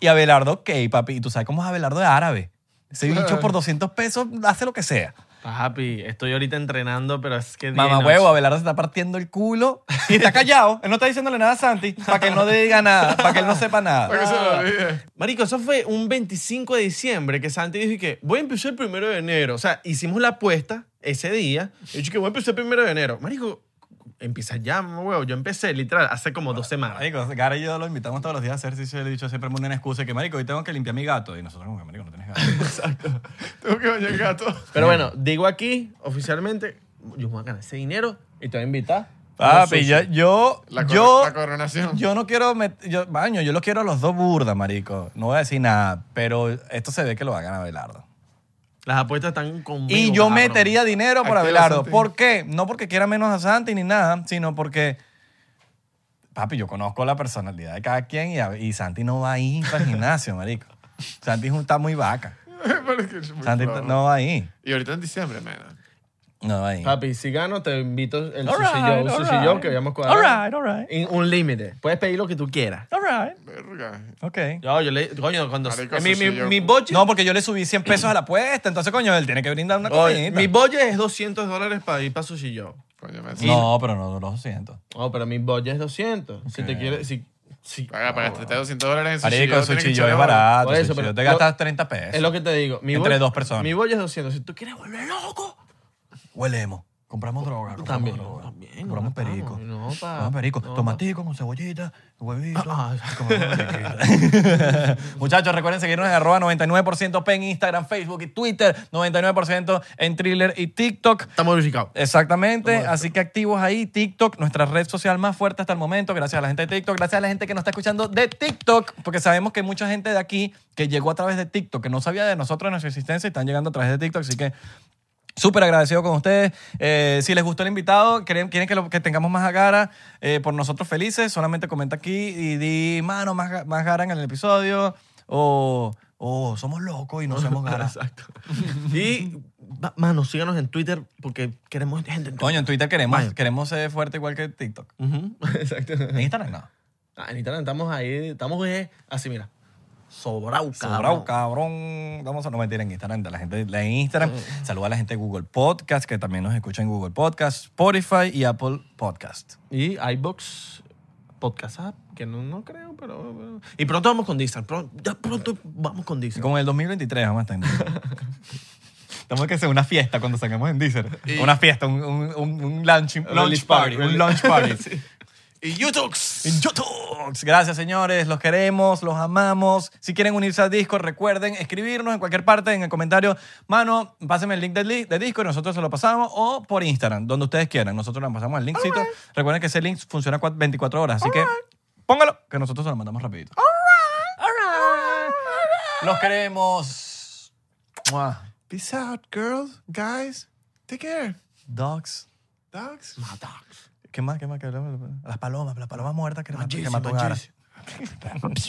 [SPEAKER 3] y Abelardo, ok, papi, y tú sabes cómo es Abelardo de árabe. Ese bicho por 200 pesos hace lo que sea.
[SPEAKER 2] Papi, estoy ahorita entrenando, pero es que. día y
[SPEAKER 3] Mamá
[SPEAKER 2] noche.
[SPEAKER 3] huevo, Abelardo se está partiendo el culo y está callado. Él no está diciéndole nada a Santi para que él no diga nada, para que él no sepa
[SPEAKER 1] Para
[SPEAKER 3] nada.
[SPEAKER 1] que se lo olvide.
[SPEAKER 2] Marico, eso fue un 25 de diciembre que Santi dijo y que voy a empezar el primero de enero. O sea, hicimos la apuesta ese día. Y yo que voy a empezar el primero de enero. Marico, empieza ya, mamá huevo. Yo empecé literal hace como dos semanas.
[SPEAKER 3] Marico, Gara y yo lo invitamos todos los días a hacer ejercicio. Le he dicho siempre una excusa y que, marico, hoy tengo que limpiar mi gato. Y nosotros, como que, marico, no tienes gato.
[SPEAKER 1] Tengo que bañar el gato.
[SPEAKER 2] Pero bueno, digo aquí oficialmente, yo voy a ganar ese dinero y te voy a invitar.
[SPEAKER 3] Papi, yo, yo,
[SPEAKER 1] La, cor-
[SPEAKER 3] yo,
[SPEAKER 1] la coronación.
[SPEAKER 3] yo no quiero, met- yo, baño, yo los quiero a los dos burda, marico. No voy a decir nada, pero esto se ve que lo va a ganar Abelardo.
[SPEAKER 2] Las apuestas están conmigo.
[SPEAKER 3] Y yo
[SPEAKER 2] cabrón.
[SPEAKER 3] metería dinero por
[SPEAKER 1] Activa
[SPEAKER 3] Abelardo.
[SPEAKER 1] Santi.
[SPEAKER 3] ¿Por qué? No porque quiera menos a Santi ni nada, sino porque, papi, yo conozco la personalidad de cada quien y, a- y Santi no va a ir para el gimnasio, marico. Santi es un- está muy vaca.
[SPEAKER 1] Porque es muy
[SPEAKER 3] Santi
[SPEAKER 1] flojo.
[SPEAKER 3] no va a ir.
[SPEAKER 1] Y ahorita en diciembre, man.
[SPEAKER 3] No va a ir.
[SPEAKER 2] Papi, si gano, te invito el
[SPEAKER 3] All
[SPEAKER 2] sushi
[SPEAKER 3] right,
[SPEAKER 2] yo,
[SPEAKER 3] all
[SPEAKER 2] sushi
[SPEAKER 3] right.
[SPEAKER 2] yo, que habíamos cuadrado.
[SPEAKER 3] All right, all right.
[SPEAKER 2] En un límite. Puedes pedir lo que tú quieras.
[SPEAKER 3] All right.
[SPEAKER 1] Verga.
[SPEAKER 3] Ok.
[SPEAKER 2] Yo, yo le coño, cuando
[SPEAKER 1] Marico,
[SPEAKER 2] mi,
[SPEAKER 1] sushi
[SPEAKER 2] mi,
[SPEAKER 1] yo.
[SPEAKER 2] mi budget-
[SPEAKER 3] No, porque yo le subí 100 pesos a la apuesta, entonces, coño, él tiene que brindar una
[SPEAKER 2] Oye,
[SPEAKER 3] comidita.
[SPEAKER 2] mi budget es 200 dólares para ir para Sushi Joe.
[SPEAKER 1] Coño, man.
[SPEAKER 3] No, pero no los 200.
[SPEAKER 2] No, Oh, pero mi budget es 200. Si te quieres, si, si-
[SPEAKER 1] Paga, pagaste 200 dólares en sushi.
[SPEAKER 3] Marico,
[SPEAKER 1] Yo, tiene que
[SPEAKER 3] sushi yo
[SPEAKER 1] echarle
[SPEAKER 3] es
[SPEAKER 1] bola.
[SPEAKER 3] barato.
[SPEAKER 2] Por eso,
[SPEAKER 3] sushi
[SPEAKER 2] pero
[SPEAKER 3] yo te
[SPEAKER 2] lo-
[SPEAKER 3] gastas 30
[SPEAKER 2] es
[SPEAKER 3] pesos.
[SPEAKER 2] lo que te digo. Mi
[SPEAKER 3] Entre
[SPEAKER 2] budget-
[SPEAKER 3] dos personas.
[SPEAKER 2] Mi budget es 200. Si tú quieres volver loco,
[SPEAKER 3] Huelemos. Compramos droga. compramos
[SPEAKER 2] también.
[SPEAKER 3] droga,
[SPEAKER 2] también,
[SPEAKER 3] Compramos
[SPEAKER 2] no,
[SPEAKER 3] perico.
[SPEAKER 2] no, pa-
[SPEAKER 3] Compramos perico.
[SPEAKER 2] no, pa-
[SPEAKER 3] Tomatico con cebollita, huevito.
[SPEAKER 2] Ah, ah.
[SPEAKER 3] Compramos periquito. Muchachos, recuerden seguirnos en arroba 99% P en Instagram, Facebook y Twitter. 99% en Thriller y TikTok.
[SPEAKER 2] estamos verificados.
[SPEAKER 3] Exactamente, así que activos ahí, TikTok, nuestra red social más fuerte hasta el momento, gracias a la gente de TikTok, gracias a la gente que nos está escuchando de TikTok, porque sabemos que mucha gente de aquí que llegó a través de TikTok, que no sabía de nosotros, de nuestra existencia, y están llegando a través de TikTok, así que súper agradecido con ustedes. Eh, si les gustó el invitado, quieren, quieren que, lo- que tengamos más a Gara, eh, por nosotros felices, solamente comenta aquí y di, mano, más, Ga- más Gara en el episodio, o... o somos locos y no somos Gara.
[SPEAKER 2] Exacto. Y, ma- mano, síganos en Twitter porque queremos gente. en
[SPEAKER 3] Coño, en Twitter queremos,
[SPEAKER 2] Vaya.
[SPEAKER 3] queremos ser fuerte igual que TikTok.
[SPEAKER 2] Ujú, Exacto.
[SPEAKER 3] En Instagram no.
[SPEAKER 2] Ah, en Instagram estamos ahí, estamos eh, así, mira. Sobrau, cabrón.
[SPEAKER 3] Sobrado, cabrón. Vamos a no mentir en Instagram. La gente la en Instagram. Saluda a la gente de Google Podcast, que también nos escucha en Google Podcast, Spotify y Apple Podcast.
[SPEAKER 2] Y iBox Podcast App, que no, no creo, pero, pero- Y pronto vamos con Distant. pron- ya pronto vamos con
[SPEAKER 3] Y
[SPEAKER 2] Distant.
[SPEAKER 3] como en el 2023 vamos a estar en Deezer. Tenemos que hacer una fiesta cuando salgamos en Deezer.
[SPEAKER 1] Y-
[SPEAKER 3] Una fiesta, un, un, un- un lunch, lunch
[SPEAKER 2] release
[SPEAKER 3] party.
[SPEAKER 2] party.
[SPEAKER 3] Un lunch party.
[SPEAKER 1] Y YouTubes.
[SPEAKER 3] En YouTube. Gracias, señores. Los queremos, los amamos. Si quieren unirse al Discord, recuerden escribirnos en cualquier parte, en el comentario. Mano, pásenme el link del, li- de Discord, nosotros se lo pasamos. O por Instagram, donde ustedes quieran. Nosotros les pasamos el linkcito. Recuerden que ese link funciona cua- 24 horas, así que póngalo, que nosotros se lo mandamos rapidito. All right. Los queremos. Mua.
[SPEAKER 1] Peace out, girls, guys. Take care.
[SPEAKER 3] Dogs.
[SPEAKER 1] Dogs.
[SPEAKER 3] ¿Qué más? ¿Qué más? ¿Qué hablamos? Las palomas, las palomas muertas que, mató- que
[SPEAKER 2] Muchísimo,
[SPEAKER 3] mató Gara.
[SPEAKER 2] muchísimo.